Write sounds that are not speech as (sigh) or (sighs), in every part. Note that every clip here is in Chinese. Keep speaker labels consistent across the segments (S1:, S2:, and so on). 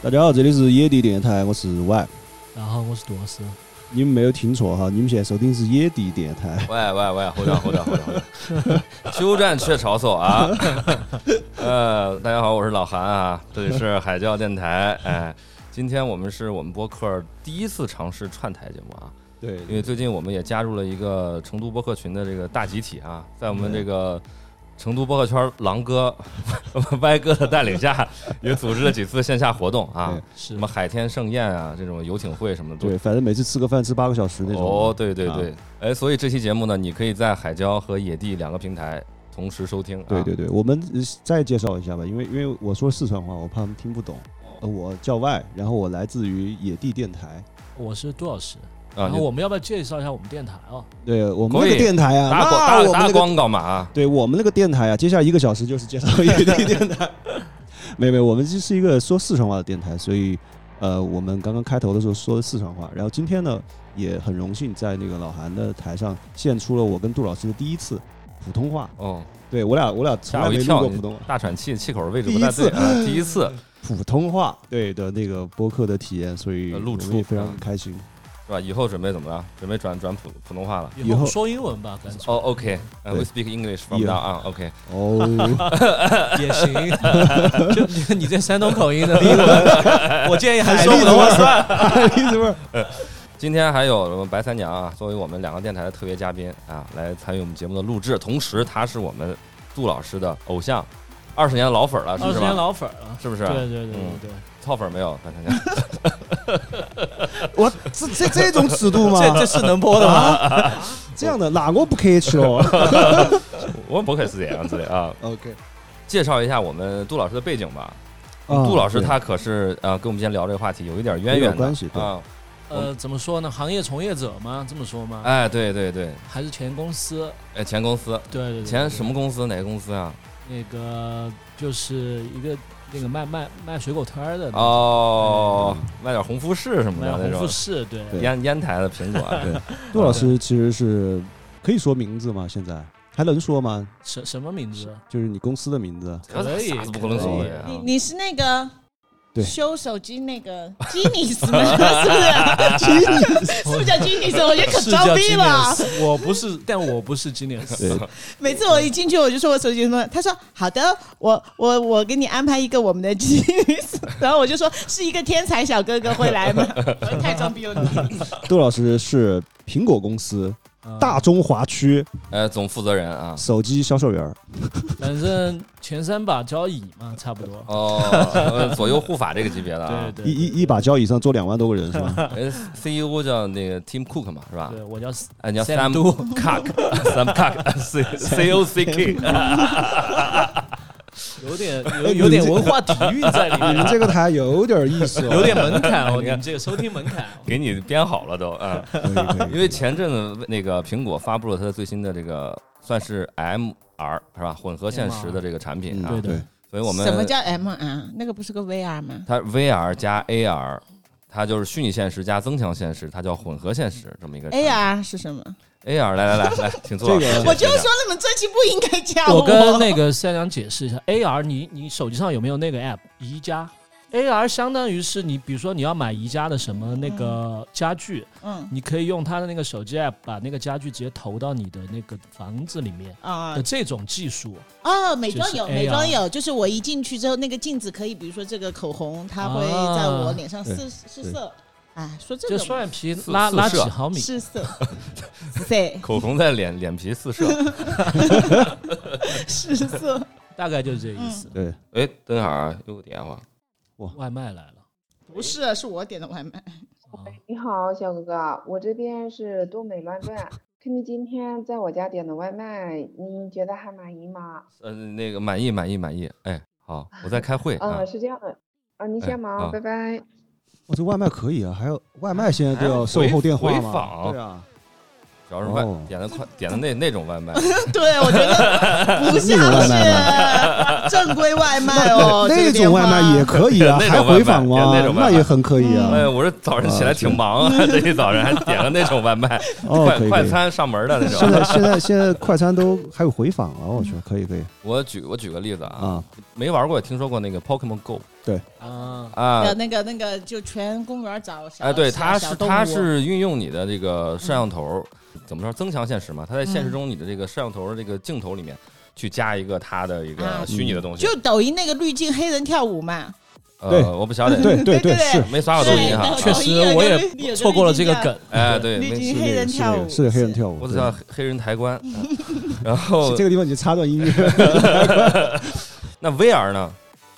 S1: 大家好，这里是野地电台，我是 Y。
S2: 然后我是杜老师，
S1: 你们没有听错哈，你们现在收听是野地电台。
S3: 喂喂喂，后长后长后长后长，鸠占鹊巢嗖啊！ (laughs) 呃，大家好，我是老韩啊，这里是海教电台。哎，今天我们是我们播客第一次尝试串台节目啊，
S1: 对
S3: 因为最近我们也加入了一个成都播客群的这个大集体啊，在我们这个成都播客圈狼哥、 (laughs) 歪哥的带领下，也组织了几次线下活动啊
S1: 对，
S2: 是
S3: 什么海天盛宴啊，这种游艇会什么的都
S1: 对，反正每次吃个饭吃八个小时那种。
S3: 哦，对对
S1: 啊
S3: 对，哎，所以这期节目呢，你可以在海椒和野地两个平台同时收听、啊。
S1: 对对对，我们呃再介绍一下吧，因为因为我说四川话，我怕他们听不懂。呃，我叫 Y，然后我来自于野地电台。
S2: 我是杜老师。
S3: 啊，
S2: 然后
S3: 你
S2: 我们要不要介绍一下我们电台啊？
S1: 对我们
S3: 可以
S1: 那个电台啊，
S3: 打
S1: 那我
S3: 广打
S1: 们
S3: 打
S1: 那个
S3: 广告嘛啊，
S1: 对我们那个电台啊，接下来一个小时就是介绍野地电台。 (laughs) 没有没有，我们这是一个说四川话的电台，所以呃，我们刚刚开头的时候说的四川话，然后今天呢也很荣幸在那个老韩的台上献出了我跟杜老师的第一次普通话。
S3: 哦，
S1: 对我俩我俩从
S3: 吓
S1: 来
S3: 我
S1: 没
S3: 一
S1: 录
S3: 跳，
S1: 过
S3: 你
S1: 普通话。
S3: 大喘气，气口位置
S1: 第
S3: 不
S1: 一
S3: 太对
S1: 次
S3: 啊，第一次
S1: 普通话对的那个播客的体验，所以
S3: 呃露出
S1: 我们也非常开心。
S3: 是吧？以后准备怎么了？准备转转普普通话了。
S1: 以
S2: 以
S1: 后
S2: 后说英文吧，干脆
S3: 哦，OK，呃
S1: 对
S3: ，we speak English from
S1: 以
S3: now
S1: 后
S3: on。OK，
S1: 哦， (laughs)
S2: 也
S3: (laughs)
S2: 行。就你你这山东口音的英文，我建议还
S1: 海
S2: 说
S1: 蛎
S2: 普
S1: 子
S2: 通
S1: 味
S2: 话算
S1: 儿，海蛎子味儿。
S3: 今天还有我们白三娘啊，作为我们两个电台的特别嘉宾啊，来参与我们节目的录制，同时她是我们杜老师的偶像，二十年老粉儿了，是
S2: 二
S3: 不
S2: 十
S3: 是
S2: 年
S3: 吧？
S2: 老粉儿了。
S3: 是不是？
S2: 对对对对对，
S3: 操粉儿没有？白三娘。
S1: 我这这这种尺
S3: 嗯
S1: 度吗？
S2: (laughs) 这这是能播的吗？
S1: 这样的，那我不客气了。
S3: 我们不会是这样子的啊。
S1: 哦 (laughs) OK，
S3: 介绍一下我们杜老师的背景吧。杜老师
S1: 啊对
S3: 他可是啊，呃跟我们今天聊这个话题有一点渊
S1: 有
S3: 源
S1: 点
S3: 的
S1: 关系对
S3: 啊。
S2: 呃，怎么说呢？行业从业者吗？这么说吗？
S3: 哎，对对对，
S2: 还是前公司？
S3: 哎，前公司，
S2: 对对对，
S3: 前
S2: 对
S3: 什么？公司？哪个公司啊？
S2: 那个就是一个那个卖卖卖水果摊儿的，
S3: 哦，卖点红富士什么
S2: 卖
S3: 的那
S2: 嗯红富
S3: 种，
S2: 士，对
S1: 对
S3: 烟烟台的苹果啊。
S1: 对杜
S3: (laughs)
S1: 老师其实是可以说名字吗？现在还能说吗？
S2: 什什么名字？
S1: 就是你公司的名字，
S2: 可以
S3: 啥子不可能说的啊
S4: 你你是那个
S1: 对
S4: 修手机那个基尼斯吗？ (laughs) 是不是？是不是叫基尼斯？我觉得可
S2: 呃是
S4: 装
S2: 叫
S4: 逼
S2: Genius，
S4: 了。
S2: 我不是，但我不是嗯 Genius。
S1: 对，
S4: 每次我一进去，我就说我手机什么，他说好的，我我我给你安排一个我们的基尼斯， (laughs) 然后我就说是一个天才小哥哥会来吗？太装逼了。
S1: 杜老师是苹果公司
S2: 嗯
S1: 大，中华区
S3: 哎，总负责人
S1: (laughs)
S3: 啊。
S1: 手机销售员儿。
S2: 反正前三把交椅嘛，差不多。
S3: 哦，呃左右护法这个级别的啊
S2: 对。对
S1: 一一一把交椅上坐两万多个人是吧？
S3: 哎，CEO 叫那个 Tim Cook 嘛，是
S1: 啊
S3: 吧？
S2: 对，我叫
S3: 哎，你叫
S2: Sam
S3: Sam
S2: Du
S3: Cook，Sam Cook，C C E O C 哎 K。
S1: (laughs)
S2: 有点有有点文化底蕴在里
S1: 你们
S2: 面，
S1: 这个台有点意思、哦，
S2: (laughs) 有点门槛哦，你们这个收听门槛哦。
S3: 给你编好了都啊，
S1: 可以可以
S3: 因为前阵子那个苹果发布了它的最新的这个算是 MR 是吧，混合现实的这个产品啊
S1: 嗯，
S2: 对的
S1: 对，
S3: 所以我们
S4: 什么叫 M R？那个不是个 V R 吗？
S3: 它 VR 加 AR，它就是虚拟现实加增强现实，它叫混合现实这么一个
S4: AR 是什么？
S3: AR 来来来来，请坐。
S1: 这个
S4: 我就说你们这期不应该叫
S2: 我跟那 (laughs) 个三娘解释一下，AR 你你手机上有没有那个 app 宜家？AR 相当于是你，比如说你要买宜家的什么那个家具，
S4: 嗯
S2: 你可以用它的那个手机 app 把那个家具直接投到你的那个房子里面
S4: 啊
S2: 的这种技术。
S4: 哦，美妆有，
S2: 就是 AR
S4: 美妆有，就是我一进去之后，那个镜子可以，比如说这个口红，它会在我脸上试试色。哎，说这
S2: 就
S4: 个
S2: 双眼皮
S3: 四
S2: 拉
S3: 四啊
S2: 拉几
S3: 射
S2: 毫米，
S4: 试色，对，
S3: 口红在脸脸皮
S4: (laughs)
S3: 四射，
S4: 试色。
S2: 大概就是这意思。
S1: 对，
S3: 哎，等会儿啊又点话，
S2: 嗯外卖来了，
S4: 不是，是我点的外卖。
S2: 啊
S5: 你好，小哥哥，我这边是东北慢炖，看你今天在我家点的外卖，你觉得还满意吗？
S3: 呃，那个满意满意满意，哎，好，我在开会啊
S4: 哦
S5: 嗯，，是这样的，啊，您
S3: 哎
S5: 先忙，
S3: 啊
S5: 拜拜。
S1: 哦我这外卖可以啊，还有外卖现在都要售后电话吗？对啊，
S3: 主要是外
S1: 哦
S3: 点的快点的那那种外卖，
S4: (laughs) 对，我觉
S1: 那种外
S4: 得不像是正规外卖哦，这
S1: 那种
S4: 个电话
S1: 外卖也可以啊，
S3: 那
S1: 还
S3: 种外卖
S1: 回访吗
S3: 那？种外
S1: 那
S3: 卖
S1: 也很可以
S3: 哎，
S1: 啊。
S3: 我这早上起来挺忙啊，这一早上还点了那种外卖，
S1: 哦，可
S3: 快
S1: 以。
S3: 快
S1: 可以。
S3: 餐上门的那
S1: 现
S3: 种。
S1: 在现在现在快餐都还有回访了，我去，可以可以
S3: 我举我举个例子啊，
S1: 啊，
S3: 没玩过也听说过那个 Pokemon Go
S2: 啊，
S3: 啊
S4: 呃，，那个那个，就全公园找小
S3: 哎，对，
S4: 小
S3: 它
S4: 小
S3: 是
S4: 动
S3: 它
S4: 物嗯
S3: 是运用你的这个摄像头，怎么说增强现实嘛？它在现实中你的这个摄像头的这个镜头里面去加一个它的一
S4: 啊
S3: 个虚拟的东西。
S4: 就抖音那个滤镜黑人跳舞嘛，
S1: 对
S3: 呃，我不晓得，
S1: 对对
S4: 对对
S1: 是
S3: 没刷过抖音哈啊
S4: 对。
S2: 确实我也错过了这个梗。
S3: 哎，对，
S4: 滤
S3: 没
S4: 镜黑人
S1: 是这
S4: 跳舞
S1: 个是这个黑人跳舞，
S3: 我只
S1: 对
S3: 知道黑黑人抬棺。嗯然后
S1: 是这个地方你插段音
S3: (laughs)
S1: 乐，
S3: 那 VR 呢，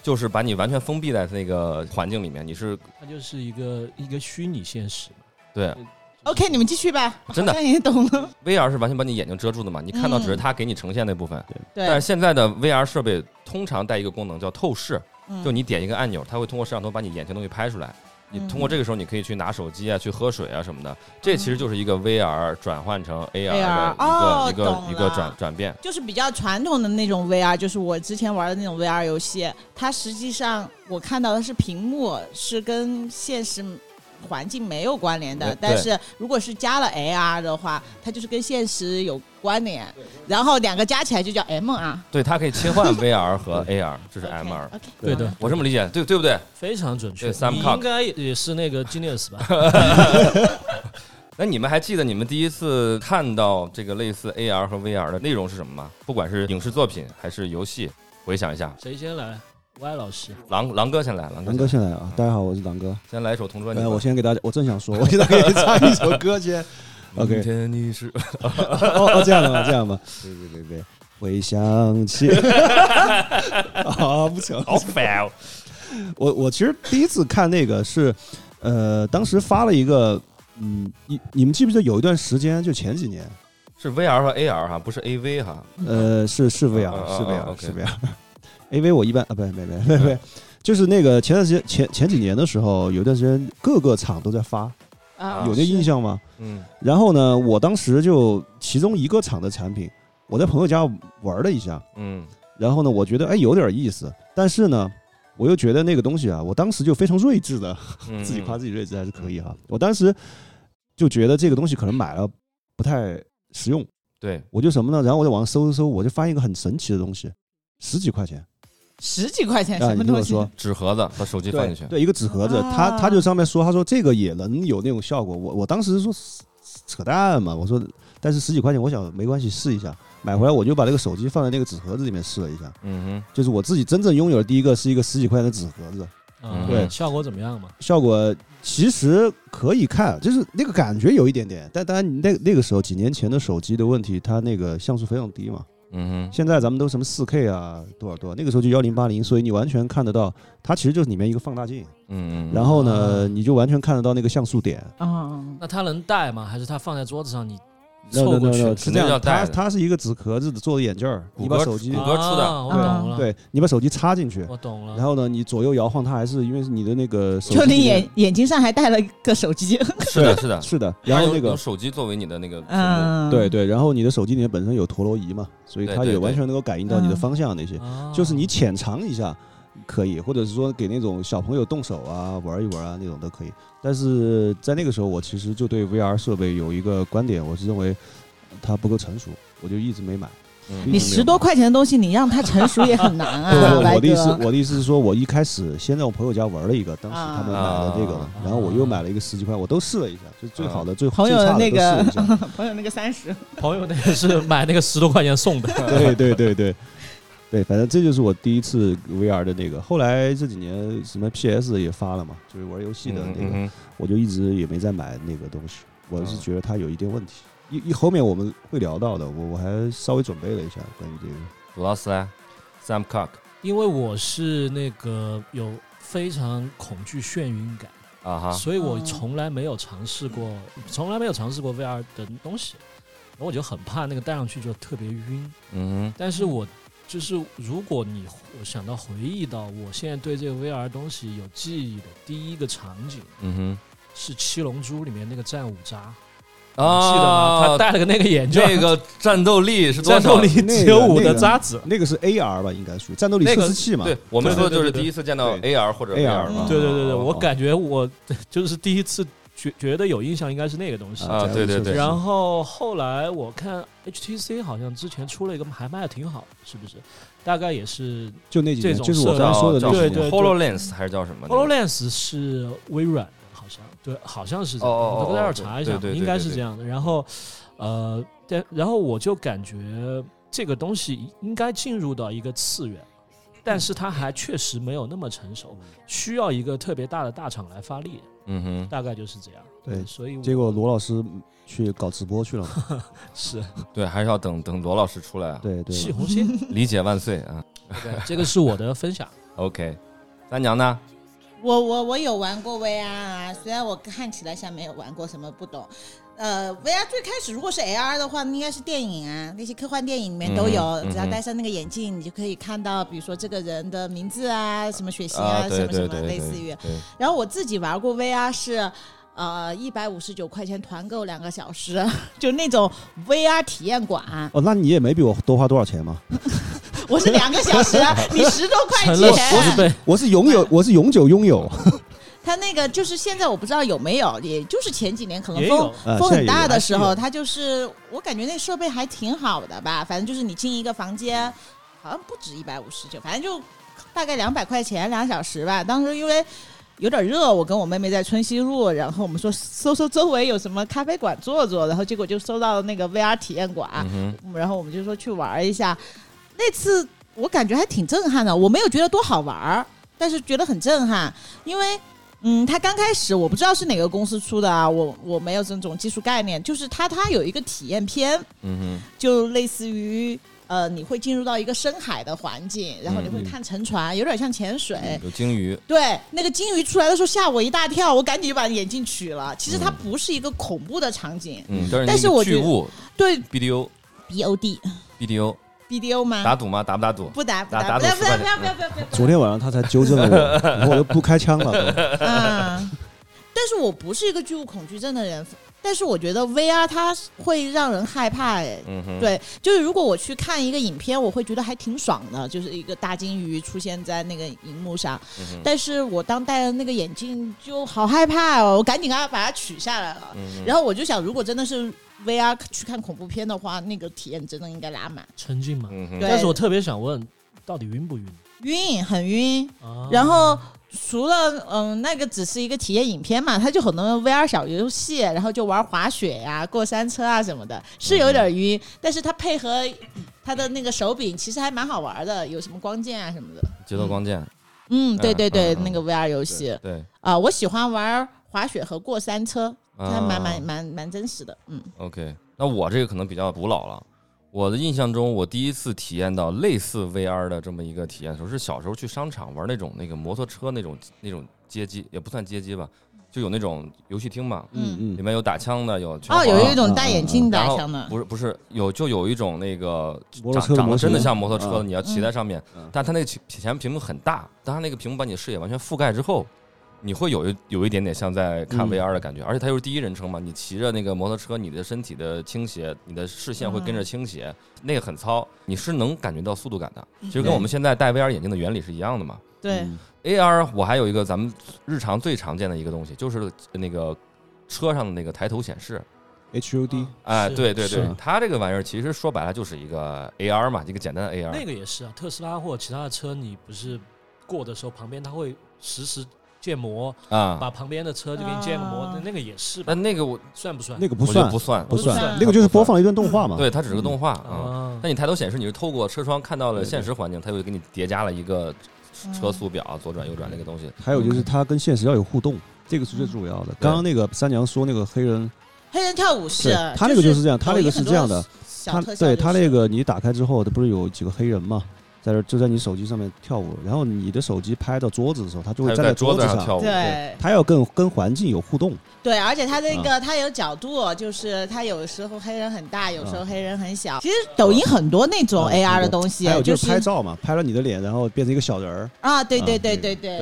S3: 就是把你完全封闭在那个环境里面，你是
S2: 它就是一个一个虚拟现实。
S3: 对
S4: OK，你们继续吧，
S3: 真的
S4: 好像也懂了。
S3: VR 是完全把你眼睛遮住的嘛，你看到只是它给你呈现那部分。但
S4: 嗯对
S3: 是，现在的 VR 设备通常带一个功能叫透视，
S4: 嗯
S3: 就你点一个按钮，它会通过摄像头把你眼前东西拍出来。你
S4: 嗯
S3: 通过这个时候，你可以去拿手机啊，去喝水啊什么的。这其实就是一个 VR 转换成 AR 的
S4: AR 哦
S3: 一个、
S4: 懂了
S3: 一个一个转转变。
S4: 就是比较传统的那种 VR，就是我之前玩的那种 VR 游戏，它实际上我看到的是屏幕，是跟现实环境没有关联的
S3: 对。
S4: 但是如果是加了 AR 的话，它就是跟现实有关联，然后两个加起来就叫 MR。
S3: 对，它可以切
S4: (laughs)
S3: 换 VR 和 AR，这是 MR。
S4: OK，
S2: 对的，
S3: 我这么理解，对对不对？
S2: 非常准确。
S3: 对，Sam
S2: 你
S3: Cooke
S2: 应该也是那个 Genius 吧？
S3: (laughs) 那你们还记得你们第一次看到这个类似 AR 和 VR 的内容是什么吗？不管是影视作品还是游戏，回想一下。
S2: 谁先来？Y 老师，啊
S3: 狼狼哥先来，狼哥
S1: 狼
S3: 先
S1: 哥
S3: 来
S1: 先来啊！大家好，我是狼哥。
S3: 先来一首《同桌你
S1: 呃，
S3: 吧》。
S1: 我先给大家，我正想
S3: (laughs)
S1: 说，我现在给你唱一首歌先。OK
S3: 明天你是。
S1: 哦哦，这样的吗？这样吗？别别别别，回想起，啊，不成
S3: 好烦哦。
S1: 我我其实第一次看那个是，呃，当时发了一个，嗯，你你们记不记得有一段时间，就前几年，
S3: (laughs) 是 VR 和 AR 哈，不是 AV 哈。
S1: 呃，是是
S3: 啊啊
S1: VR，
S3: 啊
S1: 是 VR，
S3: OK 嗯
S1: 是 VR。AV 我一般啊，不不不不不， (laughs) 就是那个前段时间前前几年的时候，有一段时间各个厂都在发，
S4: 啊
S1: 有那印
S4: 象。
S1: 象吗？
S3: 嗯，
S1: 然后呢，我当时就其中一个厂的产品，我在朋友家玩了一下，
S3: 嗯，
S1: 然后呢，我觉得哎有点意思，但是呢，我又觉得那个东西啊，我当时就非常睿智的，(laughs)
S3: 嗯
S1: 自己夸自
S3: 己。
S1: 己睿智还是可以哈。我当时就觉得这个东西可能买了不太实用，
S3: 对，
S1: 我就什么呢？然后我在网上搜一搜，我就发现一个很神奇的东西，十几
S4: (laughs)
S1: 块钱
S4: 十几块钱
S1: 啊！
S4: 什
S1: 你
S4: 么
S1: 听我
S4: 东西？
S1: 说，
S3: 纸盒子把手机放进去
S1: 对，。对一个纸盒子，
S4: 啊
S1: 他他就上面说，他说这个也能有那种效果。我我当时说扯淡嘛，我说但是十几块钱，我想没关系，试一下。买回来我就把那个手机放在那个纸盒子里面试了一下，
S3: 嗯
S1: 就是我自己真正拥有的第一个是一个十几块钱的纸盒子，
S2: 啊
S3: 嗯
S1: 对
S2: 效果怎么样嘛？
S1: 效果其实可以看，就是那个感觉有一点点，但当然你那那个时候几年前的手机的问题，它那个像素非常低嘛，
S3: 哼，嗯
S1: 现在咱们都什么四 K 啊多少多少，那个时候就幺零八零，所以你完全看得到，它其实就是里面一个放大镜。
S3: 哼，嗯嗯。
S1: 然后呢，你就完全看得到那个像素点。
S4: 啊，
S2: 那他能戴吗？还是他放在桌子上你
S1: no
S2: 凑
S1: no
S2: 过
S1: no
S2: 去
S1: no，
S2: 了？
S1: 是
S3: 肯
S1: 这
S3: 定要
S1: 样，它
S3: 戴的
S1: 它是一个纸壳子做的眼镜儿，
S3: 谷
S1: 你把
S3: 歌
S1: 手机
S3: 谷歌出的
S2: 啊我懂了，，
S1: 对，你把手机插进去，
S3: 啊
S2: 我懂了。
S1: 然后呢，你左右摇晃，它还是因为是你的那个手
S4: 就
S1: 机
S4: 你眼眼睛上还戴了一个手机，
S3: 是的，是的。
S1: 是的，然后
S3: 它
S1: 那
S3: 用用
S1: 个
S3: 手机作为你的那个屏幕，
S4: 嗯，
S1: 对，对，然后你的手机里面本身有陀螺仪嘛，所以
S3: 对
S1: 它
S3: 对
S1: 也
S3: 对
S1: 完全能够感应到你的
S4: 嗯
S1: 方向那些，
S2: 啊
S1: 就是你浅尝一下。可以，或者是说给那种小朋友动手啊，玩一玩啊，那种都可以。但是在那个时候，我其实就对 VR 设备有一个观点，我是认为它不够成熟，我就一直没买。
S3: 嗯
S4: 你十多块钱的东西，你让它成熟也很
S1: (laughs)
S4: 难啊，
S1: 不不，
S4: 白
S1: 我的意思，
S4: 哥。
S1: 我的意思是说，我一开始先在我朋友家玩了一个，当时他们买了这个了
S3: 啊，
S1: 然后我又买了一个十几块，我都试了一下，就最好的、最
S4: 朋友
S1: 最差的
S4: 那
S1: 都
S4: 个
S1: 试了一下。
S4: 朋友那个三十，
S2: 朋友那个是买那个十多块钱送的，
S1: 对对对对对，反正这就是我第一次 VR 的那个。后来这几年什么 PS 也发了嘛，就是玩游戏的那个，
S3: 嗯
S1: 我就一直也没再买那个东西。我是觉得它有一定问题，一一后面我们会聊到的，我我还稍微准备了一下关于这个。
S3: 杜拉斯啊，Sam Cooke
S2: 因为我是那个有非常恐惧眩晕感，
S3: 啊哈，
S2: 所以我从来没有尝试过，从来没有尝试过 VR 的东西，然后我就很怕那个戴上去就特别晕。
S3: 嗯
S2: 但是我就是如果你我想到回忆到我现在对这个 VR 东西有记忆的第一个场景
S3: 哼，嗯
S2: 是《七龙珠》里面那个战五渣，
S3: 哼，
S2: 记得吗？他
S3: 啊，
S2: 戴了个那个眼镜，
S3: 这个战斗力是多
S2: 战
S3: 少？
S2: 斗力
S1: 那
S2: 只
S1: 个
S2: 有五
S1: 那
S2: 的
S1: 个
S2: 渣子。
S1: 那个是 AR 吧，应该属于战斗力
S3: 那
S1: 测
S3: 个
S1: 试器嘛。
S3: 对我们
S2: 对
S3: 说
S2: 对
S3: 就
S2: 对
S3: 是
S2: 对
S3: 第一次见到
S1: 对
S3: AR 或者
S1: AR
S3: 嘛
S1: 嗯
S2: 对对对对，
S3: 哦
S2: 我
S3: 哦
S2: 感觉我 (laughs) 就是第一次觉觉得有印象，应该是那个东西。
S3: 啊对对对
S2: 然后后来我看 HTC 好像之前出了一个还卖的挺好，是不是？大概也是
S1: 就那几
S2: 这
S1: 年，
S2: 种
S1: 就是我
S2: 设
S1: 刚才说的那
S3: 叫叫
S1: 几
S2: 对
S1: 年。
S2: 对
S3: HoloLens 还是叫什么那个
S2: HoloLens 是微软的，好像对，好像是这样。
S3: 哦哦哦
S2: 我待会儿查一下
S3: 对对，对
S2: 应该是这样的。然后，呃，但然后我就感觉这个东西应该进入到一个次元，但是它还确实没有那么成熟，需要一个特别大的大厂来发力，
S3: 嗯哼。
S2: 大概就是这样。嗯
S1: 对
S2: 所以我
S1: 结果罗老师去搞直播去了嘛，
S2: 是
S3: 对，还是要等等罗老师出来啊！
S1: 对
S2: (laughs)
S1: 对，
S2: 系红线。
S3: 理解万岁啊
S1: (laughs)
S2: OK，这个是我的分享。
S4: (laughs)
S3: ！OK，三娘呢？
S4: 我我我有玩过 VR 啊，虽然我看起来像没有玩过什么不懂。呃，VR 最开始如果是 AR 的话，那应该是电影啊，那些科幻电影里面都有，
S3: 嗯嗯
S4: 只要戴上那个眼镜，你就可以看到，比如说这个人的名字啊，什么血型啊，什
S3: 对
S4: 么什
S3: 对对
S4: 么，
S3: 对
S4: 类似于。
S3: 对
S4: 然后我自己玩过 VR 是，呃，一百五十九块钱团购两个小时， (laughs) 就那种 VR 体验馆，
S1: 哦，那你也没比我多花多少钱嘛？
S4: 我是两个小时，啊你十多块
S2: 成了
S4: 钱。
S2: 十倍，
S1: 我是拥有，我是永久拥有，
S4: 他那个就是现在我不知道有没有，也就是前几年可能
S2: 也
S4: 风
S2: 有
S1: 呃现在
S4: 风很
S1: 也
S4: 大
S1: 有
S4: 的时候，
S2: 有
S4: 它就是我感觉那设备还挺好的吧，反正就是你进一个房间，好像不止一百五十九，反正就大概两百块钱两小时吧。当时因为有点热，我跟我妹妹在春熙路，然后我们说搜搜周围有什么咖啡馆坐坐，然后结果就搜到了那个 VR 体验馆，
S3: 嗯哼，
S4: 然后我们就说去玩一下。那次我感觉还挺震撼的，我没有觉得多好玩儿，但是觉得很震撼，因为。嗯，它刚开始我不知道是哪个公司出的啊，我我没有这种技术概念。就是它，它有一个体验片，
S3: 嗯
S4: 就类似于呃，你会进入到一个深海的环境，然后你会看沉船，有点像潜水。
S3: 哼，有鲸鱼，
S4: 对，那个鲸鱼出来的时候吓我一大跳，我赶紧把眼镜取了。其实它
S3: 嗯
S4: 不是一个恐怖的场景，
S3: 嗯，但是那
S4: 但是
S3: 个
S4: 我
S3: 巨
S4: 觉得
S3: 物
S4: 对
S3: BDO
S4: B O D
S3: BDO
S4: B D O 吗？
S3: 打赌吗？打不打赌？
S4: 啊不打不
S3: 打打
S4: 打不打
S3: 赌
S4: 不打
S3: 10
S4: 不
S3: 块钱
S4: 打不打不打不打！
S1: 昨天晚上他才纠正了我，以后我就不开枪了都。
S4: 嗯，但是我不是一个巨物恐惧症的人，但是我觉得 VR 它会让人害怕哎。
S3: 嗯哼，
S4: 对，就是如果我去看一个影片，我会觉得还挺爽的，就是一个大金鱼出现在那个荧幕上。
S3: 嗯哼，
S4: 但是我当戴了那个眼镜，就好害怕哦，我赶紧给它把它取下来了。
S3: 嗯哼
S4: 然后我就想，如果真的是 VR 去看恐怖片的话，那个体验真的应该拉满，
S2: 沉浸嘛。
S3: 嗯哼，
S4: 对
S2: 但是我特别想问，到底晕不晕？
S4: 晕，很晕。
S2: 啊
S4: 然后除了嗯，那个只是一个体验影片嘛，它就很多 VR 小游戏，然后就玩滑雪呀、过山车啊什么的，是有点晕，但是它配合它的那个手柄，其实还蛮好玩的，有什么光剑啊什么的。
S3: 节奏光剑，
S4: 嗯，对对对，
S3: 嗯嗯嗯
S4: 那个 VR 游戏
S3: 对，
S4: 啊、我喜欢玩滑雪和过山车，它还
S3: 啊
S4: 蛮蛮蛮蛮真实的。嗯，
S3: OK，那我这个可能比较古老了。我的印象中，我第一次体验到类似 VR 的这么一个体验的时候，是小时候去商场玩那种那个摩托车那种那种街机，也不算街机吧，就有那种游戏厅嘛，
S4: 嗯
S1: 嗯
S3: (laughs) 里面有打枪的，有拳
S4: 哦，
S3: 皇
S4: 有
S1: 嗯
S4: 一种
S1: 嗯
S4: 戴眼
S1: 嗯
S4: 镜
S3: 然
S4: 打
S3: 后
S4: 枪的，
S3: 不是不是有就有一种那个
S1: 摩托
S3: 长
S1: 车
S3: 长
S1: 模
S3: 得
S1: 型
S3: 真的像摩托车的，
S1: 嗯
S3: 你要骑在上面
S1: 嗯，
S3: 但它那个前前屏幕很大，但它那个屏幕把你视野完全覆盖之后，你会有一有一点点像在看
S1: 嗯
S3: VR 的感觉，而且它又是第一人称嘛，你骑着那个摩托车，你的身体的倾斜，你的视线会跟
S4: 嗯
S3: 着倾斜，那个很糙，你是能感觉到速度感的，其实跟我们现在戴 VR 眼镜的原理是一样的嘛。
S4: 对，
S1: 嗯
S3: AR 我还有一个咱们日常最常见的一个东西，就是那个车上的那个抬头显示，
S1: HUD
S2: 嗯
S3: 哎，
S2: 是
S3: 对对对
S1: 是，
S3: 它这个玩意儿其实说白了就是一个 AR 嘛，一个简单的 AR。
S2: 那个也是啊，特斯拉或其他的车，你不是过的时候旁边它会实时建模，
S3: 啊，
S2: 把旁边的车就给你建个模，
S4: 啊
S2: 那那个也是吧？
S3: 但那个我
S2: 算不算？
S1: 那个不
S3: 我觉得
S1: 算
S3: 不，算，
S1: 不
S2: 不
S1: 算
S2: 算，
S1: 那个就是播放了一段动画嘛。嗯
S3: 对，它只是个动画啊。
S2: 啊
S3: 那，你抬头显示，你是透过车窗看到了
S1: 对对
S3: 现实环境，它又给你叠加了一个
S4: 嗯
S3: 车速表，左转右转那个东西。
S1: 还有就是它跟现实要有互动，这个是最主要的。刚刚那个三娘说那个黑人，
S4: 黑人跳舞是
S1: 对，他那个就是这样他那个是这样的，
S4: 小
S1: 他
S4: 特效
S1: 对
S4: 就
S1: 他
S4: 是
S1: 那个你打开之后，它不是有几个黑人嘛，在这就在你手机上面跳舞，然后你的手机拍到桌子的时候，他就
S3: 它
S1: 会
S3: 就
S1: 站
S3: 在
S1: 在
S3: 桌
S1: 子
S3: 子上跳舞，对
S4: 对。
S1: 他要跟跟环境有互动，
S4: 对，而且它那个它有角度，就是它有时候黑人很大，有时候黑人很小。其实抖音嗯很多那种
S1: 啊
S4: AR 的
S1: 对
S4: 东西
S1: 还有，
S4: 就是
S1: 拍照嘛，拍了你的脸，然后变成一个小人儿，
S4: 啊，对
S1: 啊
S4: 对对
S1: 对
S4: 对
S1: 对，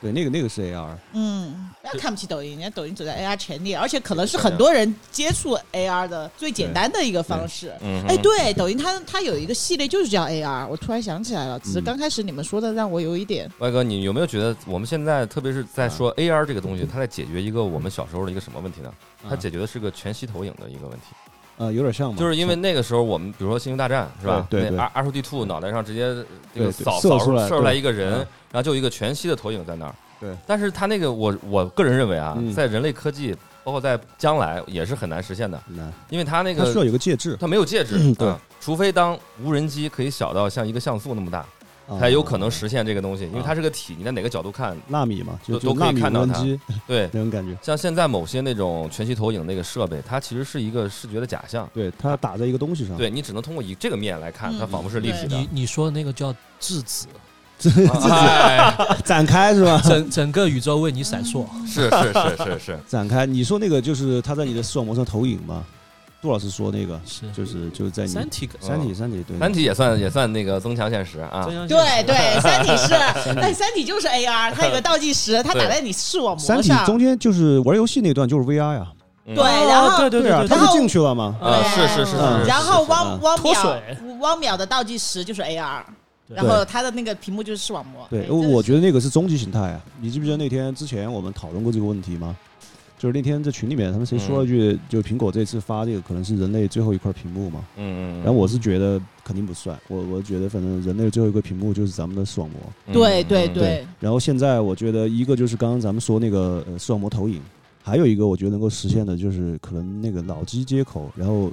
S1: 对，那个那个是 AR，
S4: 嗯，不要看不起抖音，人家抖音走在 AR 前列，而且可能是很多人接触 AR 的最简单的一个方式。
S3: 嗯，
S4: 哎，，对，抖音它它有一个系列就是叫 AR，我突然想起来了，只是刚开始你们说的让我有一点，
S3: 外哥，你有没有觉得我们现在特别是在
S1: 嗯
S3: 说 AR 这个东西，它在解决一个我们小时候的一个什么问题呢？
S1: 嗯
S3: 它解决的是个全息投影的一个问题，
S1: 啊呃有点像嘛，
S3: 就是因为那个时候我们比如说《星球大战》是吧？
S1: 嗯对对对
S3: 那 R R 2 D 2脑袋上直接这
S1: 对对
S3: 个扫
S1: 射
S3: 扫
S1: 出来
S3: 射出来
S1: 对
S3: 一个人
S1: 嗯，
S3: 然后就有一个全息的投影在那儿。
S1: 对，
S3: 但是它那个我我个人认为啊，
S1: 嗯
S3: 在人类科技包括在将来也是很难实现的，
S1: 很难，
S3: 因为它那
S1: 它嗯需要
S3: (clears throat) 个
S1: 有个介质，
S3: 它没有介质，
S1: 嗯对
S3: 啊除非当无人机可以小到像一个像素那么大，
S1: 啊
S3: 才有可能实现这个东西，因为
S1: 啊
S3: 它是个体，你在哪个角
S1: (laughs)
S3: 度看，
S1: 纳米嘛，就
S3: 都
S1: 就
S3: 都可以
S1: 纳米
S3: 看到
S1: 无人
S3: 它
S1: 机
S3: 对。
S1: 那种感觉，
S3: 像现在某些那种全息投影那个设备，它其实是一个视觉的假象，
S1: 对，它打在一个东西上，
S3: 对你只能通过以这个面来看，
S4: 嗯
S3: 它仿佛是立体的。
S2: 你你说的那个叫质子，
S3: (laughs) 哎，
S1: 展开 (laughs) 是吧？嗯
S2: 整整个宇宙为你闪烁。
S3: 是是是是是，
S1: 展开，你说那个就是它在你的视网膜上投影嘛？杜老师说那个
S2: 是
S1: 就是就是在你
S2: 三体可，
S1: 三体三体对
S3: 哦《三体》也算也算那个增强现实啊
S2: 真。相信
S4: 对对， (laughs) 三体是，但三体就是 AR，它有个倒计时，它打在你视网
S1: 三
S4: 膜
S1: 体
S4: 上，
S1: 中间就是玩游戏那段就是 VR 呀，
S3: 嗯
S4: 对然后
S2: 哦对对
S1: 啊，
S2: 对
S1: 他
S2: 哦对，
S4: 然
S1: 不
S4: 后
S1: 进去了吗？
S3: 啊，是是是
S1: 嗯
S3: 是。
S4: 然后汪汪
S2: 脱
S4: 淼
S2: 水
S4: 汪淼的倒计时就是 AR，
S2: 对
S4: 然后它的那个屏幕就是视网膜。哎
S1: 对，
S4: 真的是
S1: 我觉得那个是终极形态啊！你记不记得那天之前我们讨论过这个问题吗？就是那天在群里面，他们谁说了句，就苹果这次发这个可能是人类最后一块屏幕嘛？
S3: 嗯嗯。
S1: 然后我是觉得肯定不算，我我觉得反正人类最后一块屏幕就是咱们的视网膜。
S3: 嗯
S4: 对对
S3: 嗯
S4: 对，
S1: 然后现在我觉得一个就是刚刚咱们说那个呃视网膜投影，还有一个我觉得能够实现的就是可能那个脑机接口，然后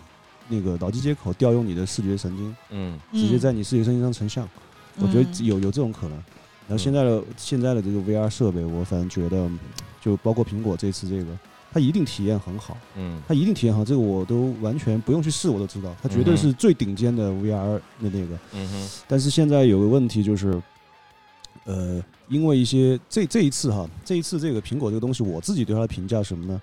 S1: 那个脑机接口调用你的视觉神经，
S3: 嗯
S1: 直接
S4: 嗯
S1: 在你视觉神经上成像。我觉得有有这种可能。然后现在的现在的这个 VR 设备，我反正觉得，就包括苹果这次这个，它一定体验很好，
S3: 嗯
S1: 它一定体验好，这个我都完全不用去试，我都知道，它绝对是最顶尖的 VR 的那个。
S3: 嗯哼
S1: 但是现在有个问题就是，呃，因为一些这这一次哈，这一次这个苹果这个东西，我自己对它的评价是什么呢？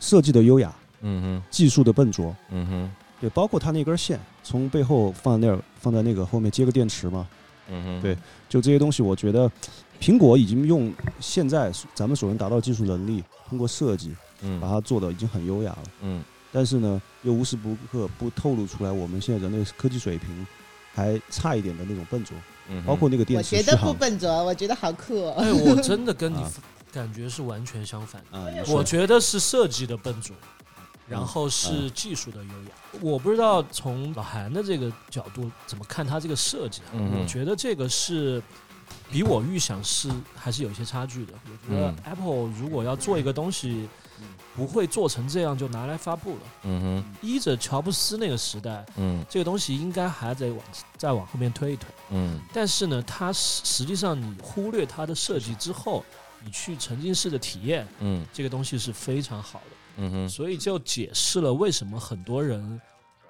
S1: 设计的优雅，
S3: 嗯哼
S1: 技术的笨拙，
S3: 嗯哼
S1: 对，包括它那根线从背后放在那儿，放在那个后面接个电池嘛，
S3: 嗯哼，
S1: 对就这些东西，我觉得苹果已经用现在咱们所能达到的技术能力，通过设计
S3: 嗯
S1: 把它做的已经很优雅了。
S3: 嗯
S1: 但是呢，又无时不刻不透露出来我们现在人类科技水平还差一点的那种笨拙，
S3: 嗯哼，
S1: 包括那个电
S4: 我
S1: 池
S4: 觉
S1: 续
S4: 得不
S1: 航
S4: 笨拙，我觉得好酷哦。
S2: (laughs) 哎，我真的跟你
S1: 啊
S2: 感觉是完全相反的。
S1: 啊，你
S2: 我
S1: 说
S2: 觉得是设计的笨拙，
S3: 嗯
S2: 然后是技术的优雅。我不知道从老韩的这个角度怎么看他这个设计啊？
S3: 嗯哼
S2: 我觉得这个是比我预想是还是有一些差距的。我觉得
S3: 嗯
S2: Apple 如果要做一个东西，不会做成这样就拿来发布了。
S3: 嗯哼
S2: 依着乔布斯那个时代，
S3: 嗯
S2: 这个东西应该还得往再往后面推一推。
S3: 嗯
S2: 但是呢，它实实际上你忽略它的设计之后，你去沉浸式的体验
S3: 嗯
S2: 这个东西是非常好的，
S3: 嗯哼，
S2: 所以就解释了为什么很多人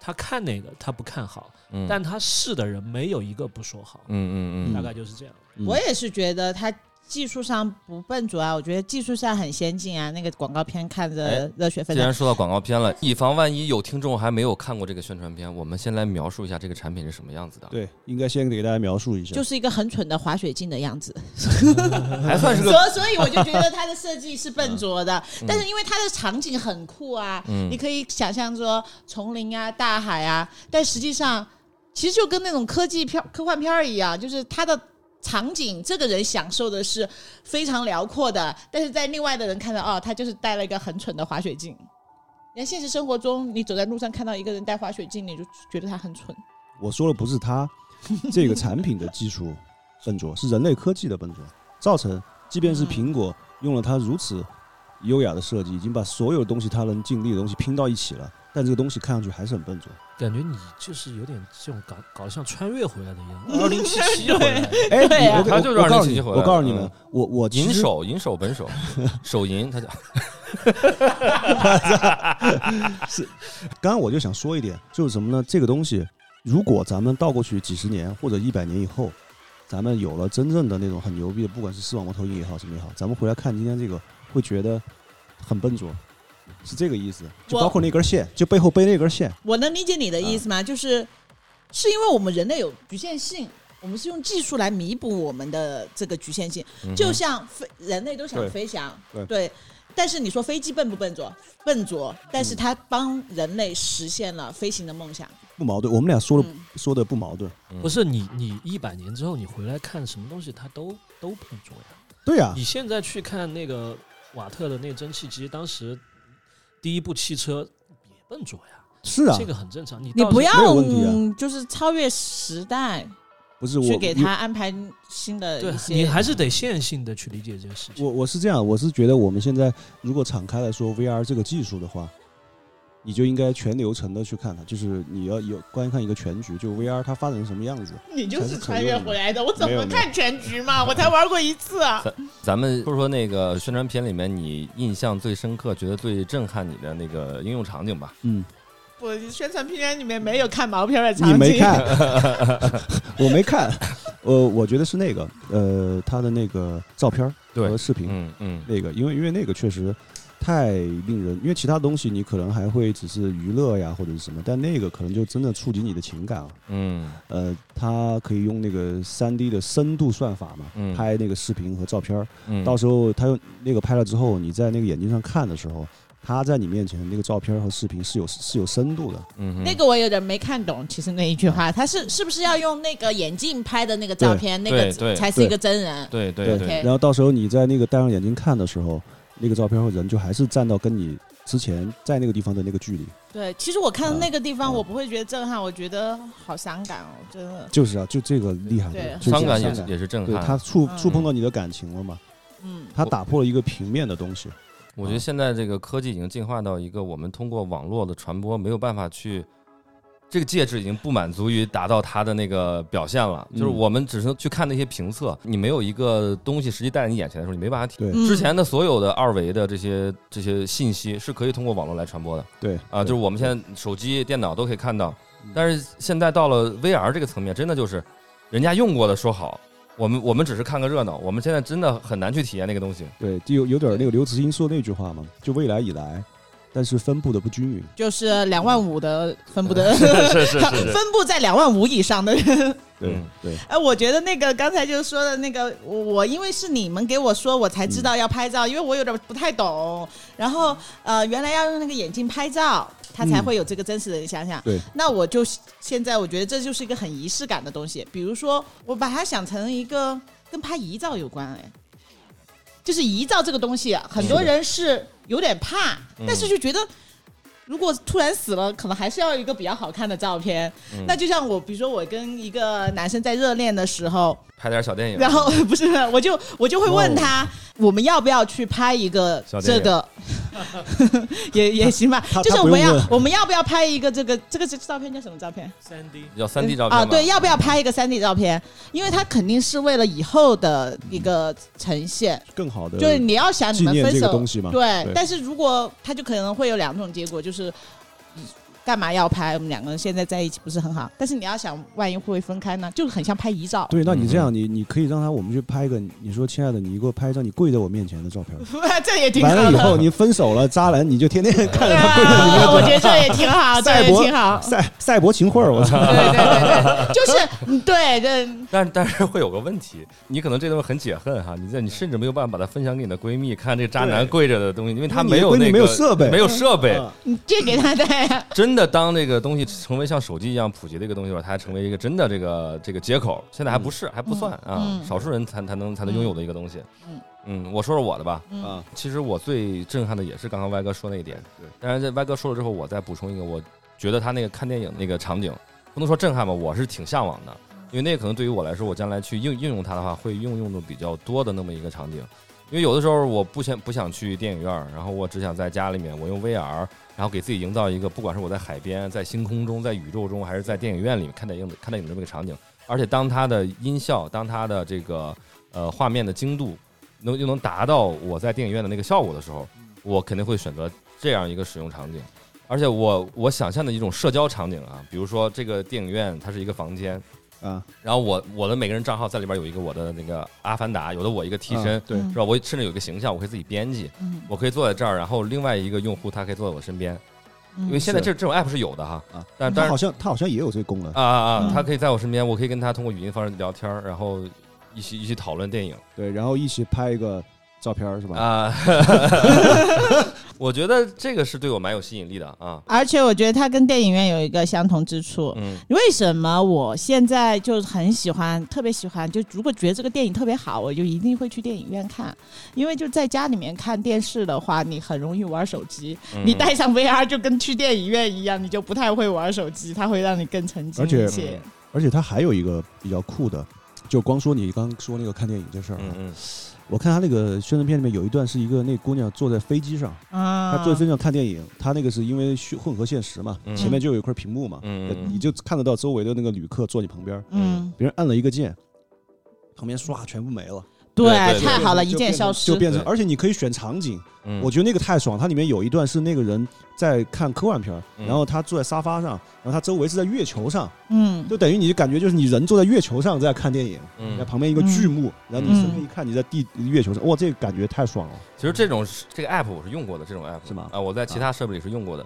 S2: 他看那个他不看好，
S3: 嗯
S2: 但他试的人没有一个不说好，
S3: 嗯嗯
S2: 大
S3: 嗯
S2: 概就是这样。
S1: 嗯
S4: (laughs) 我也是觉得它技术上不笨拙啊，我觉得技术上很先进啊。那个广告片看着
S3: 哎
S4: 热血沸
S3: 既
S4: 腾
S3: 然，说到广告片了，以防万一有听众还没有看过这个宣传片，我们先来描述一下这个产品是什么样子的。
S1: 对，应该先给大家描述一下，
S4: 就是一个很蠢的滑雪镜的样子，
S3: 还算是
S4: 所
S3: 个
S4: 所以我就觉得它的设计是笨
S1: 嗯
S4: 拙的，但是因为它的场景很酷啊，
S3: 嗯
S4: 你可以想象说丛林啊、大海啊，但实际上其实就跟那种科技片、科幻片儿一样，就是它的。场景，这个人享受的是非常辽阔的，但是在另外的人看到，哦，他就是戴了一个很蠢的滑雪镜。你看现实生活中，你走在路上看到哦一个人戴滑雪镜，你就觉得他很蠢。
S1: 我说的不是
S4: (laughs)
S1: 它这个产品的技术笨拙，是人类科技的笨拙造成。即便是苹果用了它如此优雅的设计，已经把所有东西它能尽力的东西拼到一起了，但这个东西看上去还是很笨拙。
S2: 感觉你就是有点这种搞搞得像穿越回来的一
S3: 嗯
S2: 样，二零七七回来的。
S1: 哎，
S4: (laughs) 对啊
S1: 我
S3: 他就
S1: 我
S3: 是让
S1: 告
S3: 人
S1: 诉
S3: 信息
S1: 你，
S3: 回
S1: 我
S3: 来
S1: 告诉你
S3: 嗯
S1: 们，我我其
S3: 银
S1: 实
S3: 手银手本手手银，他叫
S1: 刚刚我就想说一点，就是什么呢？这个东西，如果咱们倒过去几十年或者一百年以后，咱们有了真正的那种很牛逼的，不管是视网膜投影也好，什么也好，咱们回来看今天这个，会觉得很笨拙，是这个意思。就
S4: 我
S1: 包括那根线，就背后背那根线，
S4: 我能理解你的意思吗？就是是因为我们人类有局限性，我们是用技术来弥补我们的这个局限性。
S3: 嗯哼
S4: 就像飞，人类都想
S1: 对
S4: 飞翔，
S1: 对
S4: 但是你说飞机笨不笨拙？笨拙，但
S1: 嗯
S4: 是它帮人类实现了飞行的梦想。
S1: 不矛盾。我们俩说的
S4: 嗯
S1: 说的不矛盾，
S2: 不是你，你一百年之后你回来看什么东西，它都都笨拙呀。
S1: 对呀
S3: 啊
S2: 你，现在去看那个瓦特的那蒸汽机，当时第一部汽车也笨拙呀，
S1: 是啊
S2: 这，个很正常。你
S4: 你
S2: 到
S4: 不
S2: 时
S4: 要
S1: 没有问题啊
S4: 嗯就是超越时代
S1: 不是
S4: 去
S1: 我
S4: 给他安排新的
S2: 对
S4: 一，些，
S2: 你还是得线性的去理解这个事情。
S1: 我我是这样，我是觉得我们现在如果敞开来说 VR 这个技术的话，你就应该全流程的去看它，就是你要有观看一个全局，就 VR 它发展成什么样子。
S4: 你就是
S1: 全是
S4: 穿越
S1: 可用的
S4: 回来的。我怎
S1: 没有
S4: 么
S1: 没有
S4: 看全
S1: (laughs)
S4: 局嘛？我才玩过一次啊。
S3: 咱们说说那个宣传片里面你印象最深刻、觉得最震撼你的那个应用场景吧？
S1: 嗯，
S4: 我宣传片里面没有看毛片的场景，
S1: 你没看，我没看，呃，我觉得是那个，呃，它的那个照片儿和视频，
S3: 嗯嗯
S1: 那个，因为因为那个确实太令人，因为其他东西你可能还会只是娱乐呀或者是什么，但那个可能就真的触及你的情感了。
S3: 嗯
S1: 呃，它可以用那个三 D 的深度算法嘛，
S3: 嗯
S1: 拍那个视频和照片儿，
S3: 嗯，
S1: 到时候它用那个拍了之后，你在那个眼睛上看的时候，它在你面前那个照片儿和视频是有是有深度的。
S3: 嗯哼
S4: (laughs) 那个我有点没看懂，其实那一句话，他是是不是要用那个眼镜拍的那个照片，那
S3: 对
S4: 个
S3: 对
S4: 才是一个真人？
S3: 对对
S4: 对
S3: 对，
S1: 然后到时候你在那个戴上眼镜看的时候，那个照片和人就还是站到跟你之前在那个地方的那个距离。
S4: 对，其实我看到那个地方，
S1: 嗯
S4: 我不会觉得震撼，我觉得好伤感哦，真的，
S1: 就是啊，就这个厉害
S4: 对
S1: 的，就是
S3: 伤感
S1: 这
S3: 也
S1: 个
S3: 是也是震
S1: 对它
S3: 撼。
S1: 触
S4: 嗯
S1: 触碰到你的感情了嘛？
S4: 嗯，
S1: 它打破了一个平面的东西。
S3: 我觉得现在这个科技已经进化到一个我们通过网络的传播没有办法去。这个介质已经不满足于达到它的那个表现了，就是
S1: 嗯
S3: 我们只是去看那些评测，你没有一个东西实际带在你眼前的时候，你没办法体
S1: 对
S4: 嗯
S3: 之前的所有的二维的这些这些信息是可以通过网络来传播的
S1: 对
S3: 啊，就是
S1: 对
S3: 我们现在手机、电脑都可以看到
S1: 嗯，
S3: 但是现在到了 VR 这个层面，真的就是人家用过的说好，我们我们只是看个热闹，我们现在真的很难去体验那个东西。
S1: 对，就有有点那个刘慈欣说那句话嘛，就未来以来，但是分布的不均匀。
S4: 就是两万五的分布的，
S3: (laughs) 是是
S4: (laughs) 分布在两万五以上的人。 (laughs)
S1: 对
S3: 嗯
S1: 对，
S4: 哎，我觉得那个刚才就是说的那个，我我因为是你们给我说，我才
S1: 嗯
S4: 知道要拍照，因为我有点不太懂。然后呃，原来要用那个眼镜拍照，它才
S1: 嗯
S4: 会有这个真实的想象。
S1: 对，
S4: 那我就现在我觉得这就是一个很仪式感的东西。比如说，我把它想成一个跟拍遗照有关，哎，就是遗照这个东西啊，很多
S1: 是的
S4: 人是有点怕，
S3: 嗯
S4: 但是就觉得。如果突然死了，可能还是要一个比较好看的照片。
S3: 嗯
S4: 那就像我，比如说我跟一个男生在热恋的时候，
S3: 拍点小电影，
S4: 然后 (laughs) 不是，我就我就会问他，我们要不要去拍一个
S3: 哦小电
S4: 这
S3: 影
S4: 个，
S3: (laughs)
S4: 也也行吧
S1: 他，
S4: 就
S1: 他
S4: 是
S1: 不
S4: 我们
S1: 用
S4: 要
S1: 问
S4: 我们要不要拍一个这个这个这照片叫什么照片？
S2: 三 D
S3: 要三 D 照片
S4: 啊，
S3: 吧嗯
S4: 对，要不要拍一个三 D 照片？因为他肯定是为了以后的一个呈现，
S1: 更好的
S4: 就是你要想
S1: 嗯
S4: 你
S1: 纪
S4: 们
S1: 念
S4: 分
S1: 这个
S4: 手
S1: 东，西嘛。
S4: 对
S1: 对，
S4: 但是如果他就可能会有两种结果，就是。干嘛要拍？我们两个人现在在一起不是很好，但是你要想，万一会分开呢，就很像拍遗照。
S1: 对，那你这
S3: 嗯
S1: 样，你你可以让他，我们去拍一个，你说亲爱的，你给我拍一张你跪在我面前的照片儿。
S4: (laughs) 这也挺好
S1: 完
S4: 的。
S1: 了以后，你分手了，渣男，你就天天看着他跪在你面
S4: 啊，
S1: 前。
S4: 我觉得这也挺好，这
S1: 赛
S4: 也
S1: 博
S4: 挺好。
S1: 赛赛博秦桧儿，我操！
S4: (laughs) 对对对对，就是嗯对对
S3: 但但是会有个问题，你可能这东西很解恨哈，你在你甚至没有办法把它分享给你的闺蜜看这渣男
S1: 对
S3: 跪着的东西，因为他
S1: 你
S3: 没有
S1: 闺蜜
S3: 那个
S1: 没有设备
S3: 没有设备，
S1: 啊
S4: 你借给他的呀。
S3: 真的当这个东西成为像手机一样普及的一个东西的时候，它还成为一个真的这个这个接口。现在还不是，还不算啊，
S4: 嗯
S3: 少数人才才能才能拥有的一个东西。
S4: 嗯
S3: 嗯，我说说我的吧。
S4: 嗯
S1: 啊，
S3: 其实我最震撼的也是刚刚歪哥说那一点，
S1: 对，
S3: 但是在歪哥说了之后，我再补充一个，我觉得他那个看电影那个场景，不能说震撼吧，我是挺向往的，因为那可能对于我来说，我将来去应应用它的话，会应用的比较多的那么一个场景。因为有的时候我不想不想去电影院儿，然后我只想在家里面，我用 VR，然后给自己营造一个，不管是我在海边、在星空中、在宇宙中，还是在电影院里面看电影、看电影的这么一个场景。而且当它的音效、当它的这个呃画面的精度能又能达到我在电影院的那个效果的时候，我肯定会选择这样一个使用场景。而且我我想象的一种社交场景啊，比如说这个电影院它是一个房间，
S1: 啊，
S3: 然后我我的每个人账号在里边有一个我的那个阿凡达，有的我一个替
S1: 啊
S3: 身，
S1: 对
S4: 嗯
S3: 是吧？我
S1: (laughs)
S3: 甚至有一个形象，我可以自己编辑，
S4: 嗯
S3: 我可以坐在这儿，然后另外一个用户他可以坐在我身边，
S4: 因
S3: 因为现在
S1: 嗯是
S3: 这这种 app 是有的哈，
S1: 啊，
S3: 但但
S1: 它
S3: 是
S1: 好像它好像也有这个功能
S3: 啊啊啊，
S4: 嗯
S3: 他可以在我身边，我可以跟他通过语音方式聊天儿，然后一起一起讨论电影
S1: 对，然后一起拍一个照片儿是吧？
S3: 啊。 (laughs) 我觉得这个是对我蛮有吸引力的啊。
S4: 而且我觉得它跟电影院有一个相同之处。
S3: 嗯
S4: 为什么我现在就很喜欢，特别喜欢？就如果觉得这个电影特别好，我就一定会去电影院看，因为就在家里面看电视的话，你很容易玩手机。
S3: 嗯
S4: 你带上 VR 就跟去电影院一样，你就不太会玩手机，它会让你更沉浸
S1: 而且
S3: 嗯
S4: 一些。
S1: 而且它还有一个比较酷的，就光说你刚说那个看电影这事儿啊，
S3: 嗯嗯
S1: 我看他那个宣传片里面有一段是一个那姑娘坐在飞机上，
S4: 啊，
S1: 她坐在飞机上看电影，她那个是因为虚混合现实嘛，
S3: 嗯
S1: 前面就有一块屏幕嘛，呃
S3: 嗯嗯
S1: 你就看得到周围的那个旅客坐你旁边儿，
S4: 嗯，
S1: 别人按了一个键，旁边唰全部没了，
S4: 对
S3: 对对，
S4: 哎太好了，
S1: 就
S4: 一键
S1: 变成
S4: 消失
S1: 就。变成，
S3: 对
S1: 而且你可以选场景，
S3: 嗯，
S1: 我觉得那个太爽。它里面有一段是那个人在看科幻片儿，
S3: 嗯
S1: 然后他坐在沙发上，然后他周围是在月球上，
S4: 嗯，
S1: 就等于你就感觉就是你人坐在月球上在看电影，
S3: 嗯
S1: 然后，旁边一个巨幕，
S4: 嗯
S1: 然后你身边一看你在地月球上，哇，这个感觉太爽了。
S3: 其实这种是这个 app 我是用过的，这种 app
S1: 是吗
S3: 啊，我在其他设备里是用过的。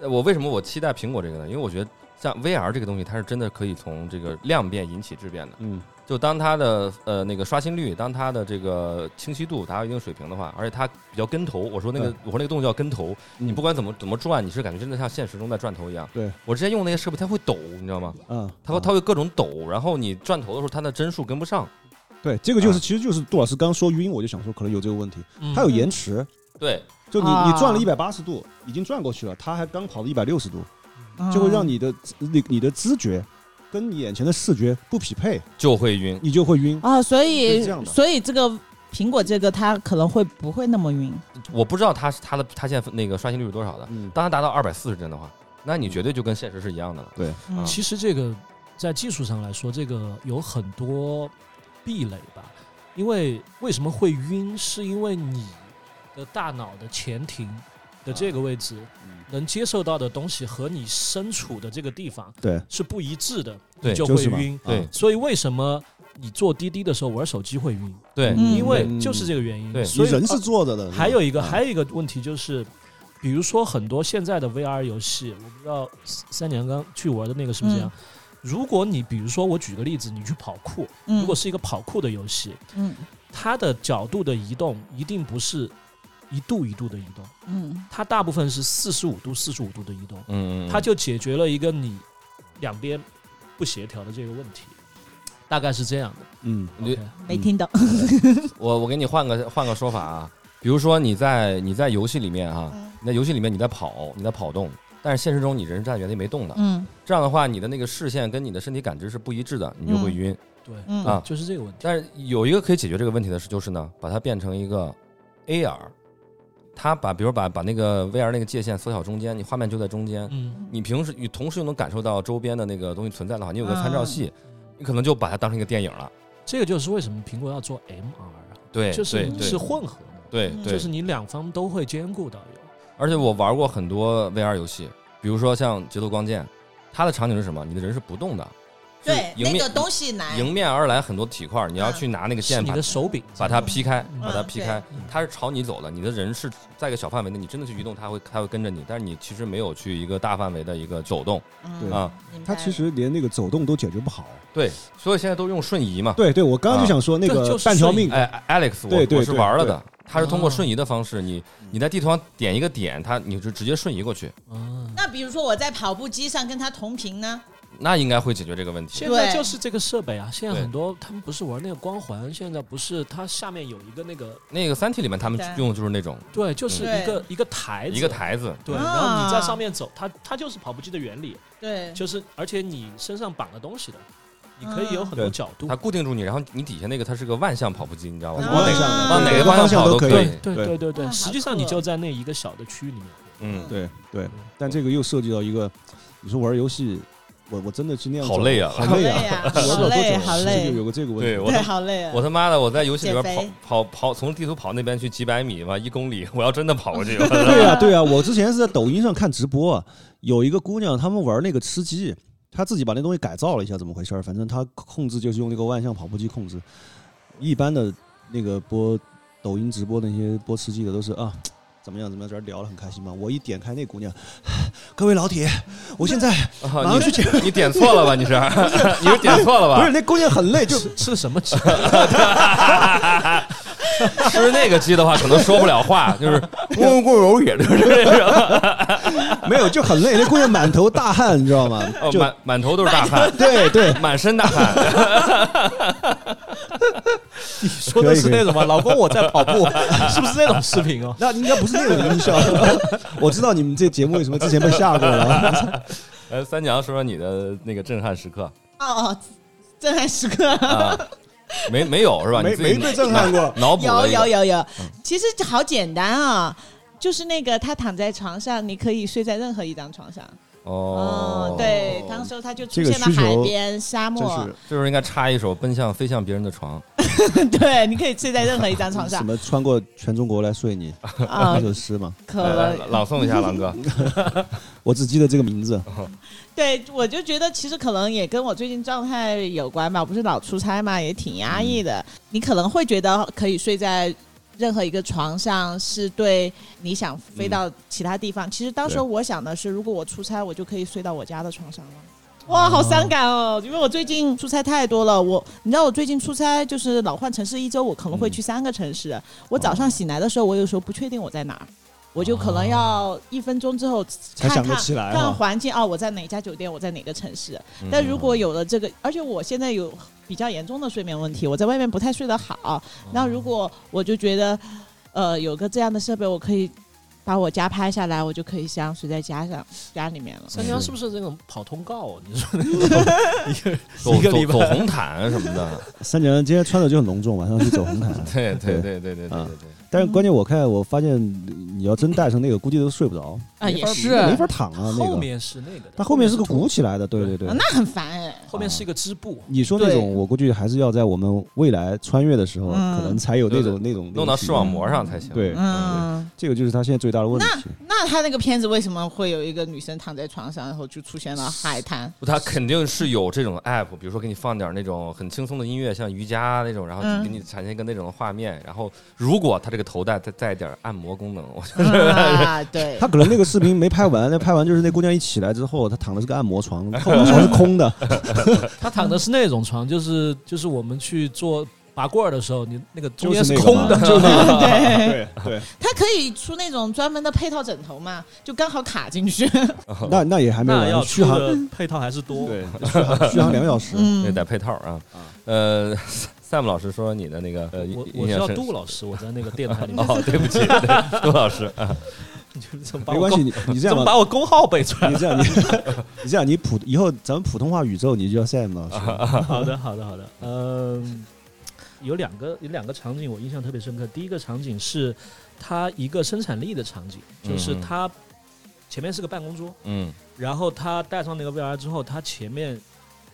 S3: 呃我为什么我期待苹果这个呢？因为我觉得像 VR 这个东西，它是真的可以从这个量变引起质变的。
S1: 嗯，
S3: 就当它的呃那个刷新率，当它的这个清晰度达到一定水平的话，而且它比较跟头。我说那个
S1: 对
S3: 我说那个动作叫跟头，
S1: 你
S3: 你不管怎么怎么转，你是感觉真的像现实中在转头一样。
S1: 对
S3: 我之前用那些设备，它会抖，你知道吗？
S1: 嗯，
S3: 它会它会各种抖，然后你转头的时候，它的帧数跟不上。
S1: 对这个就是
S3: 啊
S1: 其实就是杜老师刚说晕，我就想说可能有这个问题，
S2: 嗯
S1: 它有延迟，
S3: 对，
S1: 就你
S4: 啊
S1: 你转了一百八十度，已经转过去了，它还刚跑到一百六十度，
S4: 嗯
S1: 就会让你的你你的知觉跟你眼前的视觉不匹配，
S3: 就会晕。
S1: 你就会晕。
S4: 啊，所
S1: 是
S4: 以
S1: 这样的
S4: 所以这个苹果这个它可能会不会那么晕？
S3: 我不知道它是它的它现在那个刷新率是多少的，
S1: 嗯，
S3: 当它达到二百四十帧的话，那你绝对就跟现实是一样的了。
S1: 对，
S4: 嗯
S2: 其实这个在技术上来说，这个有很多壁垒吧。因为为什么会晕，是因为你的大脑的前庭的这个位置
S1: 嗯
S2: 能接受到的东西和你身处的这个地方
S1: 对
S2: 是不一致的，
S3: 对
S2: 你就
S1: 就
S2: 会
S1: 是嘛啊
S2: 晕。
S3: 对
S2: 所以为什么你坐滴滴的时候玩手机会晕？
S3: 对，
S4: 嗯
S2: 因为就是这个原因。
S3: 对
S1: 你
S2: 所以
S1: 人是坐着的，
S2: 还有一个，
S1: 嗯
S2: 还有一个问题就是，比如说很多现在的 VR 游戏，我不知道三年刚去玩的那个是不是这样。如果你比如说，我举个例子，你去跑酷，
S4: 嗯
S2: 如果是一个跑酷的游戏，
S4: 嗯
S2: 它的角度的移动一定不是一度一度的移动，
S4: 嗯
S2: 它大部分是四十五度、四十五度的移动，
S3: 嗯，嗯
S2: 它就解决了一个你两边不协调的这个问题，大概是这样的。
S1: 嗯，
S3: 你
S2: OK
S4: 没听懂，
S3: 我我给你换个换个说法啊，比如说你在你在游戏里面啊，
S2: 嗯
S3: 你在游戏里面你在跑，你在跑动，但是现实中你人是在原地没动的，
S4: (laughs) 嗯
S3: 这样的话你的那个视线跟你的身体感知是不一致的，你就会晕。
S2: 对，
S4: 嗯
S3: 啊
S2: 就是这个问题。
S3: 但是有一个可以解决这个问题的是，就是呢，把它变成一个 AR，它把比如把把那个 VR 那个界限缩小中间，你画面就在中间，
S2: 嗯，
S3: 你平时你同时又能感受到周边的那个东西存在的话，你有个
S4: 啊
S3: 参
S2: 嗯
S3: 照系，你可能就把它当成一个电影了。
S2: 这个就是为什么苹果要做 MR 啊。
S3: 对，
S2: 就是
S3: 对对
S2: 是混合的，
S3: 对
S4: 嗯
S3: 对，
S2: 就是你两方都会兼顾到有。
S3: 而且我玩过很多 VR 游戏，比如说像《节奏光剑》，它的场景是什么？你的人是不动的，是
S4: 对，
S3: 迎
S4: 那
S3: 面
S4: 个东西难，嗯
S3: 迎面而来很多体块，你要去拿那个
S2: 是
S3: 剑
S2: 你
S3: 把
S2: 的手柄
S3: 把它劈开，
S2: 嗯
S3: 把它劈开
S2: 嗯，
S3: 它是朝你走的，你的人是在一个小范围内，你真的去移动，它会它会跟着你，但是你其实没有去一个大范围的一个走动
S4: 嗯
S3: 啊。
S4: 明白
S1: 它其实连那个走动都解决不好。
S3: 对，所以现在都用瞬移嘛。
S1: 对对，我刚刚就想说那
S2: 对
S1: 个
S2: 就是
S1: 半条命，
S3: 哎，Alex，我
S1: 对对
S3: 我是
S1: 对
S3: 玩了
S1: 对
S3: 的，它是通
S4: 啊
S3: 过瞬移的方式，你
S4: 嗯
S3: 你在地图上点一个点，它你就直接瞬移过去，
S2: 嗯，
S4: 那比如说我在跑步机上跟它同频呢，
S3: 那应该会解决这个问题。
S2: 现在
S4: 对
S2: 就是这个设备啊，现在
S3: 对
S2: 很多他们不是玩那个光环，现在不是它下面有一个那个，
S3: 那个《三体》里面他们
S4: 对
S3: 用的就是那种
S2: 对，就是
S4: 对
S2: 一个一个台子，
S3: 一个。台子，
S2: 对，
S4: 啊
S2: 然后你在上面走，它它就是跑步机的原理，
S4: 对，嗯
S2: 就是而且你身上绑了东西的，你可以有很多
S3: 对
S2: 角度
S3: 它。固定住你，然后你底下那个它是个万向跑步机，你知道吗？
S4: 啊
S3: 往哪
S1: 向
S3: 个
S1: 的
S3: 往哪
S1: 对
S3: 个
S1: 方
S3: 向
S1: 向
S3: 跑
S1: 可
S3: 对
S1: 以。
S2: 对对对对，
S4: 哇
S2: 实
S4: 好
S2: 际上
S4: 酷
S2: 你
S4: 啊
S2: 就在那一个小的区里面。
S3: (laughs) 嗯，
S1: 对对，但这个又涉及到一个，你说玩游戏，我我真的是那样
S3: 好
S1: 走
S3: 累啊
S1: 好累啊， (laughs)
S4: 呀，
S1: 玩不
S4: 好
S1: 了多
S4: 累，啊
S1: 久，
S4: 好
S1: 就
S4: 累
S1: 有，个这个问
S3: 对
S1: 题。
S3: 我 (laughs)
S4: 对，
S3: 他
S4: 好累啊
S3: 我！他妈的，我在游戏里
S4: 减
S3: 边
S4: 肥
S3: 跑跑跑，从地图跑那边去几百米吧，一公里，我要真的跑过去，
S1: (laughs)
S3: 我操
S1: 对呀、啊对呀、我之前是在抖音上看直播啊，有一个姑娘，他们玩那个吃鸡，她自己把那东西改造了一下，怎么回事儿？反正她控制就是用那个万向跑步机控制。一般的那个播抖音直播的那些播吃鸡的都是啊，怎么样怎么样，这聊得很开心嘛。我一点开那姑娘， (sighs) 各位老铁，我现在
S3: 啊
S1: 马上去
S3: 你你点错了吧？你是 (laughs) 你是点错了
S1: 不是
S3: 吧？ (laughs)
S1: 那姑娘很累，就
S2: 吃吃什么鸡？
S3: 吃那个鸡的话，可能说不了话，就是
S2: (laughs)
S3: 公公有也就是这种，
S1: 没有就很累，那姑娘满头大汗，你知道吗
S3: 哦？
S1: 就
S3: 满满头都是大汗，
S1: 对对，
S3: 满身大汗。 (laughs)
S2: 你 (laughs) 说的是那种吗？老公，我在跑步，是不是那种视频哦？
S1: (laughs) 那应该不是那种音效。我知道你们这节目为什么之前被吓过了。
S3: 呃，三娘说说你的那个震撼时刻
S4: 哦，震撼时刻。
S3: 啊， (laughs) 没没有是吧？
S1: 没
S3: 你自己
S1: 没被震撼过
S3: 脑脑补
S4: 有
S3: 了一个
S4: 有有有，其实好简单啊、就是那个他躺在床上，你可以睡在任何一张床上。
S3: 哦
S4: 嗯，，对，当时候他就出
S1: 这个
S4: 现了
S1: 需求
S4: 海边、沙
S1: 真
S4: 漠
S1: 是，
S3: 这时候应该插一首《奔向飞向别人的床》。
S4: (laughs) 对，你可以睡在任何一张床
S1: (laughs) 什
S4: 上
S1: 么穿过全中国来睡你
S4: 啊
S1: 那，首诗嘛，
S3: 来来
S4: 可
S3: 来朗诵一下，狼哥。
S1: 我只记得这个名字。
S4: 对，我就觉得其实可能也跟我最近状态有关吧，我不是老出差嘛，也挺压
S1: 嗯
S4: 抑的。你可能会觉得可以睡在任何一个床上，是对你想
S1: 嗯
S4: 飞到其他地方。其实当时我想的是，如果我出差，我就可以睡到我家的床上了。哇，好伤感哦！因为我最近出差太多了，我你知道我最近出差就是老换城市，一周我可
S1: 嗯
S4: 能会去三个城市。我早上醒来的时候，我有时候不确定我在哪儿，我就可能要一分钟之后
S1: 哦才
S4: 看
S1: 想
S4: 看
S1: 得起来
S4: 看
S1: 哈嗯
S4: 环境啊、哦，我在哪家酒店，我在哪个城市。
S3: 嗯
S4: 但如果有了这个，而且我现在有比较严重的睡眠问题，我在外面不太睡得
S1: 哦
S4: 好。那如果我就觉得，呃，有个这样的设备，我可以把我家拍下来，我就可以这样睡在家上家里面了。
S2: 三娘是不是那种跑通告？啊你说
S1: (laughs)
S3: 走
S2: 一个
S3: 走
S2: 礼拜
S3: 走红毯什么的，
S1: 三娘今天穿的就很隆重，晚上去走红毯。
S3: 对对对对对对对
S1: 啊
S3: 对。
S1: 但是关键我看，我发现你要真戴上那个，估计都睡不着
S4: 啊
S1: 没法
S4: 也是
S1: 没法躺啊。那
S2: 后
S1: 个，
S2: 面是那个的，
S1: 它后面是个啊鼓起来的，对对对
S4: 啊。那很烦哎，
S2: 后面是一个织布，
S1: 你说那种，
S4: 对
S1: 我估计还是要在我们未来穿越的时候，
S4: 嗯
S1: 可能才有那种
S3: 对
S1: 那种
S3: 弄到
S1: 那种
S3: 视网膜上才行。
S1: 对
S4: 嗯。
S1: 这个就是他现在最大的问题。
S4: 那他那个片子为什么会有一个女生躺在床上，然后就出现了海
S1: (laughs)
S4: 滩？
S3: 它肯定是有这种 app，比如说给你放点那种很轻松的音乐，像瑜伽那种，然后
S4: 嗯
S3: 给你产生一个那种的画面。然后如果它这个头戴再带点按摩功能，我觉
S4: 啊，对
S1: 他，可能那个视频没拍完，那拍完就是那姑娘一起来之后，她躺的是个按摩床，按摩床是空的，
S2: 她躺的是那种床，就是就是我们去做拔罐儿的时候，你那个中
S1: 就是
S2: 间
S1: 那个
S2: 空的
S1: 嘛，就是那个。
S2: (laughs)
S4: (laughs)
S1: 对
S4: 对，
S1: 对，
S4: 他可以出那种专门的配套枕头嘛，就刚好卡进去。
S1: 那那也还没
S2: 那
S1: 完，
S2: 啊要
S1: 续
S2: 出
S1: 航
S2: 的配套还是多。
S3: (laughs)
S1: 对续航续航两个小时，
S3: 得
S4: 嗯，
S3: 带配套啊。呃，Sam 老师说你的那个呃，
S2: 我
S3: 印
S2: 我
S3: 印象
S2: 叫
S3: 深
S2: 杜老师，我在那个电
S1: (laughs)
S2: 台里面，
S3: 哦，对不起，对 (laughs) 杜老师，啊
S2: 你怎么把
S1: (laughs) 没
S2: 我
S1: 关
S2: 工
S1: 系，你你这
S2: 怎
S1: 样
S2: 么 (laughs)
S1: 吧，
S2: 把我工号背出来
S1: 你
S2: 了？
S1: 这样你你这样你普以后咱们普通话宇宙你就叫 Sam 老师，
S3: (laughs)
S2: 好的，好的，好的。嗯，有两个有两个场景我印象特别深刻。第一个场景是它一个生产力的场景，就是
S3: 嗯
S2: 它前面是个办公桌，
S3: 嗯
S2: 然后它戴上那个 VR 之后，它前面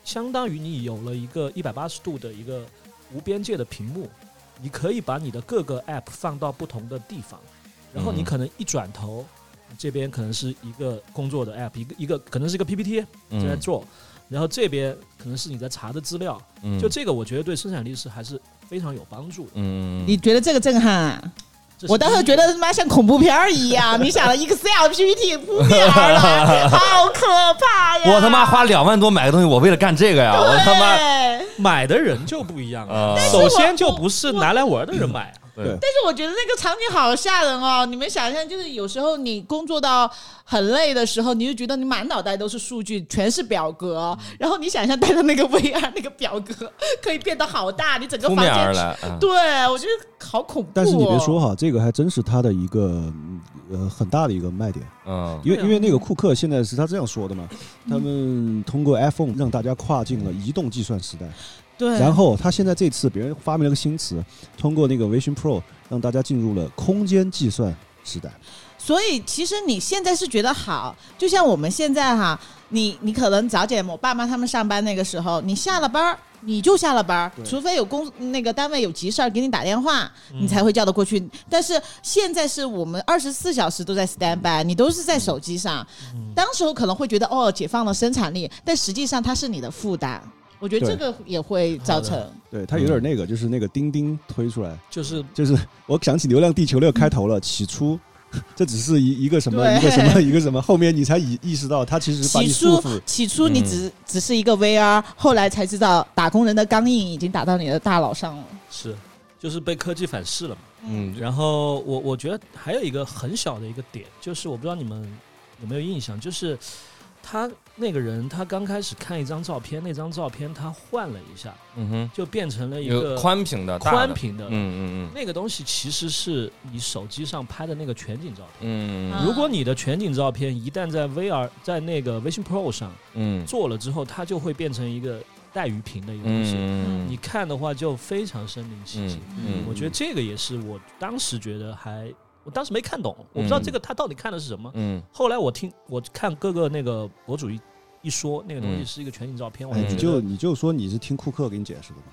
S2: 相当于你有了一个一百八十度的一个无边界的屏幕，你可以把你的各个 App 放到不同的地方，然后你
S3: 嗯
S2: 可能一转头，这边可能是一个工作的 App，一个一个可能是一个 PPT (laughs) 正在
S3: 嗯，
S2: 做，然后这边可能是你在查的资料，
S3: 嗯
S2: 就，这个我觉得对生产力是还是非常有帮助的。
S3: 嗯，
S4: 你觉得这个震撼啊？
S2: 这是
S4: 我当
S2: 第
S4: 时
S2: 一
S4: 觉得他妈像恐怖片儿一
S3: (laughs)
S4: 样，你想了 Excel、PPT 扑面而来，好可怕呀！
S3: 我他妈花两万多买个东西，我为了干这个呀，我他妈
S4: 对，
S2: 买的人就不一样了，
S3: 啊，嗯
S2: 首先就不是拿来玩的人买啊。
S3: 对
S4: 但是我觉得那个场景好吓人哦！你们想象，就是有时候你工作到很累的时候，你就觉得你满脑袋都是数据，全是表格，
S3: 嗯
S4: 然后你想象带着那个 VR 那个表格可以变得好大，你整个
S3: 扑
S4: 房
S3: 面而
S4: 间
S3: 来，啊
S4: 对我觉得好恐怖、哦。
S1: 但是你别说哈，这个还真是他的一个嗯呃很大的一个卖点。
S3: 嗯
S1: 因为
S2: 对啊嗯
S1: 因为那个库克现在是他这样说的嘛，他们通过 iPhone 让大家跨进了移动计算时代，
S4: 对，
S1: 然后他现在这次别人发明了个新词，通过那个 Vision Pro 让大家进入了空间计算时代。
S4: 所以其实你现在是觉得好，就像我们现在哈，你你可能早点我爸妈他们上班那个时候，你下了班儿你就下了班儿，
S1: 对
S4: 除非有工那个单位有急事儿给你打电话，
S2: 嗯
S4: 你才会叫得过去。但是现在是我们二十四小时都在 stand by，你都是在手机上，
S1: 嗯
S4: 当时候可能会觉得哦解放了生产力，但实际上它是你的负担。我觉得
S1: 对
S4: 这个也会造成
S2: 好
S1: 对，它有点那个，就是那个钉钉推出来，
S2: 就是嗯
S1: 就是我想起《流浪地球》那个开头了，起初 (laughs) 这只是一一个什么
S4: 对
S1: 一个什么一 (laughs) 个什么，后面你才意意识到他其实把
S4: 起
S1: 你束
S4: 初
S1: 缚，
S4: 起初你只、只是一个 VR，后来才知道打工人的钢印已经打到你的大脑上了。
S2: 是，就是被科技反噬了嘛。
S3: 嗯，
S2: 然后我我觉得还有一个很小的一个点，就是我不知道你们有没有印象，就是他那个人他刚开始看一张照片，那张照片他换了一下，
S3: 嗯哼，
S2: 就变成了一
S3: 有
S2: 个
S3: 宽屏的，大的
S2: 宽，屏的，
S3: 嗯嗯嗯
S2: 那个东西其实是你手机上拍的那个全景照片。
S3: 嗯
S4: 啊
S2: 如果你的全景照片一旦在 VR 在那个 Vision Pro 上
S3: 嗯
S2: 做了之后，它就会变成一个带鱼屏的一个东西，
S3: 嗯，
S2: 你看的话就非常身临其境。
S3: 嗯
S2: 我觉得这个也是我当时觉得还，我当时没看懂，我不知道这个他到底看的是什么。
S3: 嗯
S2: 后来我听我看各个那个博主一一说，那个东西
S3: 嗯
S2: 是一个全景照片，我
S1: 哎，
S2: 还
S1: 你
S2: 觉
S1: 就
S2: 得。
S1: 你就说你是听库克给你解释的嘛，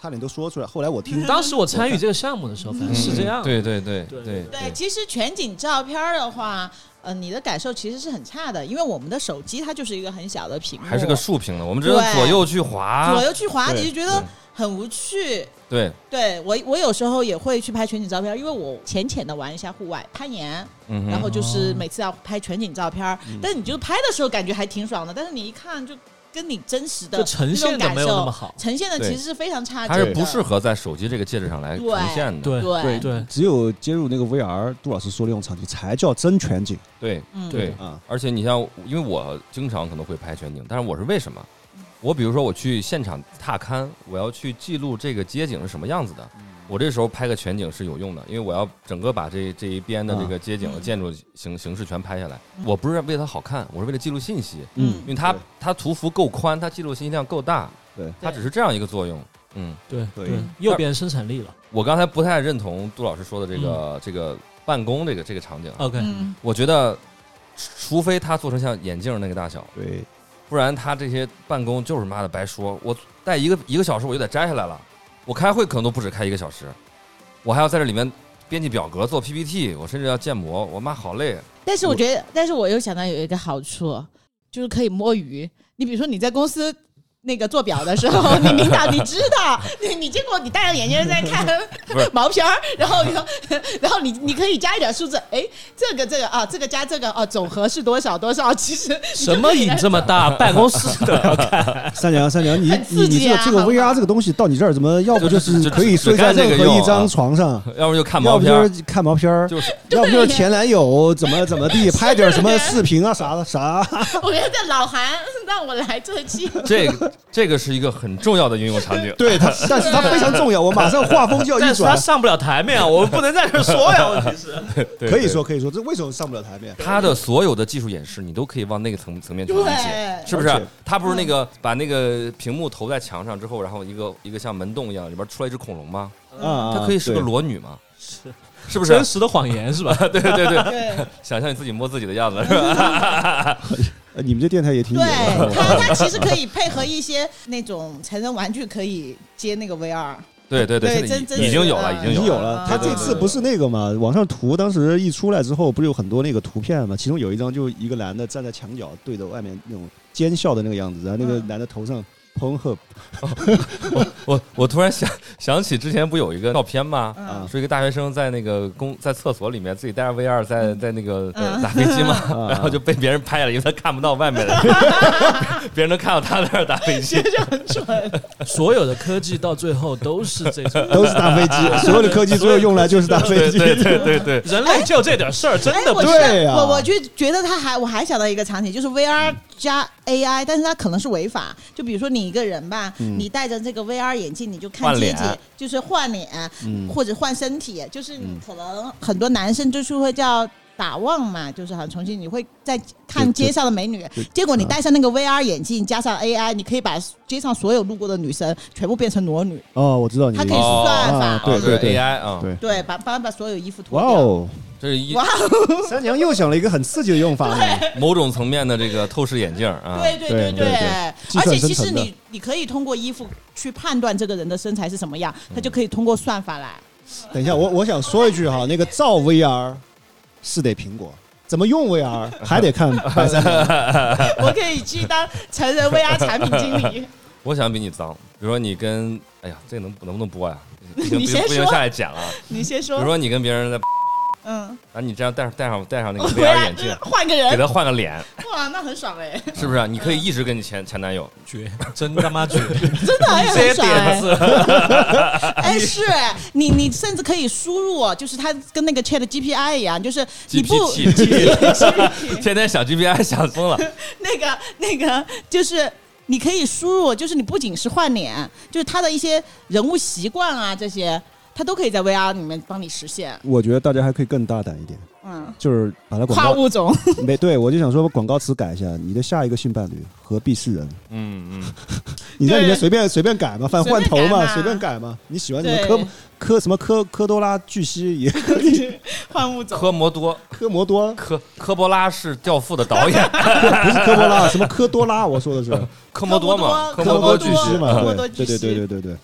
S1: 差点都说出来。后来我
S2: (laughs)
S1: 听，
S2: 嗯当时我参与这个项目的时候，反正嗯是这样。
S3: 嗯对对对
S2: 对
S3: 对
S4: 对，其实全景照片儿的话，呃，你的感受其实是很差的，因为我们的手机它就是一个很小的屏幕，
S3: 还是个啊竖屏的，我们只能
S4: 对
S3: 左右去滑
S4: 左，右去滑，
S1: 对
S4: 你就觉得很无趣。
S3: 对，
S4: 对我，我有时候也会去拍全景照片儿，因为我浅浅的玩一下户外攀岩，
S3: 嗯哼，
S4: 然后就是
S2: 哦
S4: 每次要拍全景照片儿，但是你就拍的时候感觉还挺爽的，但是你一看就跟你真实的
S2: 就呈现的没有那么好。
S4: 呈现的
S3: 对
S4: 其实是非常差
S3: 它
S4: 劲
S3: 是
S4: 的，
S3: 不适合在手机这个介质上来呈现的，
S2: 对
S4: 对
S2: 对，
S1: 只有接入那个 VR，杜老师说那种场景才叫真全景
S3: 对
S4: 嗯
S3: 对
S1: 啊。
S3: 而且你像，因为我经常可能会拍全景，但是我是为什么？我比如说我去现场踏勘，我要去记录这个街景是什么样子的，
S1: 嗯
S3: 我这时候拍个全景是有用的，因为我要整个把这这一边的这
S1: 啊
S3: 个街景的建筑形形式全拍下来。我不是为它好看，我是为了记录信息，
S1: 嗯
S3: 因为它
S1: 对
S3: 它图幅够宽，它记录信息量够大，
S1: 对，
S3: 它只是这样一个作用。嗯，
S2: 对
S1: 对
S2: 对，右边生产力了。
S3: 我刚才不太认同杜老师说的这个这个办公这个这个场景啊，
S2: OK，
S4: 嗯，
S3: 我觉得除非它做成像眼镜那个大小。
S1: 对，
S3: 不然他这些办公就是妈的白说。我戴一个一个小时我就得摘下来了，我开会可能都不止开一个小时，我还要在这里面编辑表格、做 PPT，我甚至要建模，我妈好累。 (laughs)
S4: 但是我觉得，但是我又想到有一个好处，就是可以摸鱼。你比如说你在公司。那个做表的
S3: (laughs)
S4: 时候，你领导你知道，你你结果你戴上眼镜在看
S3: (laughs) 不是
S4: 毛片儿，然后你说， (laughs) 然后你你可以加一点数字，哎，这个这个啊，这个加这个哦、总和是多少多少？其实
S2: 什么瘾这么 (laughs) 大？办公室的
S1: 三娘三娘，你
S4: 很
S1: 你
S4: 刺
S1: 你
S4: 激
S1: 这个
S4: 啊
S1: 这个
S4: 好吧
S1: VR 这个东西到你这儿怎么，要不
S3: 就
S1: 就是是
S3: 只
S1: 可以
S3: 只
S1: 睡在
S3: 干这
S1: 任
S3: 个
S1: 何
S3: 用
S1: 一
S3: 啊
S1: 张床上，
S3: 要不就看
S1: 要
S3: 毛
S1: 不
S3: 片
S1: 就
S3: 儿，
S1: 是看毛片儿，
S3: 就是
S1: 要不就是前男友怎么怎么地，拍点什么视频啊啥的啥。
S4: 我觉得老韩让我来这期，
S3: 这个这个是一个很重要的应用场景。
S1: 对它，但是它非常重要，我马上画风就要
S2: 但
S1: 一
S2: 是他
S1: 转，
S2: 上不了台面啊，我们不能在这儿说 (laughs) 呀。问题是，
S3: 对
S1: 可以说可以说，这为什么上不了台面？
S3: 他的所有的技术演示，你都可以往那个层层面去理解，
S4: 对
S3: 是不是
S1: 而且？
S3: 他不是那个把那个屏幕投在墙上之后，然后一个一个像门洞一样，里边出来一只恐龙吗？
S1: 啊，
S3: 它可以是个
S1: 对
S3: 裸女吗？
S2: 是
S3: 是不是啊
S2: 真？实的谎言是吧？
S3: 对对对，
S4: 对，
S3: 想象你自己摸自己的样子是吧？
S1: 呃你们这电台也挺野 (laughs)
S4: 对，
S1: 的，
S4: 它它其实可以配合一些那种成人玩具，可以接那个 VR。
S3: 对对
S4: 对
S3: 现在
S4: 真真
S3: 已已经有了，嗯
S4: 实的
S1: 已经
S3: 有
S1: 有
S3: 了。
S1: 了。
S4: 啊
S1: 他这次不是那个嘛，网上图当时一出来之后，不是有很多那个图片嘛？其中有一张就一个男的站在墙角，对着外面那种奸笑的那个样子，然后那个
S4: 嗯
S1: 男的头上 p o n h u
S3: 我我突然想 (laughs) 想起之前不有一个照片吗？啊
S1: 嗯
S3: 说一个大学生在那个公在厕所里面自己带着 VR 在在那个
S4: 嗯
S3: 打飞机嘛，
S1: 嗯
S3: (laughs) 然后就被别人拍了，因为他看不到外面的人，别人能看到他在那儿打飞机。
S2: (laughs) 所有的科技到最后都是这种，
S1: 都是大飞机，
S3: (laughs)
S1: 所有的科技最后用来就是大飞
S3: 对
S1: 机。
S3: 对对对对，
S2: 人类就这点事儿，真的
S4: 哎，
S2: 不
S4: 我
S2: 是
S4: 觉
S1: 对
S4: 得
S1: 呀
S4: 我我就觉得它还我还想到一个场景，就是 VR 加 AI，但是它可能是违法。就比如说你一个人吧，你戴着这个 VR 眼镜，你就看
S3: 换
S4: 街
S3: 脸
S4: 景，就是换脸
S1: 嗯
S4: 或者换身体，就是你
S1: 嗯
S4: 可能很多男生就是会叫。打望嘛，就是好像重庆，你会在看街上的美女
S1: 就就，
S4: 结果你
S1: 啊
S4: 戴上那个 VR 眼镜，加上 AI，你可以把街上所有路过的女生全部变成裸女，
S1: (laughs) 哦，我知道你
S4: 它
S1: 的
S4: 可
S1: 意
S4: 以
S1: 思。
S3: 哦
S4: 算法
S1: 啊，对
S3: 这是
S1: 对对
S3: AI 啊，
S1: 对
S4: 对，把帮把所有衣服脱
S1: 哇
S4: 掉。
S1: 哦，
S3: 这是一
S4: 哇
S1: 三娘又想了一个很刺激的用法嘛，
S3: (laughs)
S4: (laughs)
S3: 某种层面的这个透视眼镜啊。
S4: 对对对
S1: 对对计
S4: 而且
S1: 算生
S4: 其实
S1: 成的
S4: 你你可以通过衣服去判断这个人的身材是什么样，他
S1: 嗯
S4: 就可以通过算法来。
S1: 等一下，我我想说一句哈，那个造 VR 是得苹果，怎么用 VR 还得看白三娘。
S4: 我可以去当成人 VR 产品经
S1: (laughs)
S4: 理。
S3: 我想比你脏，比如说你跟，哎呀，这能能不能播呀？不行
S4: 你
S3: 不行
S4: 先
S3: 不行，
S4: 说
S3: 下来剪了啊。
S4: 你先
S3: 比如
S4: 说，
S3: 说你跟别人在
S4: 嗯，
S3: 然后啊你这样戴上戴上戴上那个
S4: 回
S3: VR
S4: 来
S3: 眼
S4: (laughs)
S3: 镜，
S4: 换个
S3: 给
S4: 人，
S3: 他换个脸，
S4: 哇，那很爽哎，
S3: 是不是啊？你可以一直跟你前前男友，
S2: 绝，真他妈 (laughs) 绝！
S4: 真的也很爽哎。
S1: 啊
S3: 子，
S4: 哎，是你，你甚至可以输入，哦就是它跟那个 Chat GPI 一样，就是你不
S3: GPT 天天想 GPI 想疯了，
S4: (laughs) 那个那个，就是你可以输入，就是你不仅是换脸，就是他的一些人物习惯啊这些，它都可以在 VR 里面帮你实现。
S1: (laughs) 我觉得大家还可以更大胆一点，
S4: 嗯，
S1: 就是把它广
S4: 跨
S1: 告
S4: 物种， (laughs)
S1: 没对，我就想说把广告词改一下，你的下一个性伴侣何必是人？
S3: (laughs) 嗯嗯，
S1: 你在里面
S4: 对
S1: 随便随便改嘛，反
S4: 随
S1: 换
S4: 便
S1: 头嘛，
S4: 改嘛
S1: 随便改嘛，你喜欢什么
S4: 对，
S1: 科科什么科科多拉巨蜥也 (laughs)
S4: 换物
S3: (laughs)
S4: 种，
S3: 科摩多
S1: 科摩多
S3: 科科波拉是《教父》的导
S4: (laughs)
S3: 演，
S1: 不是科波拉，什么科多拉，我说的是
S3: 科摩多嘛，
S4: 科
S3: 摩
S4: 摩
S3: 多
S4: 多
S3: 巨
S4: 科
S3: 蜥
S4: 摩多
S1: 嘛，
S4: 科
S1: 对
S4: 摩多
S1: 对
S4: 巨
S1: 对
S4: 蜥
S1: 对对对对，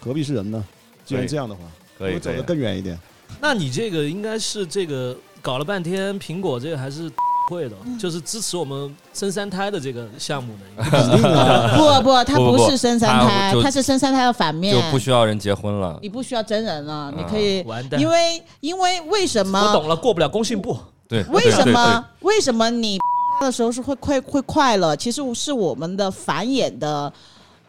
S1: 何必是人呢？既然这样的话，
S3: 可以
S1: 我走
S3: 可以
S1: 得，更远一
S4: (laughs)
S1: 点。
S2: (laughs) 那你这个应该是这个搞了半天，苹果这个还是 (laughs) 会的，
S4: 嗯哎
S2: 就是支持我们生三胎的这个项目的。
S1: 肯定啊，
S4: 不不，它
S3: 不不不
S4: 是生三
S3: 它
S4: 胎
S3: 就，
S4: 它是生三胎的反面
S3: 就，不需要人结婚了。
S4: 你不需要真人了，你可
S2: 应
S4: 以
S2: 该，完蛋，
S4: 因为因为为什
S2: 我
S4: 么？
S2: 懂了，过不了工信部。
S3: 对，
S4: 为什
S3: 对？
S4: 么？为什么你的时候是会快会快乐？其实是我们的繁衍的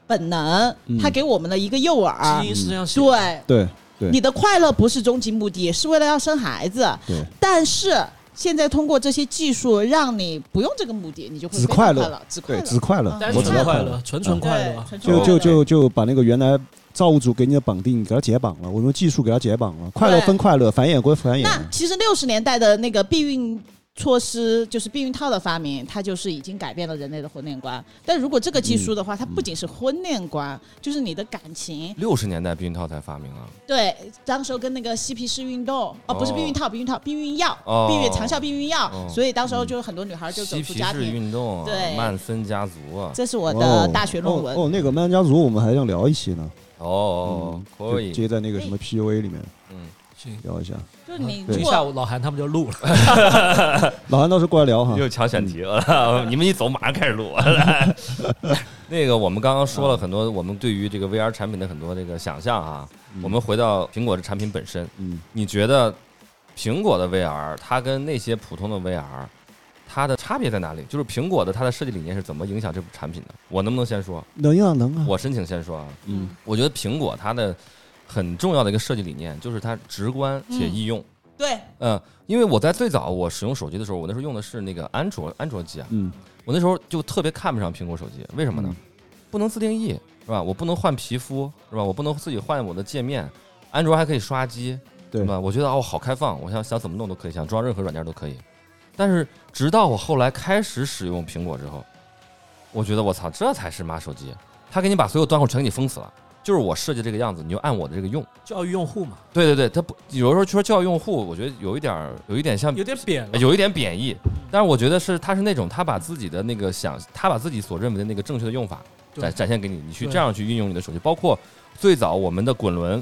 S4: 本能
S1: 嗯，
S4: 它给我们的一个诱饵
S2: 基。因是这样写的，
S4: 啊对，
S1: 对对
S4: 你的快乐不是终极目的，是为了要生孩子。
S1: 对，
S4: 但是现在通过这些技术，让你不用这个目的，你就会
S1: 只
S4: 非常
S1: 快
S4: 快
S1: 乐
S4: 乐，只快嗯
S1: 对，
S4: 乐，
S1: 只快乐，
S2: 单
S1: 我
S2: 纯
S1: 只要
S2: 快
S1: 快
S2: 乐
S1: 乐，，
S2: 纯纯快乐啊。
S4: 哦
S1: 就就。
S4: 对纯纯快乐
S1: 就就把那个原来造物主给你的绑定给它解绑了，我用技术给它解绑了，快乐分快乐，繁衍归繁衍。啊
S4: 那其实六十年代的那个避孕。措施就是避孕套的发明，它就是已经改变了人类的婚恋观。但如果这个技术的话，它不仅是婚恋
S1: 嗯
S4: 观，就是你的感情，
S3: 六十年代避孕套才发明啊！
S4: 对，当时候跟那个嬉皮士运动，哦，不是避孕套，避孕套，避孕药，
S3: 哦
S4: 避孕长效避孕药，
S3: 哦
S4: 所以当时候
S1: 嗯
S4: 就有很多女孩啊就走
S3: 嬉
S4: 出
S3: 皮
S4: 家
S3: 士
S4: 庭。
S3: 运动啊，
S4: 对
S3: 曼森家族啊，
S4: 这是我的大学论
S1: 哦哦
S4: 文，
S1: 哦，那个《曼家族》我们还想聊一期呢，嗯
S3: 哦哦，
S4: 嗯
S3: 哦可
S1: 就
S3: 以，
S1: 接在那个什
S4: 哎
S1: 么 PUA 里面
S3: 嗯，
S2: 行，
S1: 聊一下。
S4: 就是你
S1: 啊对
S4: 如
S2: 一下
S4: 果
S2: 午老韩他们就录了。
S1: 老韩到时候过来聊哈。
S3: 又抢选题了， (laughs) 你们一走马上开始录。 (laughs) 那个我们刚刚说了很多，我们对于这个 VR 产品的很多这个想象啊，
S1: 嗯
S3: 我们回到苹果的产品本身，
S1: 嗯，
S3: 你觉得苹果的 VR 它跟那些普通的 VR 它的差别在哪里？就是苹果的它的设计理念是怎么影响这部产品的？我能不能先说？
S1: 能啊能啊。
S3: 我申请先说啊。
S1: 嗯
S3: 我觉得苹果它的很重要的一个设计理念就是它直观且易用。
S4: 对
S3: 嗯、因为我在最早我使用手机的时候，我那时候用的是那个安卓安卓机啊，
S1: 嗯
S3: 我那时候就特别看不上苹果手机，为什么呢？不能自定义是吧？我不能换皮肤是吧？我不能自己换我的界面。安卓还可以刷机，
S1: 对
S3: 吧？我觉得哦，好开放，我想想怎么弄都可以，想装任何软件都可以。但是直到我后来开始使用苹果之后，我觉得我操，这才是妈手机！它给你把所有端口全给你封死了，就是我设计这个样子，你就按我的这个用。
S2: 教育用户嘛，
S3: 对对对，它不有时候说教用户，我觉得有一点儿有一点像
S2: 有点扁了。
S3: 有一点贬义，但是我觉得是他是那种他把自己的那个想，他把自己所认为的那个正确的用法
S2: 对
S3: 展展现给你，你去
S2: 对
S3: 这样去运用你的手机，包括最早我们的滚轮，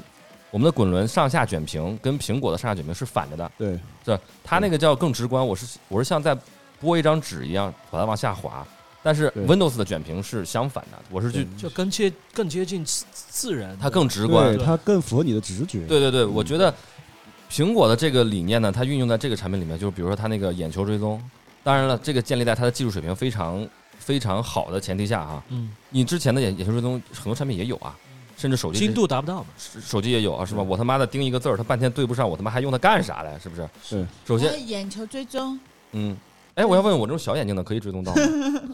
S3: 我们的滚轮上下卷屏跟苹果的上下卷屏是反着的，
S1: 对，
S3: 这它那个叫更直观，我是我是像在拨一张纸一样把它往下滑，但是
S1: 对
S3: Windows 的卷屏是相反的，我是去
S2: 就更接更接近自自然，
S3: 它嗯更直观
S1: 对，，它更符合你的直觉。
S3: 对对对，我觉得苹果的这个理念呢，它运用在这个产品里面，就是比如说它那个眼球追踪，当然了，这个建立在它的技术水平非常非常好的前提下啊。
S2: 嗯，
S3: 你之前的眼眼球追踪很多产品也有啊，甚至手机
S2: 精度达不到嘛。
S3: 手机也有啊，是吧？我他妈的盯一个字儿，它半天对不上，我他妈还用它干啥嘞？是不是？
S1: 是。
S3: 首先，
S4: 眼球追踪，
S3: 嗯，哎，我要问我这种小眼睛的可以追踪到吗？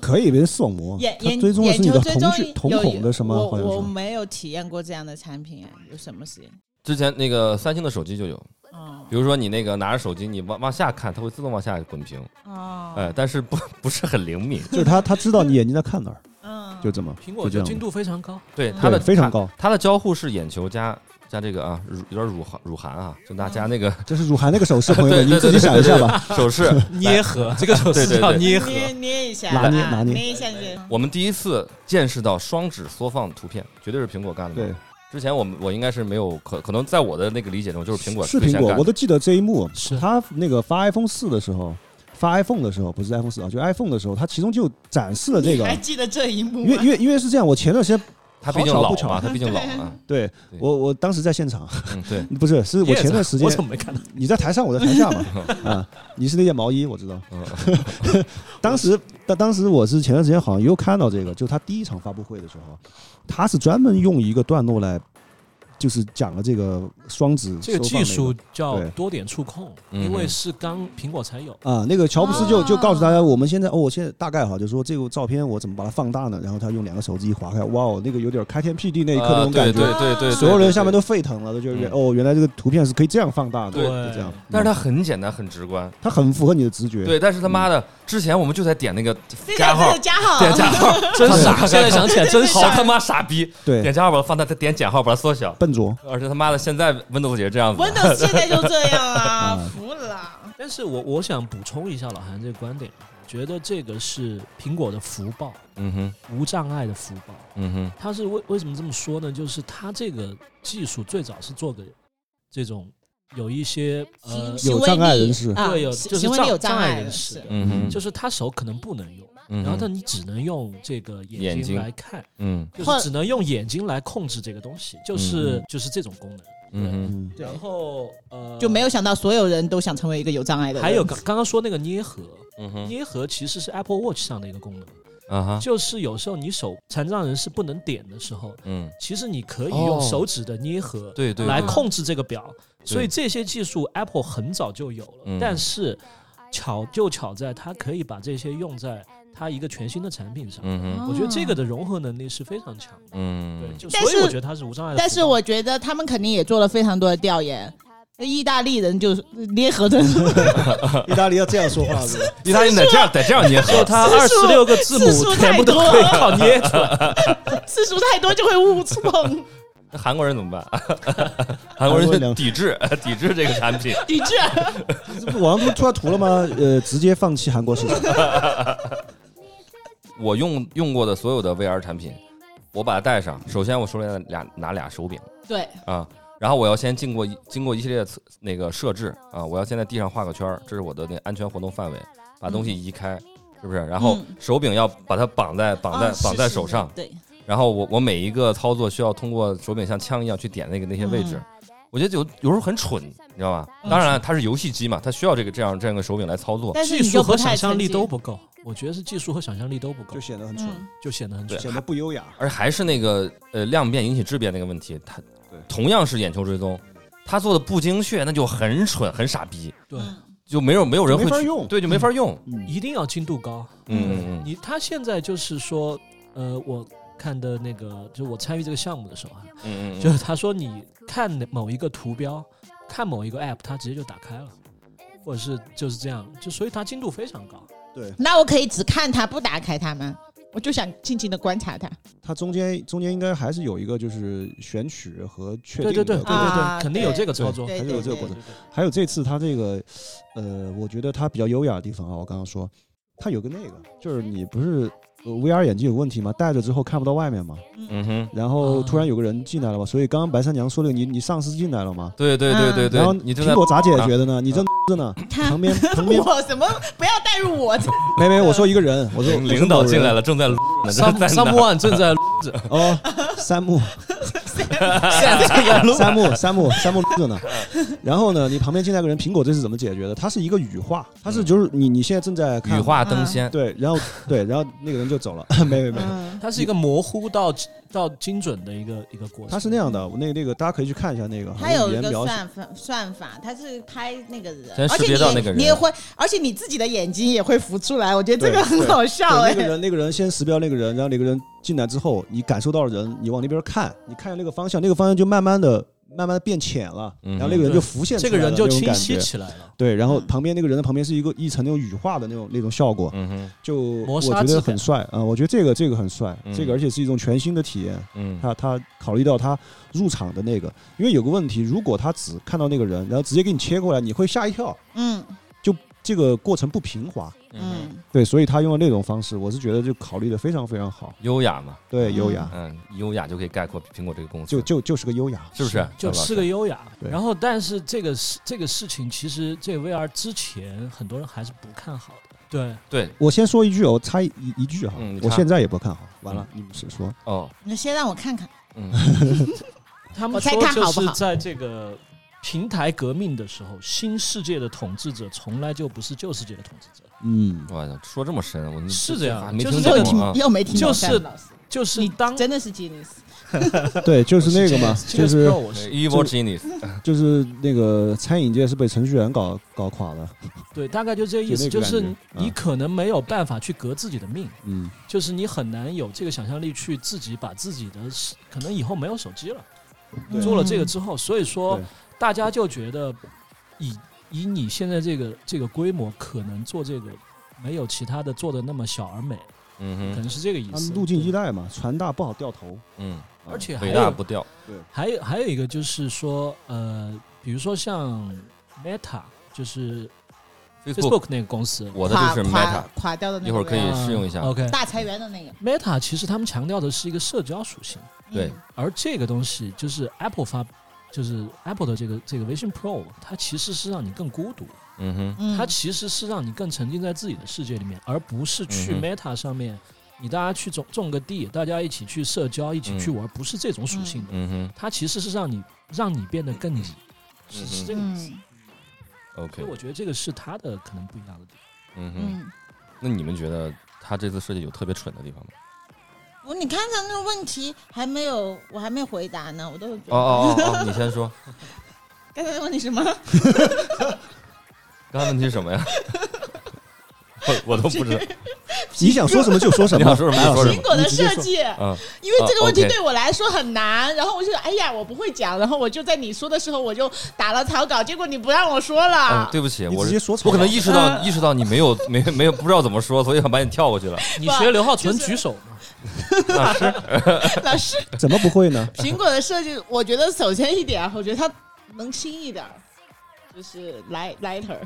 S1: 可以别送魔，
S4: 眼
S1: 它
S4: 眼
S1: 哦追踪的是
S4: 眼
S1: 你
S4: 球
S1: 的
S4: 追
S1: 瞳
S4: 踪
S1: 孔
S4: 有
S1: 瞳孔的什么？好像
S4: 我我
S1: 是
S4: 没有体验过这样的产品，啊有什么事情？
S3: 之前那个三星的手机就有，
S4: 哦
S3: 比如说你那个拿着手机，你往往下看，它会自动往下滚屏，
S4: 哦，
S2: 呃
S3: 哎，但是不 (laughs) 不是很灵敏，
S1: 就是它它知道你眼睛在看哪儿，
S4: 嗯，
S1: 就这么
S2: 苹果
S1: 就
S2: 就
S1: 这
S2: 精
S1: 样。
S2: 度非常高，
S3: 对
S4: 嗯
S3: 它的
S1: 对非常高，
S3: 它的交互是眼球加加这个啊，乳有点乳寒乳寒啊，就大家
S4: 嗯
S3: 那个
S1: 这是乳寒那个手势，朋友
S3: 对
S1: 们，你
S3: (laughs)
S1: 们
S3: 对
S1: 自己
S3: 对
S1: 想一下吧。
S3: 手势
S2: 捏合这个手
S3: 对对
S2: 势叫
S3: 对
S2: 捏合，
S4: 捏捏一下，
S1: 拿捏
S4: 啊
S1: 拿捏
S4: 捏一下你的。
S3: 我们第一次见识到双指缩放图片，绝对是苹果干的。
S1: 对，，
S3: 之前我们我应该是没有可可能在我的那个理解中，就是苹果
S1: 是
S3: 最
S1: 苹
S3: 先
S1: 果
S3: 干，
S1: 我都记得这一幕。
S2: 是
S1: 他那个发 iPhone 四的时候，发 iPhone 的时候不是 iPhone 四啊，就 iPhone 的时候，他其中就展示了这
S4: 你
S1: 个。
S4: (laughs) 还记得这一幕
S1: 因为
S4: 吗？
S1: 因为因为是这样，我前段时间
S3: 他毕竟
S1: 好巧
S3: 老
S1: 不巧
S3: 嘛，他毕竟老
S4: (laughs)
S3: 嘛。
S1: 对
S3: 对
S1: 我我当时在现场， (laughs)
S3: 嗯，对，
S1: 不是，是我前段时间
S2: 我怎么没看到？
S1: 你在台上，我在台
S2: (laughs)
S1: 下嘛，啊，你是那件毛衣，我知道。
S3: 嗯，
S1: (laughs) 当时，但当时我是前段时间好像又看到这个，就他第一场发布会的时候，他是专门用一个段落来，就是讲了这个双指
S2: 这个
S1: 收放
S2: 技
S1: 那
S2: 术叫
S1: 对
S2: 多点触控，
S3: 嗯
S2: 因为是刚苹果才有。
S1: 啊，那个乔布斯就
S4: 啊
S1: 就告诉大家，我们现在哦，我现在大概哈，就说这个照片我怎么把它放大呢？然后他用两个手指一划开，哇哦，那个有点开天辟地那一刻那种
S3: 啊对
S1: 感觉，
S3: 对对对，
S1: 所有人下面
S3: 都。
S1: 都沸腾了，都觉得
S3: 嗯
S1: 哦，原来这个图片是可以这样放大的，
S3: 对
S1: 就这样。
S3: 但是
S1: 他
S3: 它很简单，很直观。
S1: 他很符合你的直觉，
S3: 对，但是他妈的，之前我们就在点那个
S4: 这
S3: 加
S4: 个
S3: 号
S4: 这个，加号，
S3: 点加号，
S2: 真傻！现在想起来真
S3: 好
S2: 傻。
S3: 他妈傻逼！点
S1: 对，
S3: 加号把它放大，再点减号把它缩小。
S1: 笨拙
S3: 而且他妈的，现在 Windows 也是这样子。
S4: Windows 现在就这
S1: (laughs)
S4: 样啊
S1: 嗯，
S4: 服了。
S2: 但是我我想补充一下老韩这个观点，我觉得这个是苹果的福报，
S3: 嗯哼，
S2: 无障碍的福报。
S3: 嗯哼，
S2: 它是为为什么这么说呢？就是它这个技术最早是做给这种有一些呃
S4: 行，
S1: 有
S4: 行为
S1: 障碍
S4: 力
S1: 人士
S4: 啊
S2: 对有
S4: 行
S2: 就是
S4: 行为力
S2: 障
S4: 有
S2: 障碍
S4: 碍
S2: 人
S4: 人
S2: 士
S4: 士
S3: 嗯哼，，
S2: 就是是
S3: 嗯
S2: 他手可能不能用，
S3: 然
S2: 然后但你只能用这个眼
S3: 眼
S2: 睛
S3: 睛
S2: 来看，
S3: 嗯
S2: 就
S4: 或
S2: 是只能用眼睛来控制这个东西，就是
S3: 嗯
S2: 就是这种功能。
S3: 嗯哼，
S1: 嗯，
S4: 对
S2: 然后呃，
S4: 就没有想到所有人都想成为一个有障碍的人。
S2: 还有刚刚刚说那个捏合，
S3: 嗯哼，
S2: 捏合其实是 Apple Watch 上的一个功能，
S3: 啊哈，
S2: 就是有时候你手残障人士不能点的时候，
S3: 嗯，
S2: 其实你可以用
S3: 哦
S2: 手指的捏合
S3: 对对，
S2: 来
S3: 对
S2: 控制这个表，所以这些技术 Apple 很早就有了，
S3: 嗯
S2: 但是巧就巧在它可以把这些用在它一个全新的产品上。
S3: 嗯哼，
S2: 我觉得这个的融合能力是非常强的，对，
S3: 嗯，
S2: 就
S4: 哦但
S2: 所以
S4: 是
S2: 我觉得它是无障碍的。
S4: 但是我觉得他们肯定也做了非常多的调研。那意大利人就是捏合的，
S1: 嗯意大利要这样说话是吧？
S3: 意大利得这样得这样捏合，
S2: 它二十六个字
S4: 字
S2: 母
S4: 数
S2: 全部都
S4: 太多
S2: 可以靠捏出来，
S4: 次数太多就会误碰，
S3: 那韩国人怎么办？ (laughs) 韩国人
S1: 韩国人
S3: 就抵制抵制这个产品，
S4: 的确，
S1: 这不网上不出来图了吗？呃，直接放弃韩国市场，
S3: 我用用过的所有的 VR 产品，我把它戴上，首先我手里拿俩拿俩手柄
S4: 对，
S3: 啊，然后我要先经过一经过一系列的测那个设置啊，我要先在地上画个圈儿，这是我的那安全活动范围，把东西移开。是不是？然后
S4: 嗯
S3: 手柄要把它绑在绑在
S4: 啊
S3: 绑在
S4: 是是
S3: 手上
S4: 是，对，
S3: 然后我我每一个操作需要通过手柄像枪一样去点那个那些位置，我觉得有有时候很蠢，你知道吧？
S4: 嗯
S3: 当然了，它是游戏机嘛，它需要这个这样这样一个手柄来操作。
S4: 但是
S2: 技
S4: 你
S2: 术
S4: 就
S2: 和
S4: 不
S2: 想
S4: 太
S2: 象力
S4: 沉浸
S2: 都不够。我觉得是技术和想象力都不够
S1: 就，显得很蠢，
S4: 嗯，
S2: 就显得很蠢。
S1: 显得不优雅。
S3: 而还是那个呃量变引起质变那个问题，它
S1: 对
S3: 同样是眼球追踪，它做的不精确，那就很蠢很傻逼，
S2: 对，
S4: 嗯
S3: 就没有没有人会
S1: 没法
S3: 去
S1: 用
S3: 对，就没法用。
S1: 嗯，
S2: 一定要精度高。
S3: 嗯嗯嗯
S2: 你他现在就是说，呃，我看的那个，就我参与这个项目的时候啊，
S3: 嗯嗯，
S2: 就是他说你看某一个图标，看某一个 app，它直接就打开了，或者是就是这样，就所以它精度非常高。
S1: 对，
S4: 那我可以只看它不打开它吗？我就想静静的观察它，
S1: 它中间中间应该还是有一个就是选取和确
S2: 对
S1: 定
S2: 对
S1: 的
S2: 对对
S1: 过程
S2: 对对，
S4: 啊
S2: 肯定有这个操作。
S4: 对
S1: 还是有这个过程
S2: 对。对
S1: 还有这次他这个，呃，我觉得他比较优雅的地方啊，我刚刚说，他有个那个，就是你不是、呃 VR 眼镜有问题吗？戴着之后看不到外面吗？
S3: 嗯哼，
S1: 然后
S2: 啊
S1: 突然有个人进来了嘛，所以刚刚白三娘说的，你你上司进来了吗？
S3: 对对对对
S1: 嗯然后
S3: 对，你正
S1: 苹
S3: 在啊
S1: 果咋解决的呢？你正着呢，
S4: 他 (laughs)
S1: 旁边旁边
S4: 我什么不要带入我，
S1: 没没，我说一个人，我说
S3: 领领导进来
S1: 了
S3: 了，正在录呢，
S2: 对
S3: 在
S2: Some-
S3: 在 (laughs) 那
S2: someone 正在
S1: 哦，三
S3: (laughs)
S1: 木 (laughs) 三木三木三木着呢，然后呢，你旁边进来个人，苹果这是怎么解决的？它是一个语化，它是就是你你现在正在看
S3: 羽嗯化登仙。
S1: 对，然后对，然后那个人就走了， (laughs) 没没没，
S4: 嗯，
S2: 它是一个模糊到到精准的一个一个过程。
S1: 他是那样的，我那个那个大家可以去看一下那个，
S4: 它有
S1: 语
S4: 一
S1: 言
S4: 个
S1: 描写，
S4: 算法算法，它是拍那个人，
S3: 先识
S4: 而且
S3: 别
S4: 你
S3: 到那个人
S4: 你也会，而且你自己的眼睛也会浮出来，我觉得这个
S1: 对
S4: 很
S1: 对
S4: 好笑哎、
S1: 对那个人那个人先识别那个人，然后那个人进来之后，你感受到了人，你往那边看，你看向那个方向，那个方向就慢慢的慢慢的变浅了，
S3: 嗯
S1: 然后那个人就浮现出
S2: 这
S1: 来
S2: 个
S1: 了
S2: 人就
S1: 那种
S2: 清
S1: 感
S2: 晰
S1: 觉。
S2: 起嗯来了。
S1: 对，然后旁边那个人的旁边是一个一层那种羽化的那种那种效果，
S3: 嗯哼，
S1: 就
S2: 磨
S1: 我
S2: 砂
S1: 觉
S2: 质
S1: 得
S2: 感
S1: 很帅啊、我觉得这个这个很帅，
S3: 嗯
S1: 这个而且是一种全新的体验。
S3: 嗯
S1: 他他考虑到他入场的那个，因为有个问题，如果他只看到那个人，然后直接给你切过来，你会吓一跳，
S4: 嗯
S1: 这个过程不平滑。
S3: 嗯，
S4: 嗯，
S1: 对，所以他用了那种方式，我是觉得就考虑的非常非常好，
S3: 优雅嘛，
S1: 对，
S4: 嗯
S1: 优雅，
S3: 嗯，优雅就可以概括苹果这个公司，
S1: 就就就是个优雅，
S3: 是不是？
S2: 就
S3: 赵老师
S2: 是个优雅。
S1: 对
S2: 然后，但是这个事这个事情，其实这个 VR 之前很多人还是不看好的，对，
S3: 对，
S1: 我先说一句，我插一一句哈
S3: 嗯你，
S1: 我
S3: 插
S1: 现在也不看好，完了你们是说
S3: 哦，
S4: 你先让我看看，
S3: 嗯，
S2: 他
S4: 我
S2: 们
S4: 猜
S2: 说
S4: 看
S2: 就
S4: 好不
S2: 是
S4: 好
S2: 在这个平台革命的时候，新世界的统治者从来就不是旧世界的统治者，
S1: 嗯，
S3: 我操，说这么深，啊我
S2: 是这样
S3: 没
S2: 就
S3: 听
S2: 是这
S4: 又
S2: 个
S3: 懂啊
S4: 听。又没听懂
S2: 就是
S4: 山姆老师，
S2: 就是
S4: 你
S2: 当
S4: 真的是 genius，
S1: 对，就是那个嘛，
S2: 这
S1: 就是
S2: 个 Pro 我是
S3: Evil Genius，
S1: 就是那个餐饮界是被程序员搞搞垮了，
S2: 对，大概就这个意
S1: 就
S2: 思，
S1: 那个
S2: 就是
S1: 感觉
S2: 你
S1: 嗯
S2: 可能没有办法去革自己的命，
S1: 嗯，
S2: 就是你很难有这个想象力去自己把自己的事，可能以后没有手机了，
S1: 对
S2: 做了这个之后，所以说
S1: 对
S2: 大家就觉得以以你现在这个这个规模，可能做这个没有其他的做的那么小而美，
S3: 嗯
S2: 可
S3: 哼，
S2: 能是这个意
S1: 他
S2: 思。
S1: 们路径
S2: 对
S1: 依赖嘛，船大不好掉头，
S3: 嗯，
S1: 啊
S2: 而且还
S3: 伟大
S2: 有
S3: 不掉，
S2: 还有还有一个就是说，呃，比如说像 Meta，就是。Facebook 那个公司啊
S3: 我的
S4: 垮
S3: 就是
S4: 垮
S3: Meta，
S4: 垮掉的那个
S3: 一会儿可以
S4: 位置
S3: 试用一下。
S2: OK，
S4: 大裁员的那个，
S2: Meta 其实他们强调的是一个社交属性，
S3: 对
S4: 嗯
S2: 而这个东西就是 Apple 发，就是 Apple 的这个这个微信 Pro，它啊其实是让你更孤独，
S3: 嗯哼，
S4: 嗯，
S2: 它其实是让你更沉浸在自己的世界里面，而不是去
S3: 嗯哼
S2: Meta 上面，你大家去种种个地，大家一起去社交，一起去玩，不是这种属性的。
S3: 嗯哼
S2: 它其实是让你让你变得更你，是
S3: 嗯
S2: 是
S3: 哼
S2: 这个意思。
S4: 嗯
S2: 所
S3: ，OK，
S2: 以我觉得这个是它的可能不一样的地方。
S3: 嗯哼，
S4: 嗯，
S3: 那你们觉得他这次设计有特别蠢的地方吗？
S4: 我你看他那个问题还没有，我还没回答呢，我都
S3: 哦哦哦哦，你先 (laughs) 说，
S4: 刚才问你什么？
S3: 刚才问题是什么呀？ (laughs) 我我都不知道，
S1: 你想说什么就说什
S3: (laughs) 你
S1: 么，
S3: 想说什么就说什
S4: 苹
S3: 么
S4: 果的
S1: 你直接
S4: 设
S1: 说
S4: 计，
S3: 嗯，
S4: 因为这个问题
S3: 啊，OK
S4: 对我来说很难，然后我就哎呀，我不会讲，然后我就在你说的时候我就打了草稿，结果你不让我说
S3: 嗯
S4: 了，
S3: 对不起，
S1: 你
S3: 我
S1: 直接说草
S3: 我可能
S1: 稿
S3: 意识到意识到你没有没没有不知道怎么说，所以想把你跳过去了。
S2: 你
S4: 不
S2: 学刘浩存
S4: 就是
S2: 举手嘛？
S3: 那是
S4: (laughs) 老师，
S1: 怎么不会 (laughs) 呢？
S4: 苹果的设计，我觉得首先一点，我觉得它能轻一点，就是 light lighter，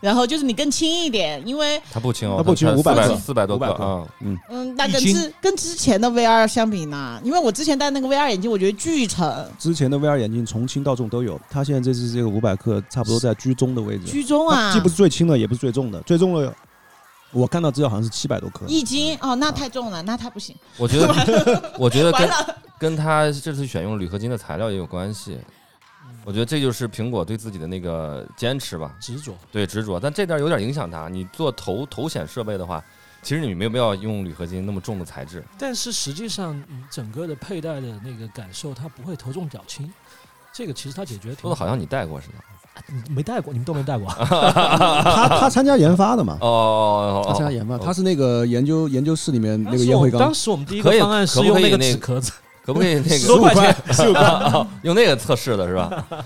S4: 然后就是你更轻一点，因为
S3: 他不轻哦，
S1: 他不轻
S3: 四
S1: 500
S3: 百
S1: 克
S3: 四百多克
S1: 500克
S3: 啊，
S4: 嗯，那
S2: 一
S4: 跟
S2: 斤
S4: 之跟之前的 VR 相比呢，因为我之前戴那个 VR 眼镜，我觉得巨沉
S1: 之前的 VR 眼镜从轻到重都有，它现在这次这个五百克差不多在居中的位置，
S4: 居中啊
S1: 它既，不是最轻的，也不是最重的，最重的我看到资料好像是七百多克，
S4: 一斤哦，那太重了，那太不行，
S3: 我觉 (laughs) 得我觉得
S4: 完
S3: 跟
S4: 了，
S3: 跟他这次选用铝合金的材料也有关系。我觉得这就是苹果对自己的那个坚持吧，
S2: 执着，
S3: 对执着，但这点有点影响它。你做头头显设备的话，其实你没有必要用铝合金那么重的材质。
S2: 但是实际上，你整个的佩戴的那个感受，它不会头重脚轻。这个其实它解决得挺
S3: 说的好像你戴过似的。
S2: 你没戴过，你们都没戴过。 (laughs)
S1: 他他参加研发的嘛，
S3: 哦哦
S1: 他
S3: 哦
S1: 参加
S3: 哦，
S1: 研发，
S3: 哦
S1: 他是那个研究研究室里面那个烟
S2: 我
S1: 灰
S2: 们当
S1: 缸，
S2: 时我们第一
S3: 可以
S2: 个方案
S3: 可
S2: 是
S3: 不
S2: 用
S3: 可以
S2: 那个
S3: 那
S2: 纸
S3: 个
S2: 壳子，
S3: 可不可以那
S2: 十五
S3: 个
S2: 块钱，
S3: 哦用那个测试的是吧？
S4: 哎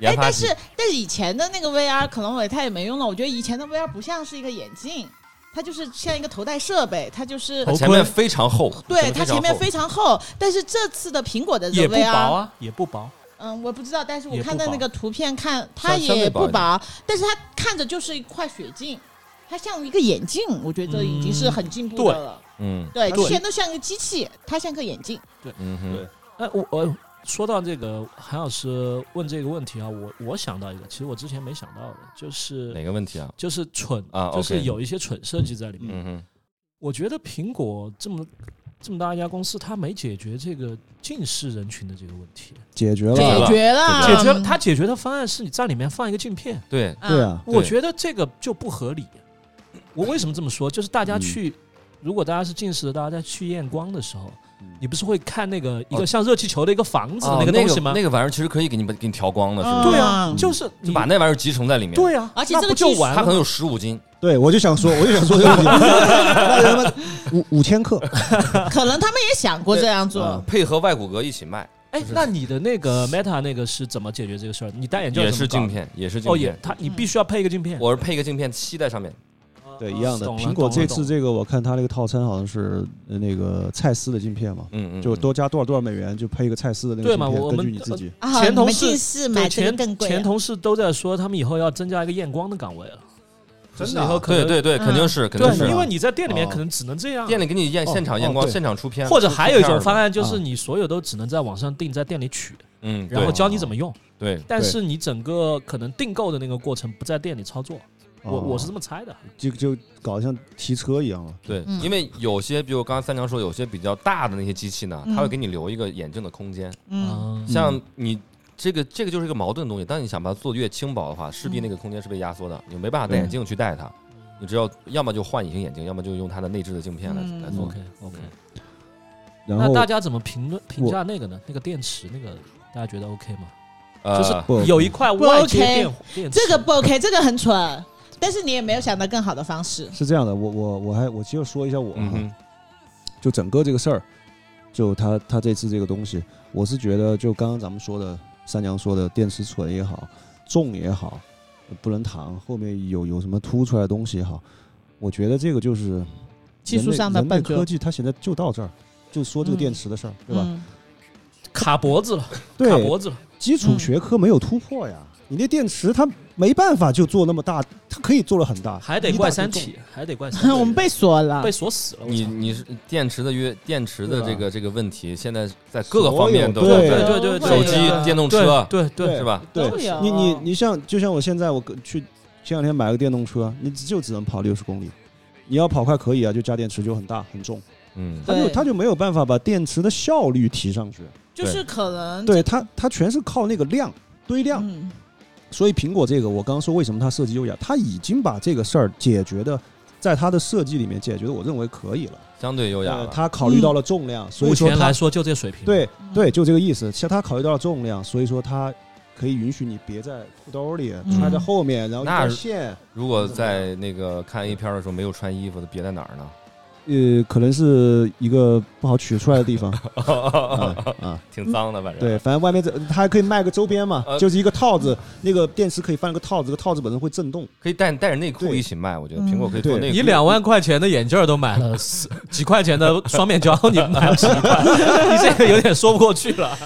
S3: 研，发
S4: 但
S3: 机
S4: 是但是以前的那个 VR 可能我也太没用了，我觉得以前的 VR 不像是一个眼镜，它就是像一个头戴设备，它就是
S3: 它前面非常厚，
S4: 对它前面
S3: 厚
S4: 非常厚，但是这次的苹果的这
S2: 也
S4: 个
S2: 不
S4: VR
S2: 薄啊，也不薄。
S4: 嗯，我不知道，但是我
S2: 也
S4: 看
S2: 不
S4: 到那
S2: 薄
S4: 个图片看它
S3: 相
S4: 也
S3: 对薄
S4: 不
S3: 一点
S4: 薄，但是它看着就是一块雪镜，它像一个眼镜，我觉得这已经是很进步的
S2: 对
S4: 了。
S3: 嗯
S4: 对，
S1: 它
S4: 之
S1: 是
S4: 前都像个机器，它像个眼镜。
S3: 嗯哼
S1: 对
S2: 哎，我我说到这个韩老师问这个问题啊，我我想到一个，其实我之前没想到的，就是
S3: 哪个问题啊？
S2: 就是蠢
S3: 啊
S2: 就
S3: OK
S2: 是有一些蠢设计在里面。
S3: 嗯哼，
S2: 我觉得苹果这么这么大一家公司，它没解决这个近视人群的这个问题，
S1: 解决了，啊嗯
S3: 解
S4: 解
S3: 了
S4: 决了，
S2: 解决它解决的方案是你在里面放一个镜片。
S3: 对，
S4: 嗯
S1: 对，啊，
S2: 我
S3: 对
S2: 觉得这个就不合理。我为什么这么说？就是大
S3: 嗯
S2: 家去，如果大家是近视的，大家在去验光的时候，你不是会看那个一
S3: 嗯哦
S2: 个像热气球的一个房子的
S3: 哦
S2: 那个东西吗？
S3: 那个玩意儿其实可以给你给你调光的，是不
S4: 个
S3: 是？
S2: 对啊
S4: 嗯，
S2: 就是你
S3: 就把那玩意儿集成在里面。
S2: 对啊，
S4: 而且
S2: 那
S4: 这个
S2: 不就
S4: 技术
S2: 完
S3: 它可
S2: 了
S3: 能
S2: 吗？
S3: 有十五斤，
S1: 对我就想说， (laughs) 我就想说这个问题，那他妈五五千克，
S4: 可能他们也想过这样做
S1: 啊嗯。
S3: 配合外骨骼一起卖，
S2: 哎
S3: 就，是
S2: 那你的那个 Meta 那个是怎么解决这个事儿？你戴眼镜
S3: 也
S2: 怎么
S3: 是
S2: 搞
S3: 镜片，也是镜
S2: 哦，也
S3: 片。
S4: 嗯
S2: 它你必须要配一个镜片。
S3: 我是配个镜片吸在上面，
S1: 对，一样的。
S2: 哦懂了
S1: 苹果
S2: 懂了
S1: 这次
S2: 懂了
S1: 这个，我看它那个套餐好像是呃那个蔡司的镜片嘛，
S3: 嗯嗯，
S1: 就
S3: 嗯
S1: 多加多少多少美元就配一个蔡司的那个
S2: 对
S1: 镜
S2: 嘛我
S1: 片，根
S2: 们呃
S1: 据你自己。
S4: 啊，
S2: 前
S4: 你
S2: 同
S4: 们
S2: 事
S4: 近视
S2: 对
S4: 买这个
S2: 前
S4: 更贵啊
S2: 前
S4: 了。
S2: 同事都在说，他们以后要增加一个验光的岗位了，就是以后可
S3: 对
S2: 能
S3: 对对，
S4: 嗯
S3: 肯定是肯定
S1: 是
S2: 因
S3: 是。
S2: 为你在店里面
S1: 哦
S2: 可能只能这样，
S3: 店里给你验
S1: 哦
S3: 现场
S1: 哦
S3: 验光，
S1: 对
S3: 现场出片，嗯
S2: 或者还有一种方
S3: 案，
S2: 案就是
S1: 啊
S2: 你所有都只能在网上订，在店里取，
S3: 嗯，对
S2: 然后教你怎么用。
S3: 对
S2: 但是你整个可能订购的那个过程不在店里操作，我我是
S1: 哦
S2: 这么猜的。
S1: 就就搞得像提车一样了。
S3: 对，
S4: 嗯
S3: 因为有些，比如刚才三娘说，有些比较大的那些机器呢，它会给你留一个眼镜的空间。
S4: 嗯，
S2: 嗯
S3: 像你这个，这个就是一个矛盾的东西。当你想把它做得越轻薄的
S4: 嗯
S3: 话，势必那个空间是被压缩的，你没办法戴眼镜去戴它。你只要要么就换隐形眼镜，要么就用它的内置的镜片来
S4: 嗯
S3: 来做。
S2: OK OK，
S1: 然
S2: 那
S1: 后
S2: 大家怎么评论评价那个呢？那个电池那个大家觉得 OK 吗？
S3: 呃，
S1: 不
S2: 有一块外接
S4: OK
S2: 电电池，
S4: 这个不 OK，这个很蠢，但是你也没有想到更好的方式。
S1: 是这样的，我我我还我就说一下我啊哈，
S3: 嗯哼，
S1: 就整个这个事儿，就他他这次这个东西，我是觉得就刚刚咱们说的三娘说的电池蠢也好，重也好，呃不能躺，后面有有什么凸出来的东西也好，我觉得这个就是人类
S4: 技术上的
S1: 人类
S4: 笨拙
S1: 科技，它现在就到这儿，就说这个
S4: 嗯
S1: 电池的事儿，对吧？
S4: 嗯，
S2: 卡脖子了，卡
S1: 对，
S2: 脖子了。
S1: 基础学科没有突破呀。你那电池它没办法就做那么大，它可以做了很大，
S2: 还得
S1: 一大
S2: 怪《
S1: 就
S2: 三
S1: 重
S2: 体》，还
S4: (laughs)
S2: 得怪《三 (laughs) 体》。
S4: 我们被锁了
S2: 被。锁死了。我
S3: 你
S2: 操
S3: 你是电池的约电池
S1: 对
S3: 的
S1: 吧
S3: 这个这个问题，现在在各个方面都
S1: 所有
S3: 在
S1: 对
S3: 在
S2: 对对对，
S3: 手机
S2: 对
S3: 电动车
S2: 对对对
S1: 对
S3: 是吧？
S1: 对
S4: 都有
S1: 你你你像就像我现在我跟去前两天买个电动车，你只就只能跑六十公里。你要跑快可以啊，就加电池就很大很重，
S3: 嗯，
S1: 它就
S4: 对嗯
S1: 它就没有办法把电池的效率提上去。
S4: 就是可能
S1: 对它它全是靠那个量堆量，
S4: 嗯
S1: 所以苹果这个我刚说为什么它设计优雅，它已经把这个事儿解决的，在它的设计里面解决的，我认为可以了。
S3: 相对优雅
S1: 呃，
S3: 了。嗯
S1: 它考虑到了重量，所以
S2: 目
S1: 说
S2: 前
S1: 它
S2: 来说就这水平。
S1: 对
S4: 嗯
S1: 对，就这个意思。其实它考虑到了重量，所以说它可以允许你别在裤兜里
S4: 嗯
S1: 揣在后面，然后一
S3: 那
S1: 条
S3: 是
S1: 线。
S3: 如果在那个看 A 片的时候没有穿衣服的，别在哪儿呢？
S1: 呃，可能是一个不好取出来的
S3: (laughs)
S1: 地方啊 (laughs) 啊，
S3: 挺脏的，反正
S1: 对，反正外面这它还可以卖个周边嘛
S3: 呃，
S1: 就是一个套子，那个电池可以放一个套子，这个套子本身会震动。
S3: 可以带带着内裤
S1: 对
S3: 一起卖，我觉得
S4: 嗯
S3: 苹果可以做
S1: 对
S3: 内裤。
S2: 你两万块钱的眼镜儿都买
S1: 呃
S2: 了，四几块钱的双面胶你买了几
S1: (laughs)
S2: 块，你这个有点说不过去了。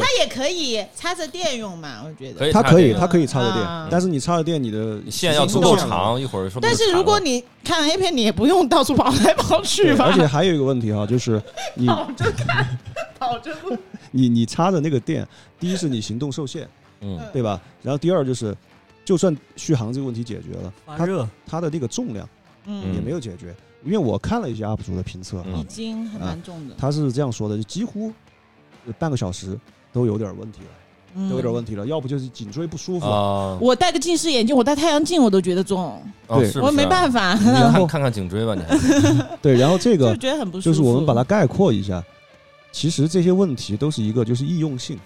S4: 它也可以插着电用嘛，我觉
S3: 可
S4: 得。
S3: 以
S1: 它
S3: 插
S1: 可
S3: 电
S1: 以，
S3: 的
S1: 它可以插着
S4: 啊
S1: 电，但是你插着电，你的
S3: 线要足够长，一会儿说不定
S4: 但
S3: 就缠
S4: 是
S3: 了。
S4: 如果你看 A 片，你也不用到处跑来跑去
S1: 对。
S4: 吧 (laughs)
S1: 而，且还有一个问题哈，就是你
S4: 跑着哦看，跑着录。
S1: 你你插着那个电，第一是你行动受限，
S3: 嗯，
S1: 对吧？然后第二就是，就算续航这个问题解决了，
S2: (laughs) 发
S1: 它
S2: 热，
S1: 它的那个重量
S4: 嗯
S1: 也没有解决，因为我看了一些 UP 主的评测
S3: 嗯
S1: 啊
S4: 已，经还蛮重的，
S1: 他是这样说的，就几乎呃半个小时都有点问题了，
S4: 嗯
S1: 都有点问题了，要不就是颈椎不舒服，
S3: 啊，哦
S4: 我戴个近视眼镜，我戴太阳镜我都觉得重，
S1: 对
S4: 我没办
S3: 法。啊
S4: 法，
S3: 你
S1: 然
S3: 看
S4: (laughs)
S1: 后
S3: 看看颈椎吧，你还
S1: 对，然后这
S4: 就
S1: 个
S4: 觉得很不舒服。
S1: 就是我们把它概括一下，其实这些问题都是一个就是易用性，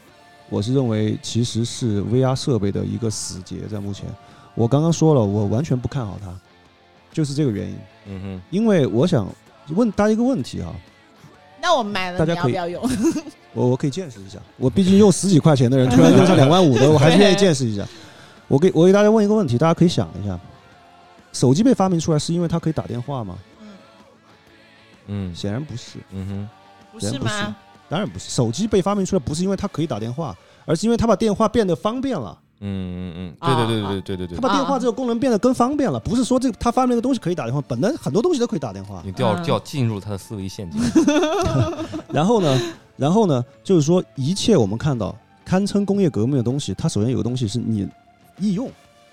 S1: 我是认为其实是 VR 设备的一个死结，在目前，我刚刚说了，我完全不看好它，就是这个原因，
S3: 嗯
S1: 因为我想问大家一个问题啊，
S4: 那我买了，
S1: 大
S4: 你
S1: 家
S4: 要
S1: 可
S4: 不
S1: 以
S4: 要
S1: (laughs)
S4: 用？
S1: 我我可以见识一下，我毕竟用十几块钱的人突然用上两万五的，我还是愿意见识一下。我给我给大家问一个问题，大家可以想一下：手机被发明出来是因为它可以打电话吗？
S3: 哼，嗯
S1: 显然不是，
S3: 嗯哼，
S4: 不
S1: 人
S4: 是
S1: 不是
S4: 吗？
S1: 当然不是。手机被发明出来不是因为它可以打电话，而是因为它把电话变得方便了，
S3: 嗯嗯嗯，
S4: 啊
S3: 对对对对对对
S1: 它
S3: 对，
S1: 把电话这个功能变得更方便了。不是说这它发明了个东西可以打电话，本来很多东西都可以打电话。
S3: 你掉
S4: 嗯
S3: 掉进入他的思维陷阱。
S1: 然后呢，然后呢，就是说一切我们看到堪称工业革命的东西，它首先有个东西是你易用，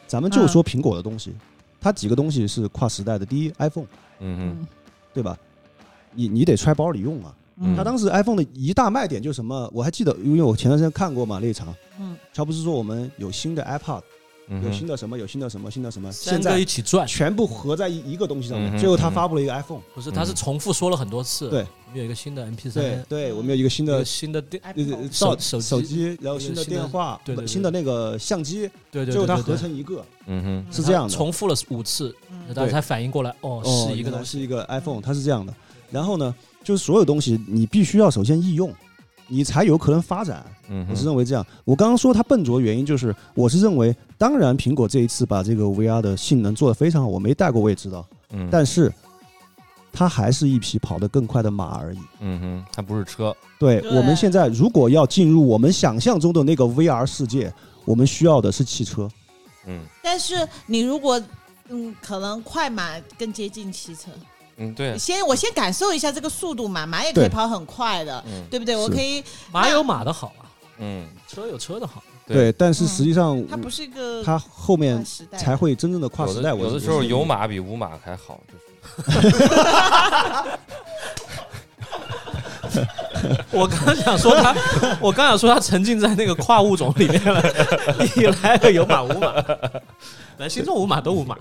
S1: 咱们
S3: 嗯
S1: 就说苹果的东西，它几个东西是跨时代的。第一，iPhone，
S3: 嗯
S1: 对吧？你你得揣包里用啊。
S3: 嗯
S1: 它当时 iPhone 的一大卖点就是什么？我还记得，因为我前段时间看过嘛那一场，
S4: 嗯，
S1: 他不是说我们有新的 iPad，
S3: 嗯
S1: 有新
S3: 哼，
S1: 的什么，有新的什么，新的什么，
S2: 三
S1: 现
S2: 个
S1: 在
S2: 一起转，
S1: 全部合在一一个东西上
S3: 嗯
S1: 面。
S3: 哼
S1: 最后他
S3: 嗯哼
S1: 发布了一个 iPhone，
S2: 不是，它是重复说了很多次。
S1: 嗯对，
S2: 我们有一个新的 MP
S3: 嗯
S1: 对
S2: 3
S1: 对，我们有一个新
S2: 一个
S1: 的
S2: 新的电，
S1: 呃
S4: iPhone
S1: 到
S2: 手
S1: 手
S2: 手
S1: 机，然后
S2: 对
S1: 新的
S2: 新的
S1: 电话，
S2: 对对对
S1: 新的那个相机，
S2: 对对对，
S1: 最后它
S2: 对对
S1: 合成一个，
S3: 嗯哼，
S1: 是这样的。
S2: 重复了五次，
S4: 嗯
S2: 大家才反应过来，哦，
S1: 哦
S2: 是一个
S1: 原来
S2: 东西。
S1: 是一个 iPhone，它是这样的。然后呢，就是所有东西你必须要首先易用，你才有可能发展。
S3: 嗯
S1: 我是
S3: 哼，
S1: 认为这样。我刚刚说它笨拙的原因就是，我是认为，当然苹果这一次把这个 VR 的性能做得非常好，我没戴过我也知道，
S3: 嗯，
S1: 但是它还是一匹跑得更快的马而已。
S3: 嗯哼，它不是车，
S1: 对
S4: 对
S1: 我们现在如果要进入我们想象中的那个 VR 世界，我们需要的是汽车。
S3: 嗯
S4: 但是你如果嗯，可能快马更接近骑车。
S3: 嗯，对，
S4: 先我先感受一下这个速度嘛，马也可以
S1: 对
S4: 跑很快的，
S3: 嗯
S4: 对不对？
S1: 是
S4: 我可以
S2: 马有马的好啊，
S3: 嗯，
S2: 车有车的好，
S3: 对
S1: 对，但是
S4: 嗯
S1: 实际上
S4: 它不是一个
S1: 它后面
S4: 跨时代的
S1: 才会真正的跨时代。
S3: 有的
S1: 我
S3: 有的
S1: 觉
S3: 时
S1: 得
S3: 候
S1: 是
S3: 有马比无马还好，就是
S2: 我刚想说他，
S1: (laughs)
S2: 我刚想说他沉浸在那个跨物种里面了， (laughs) 一来个有马无马， (laughs) 来心中无马都无马，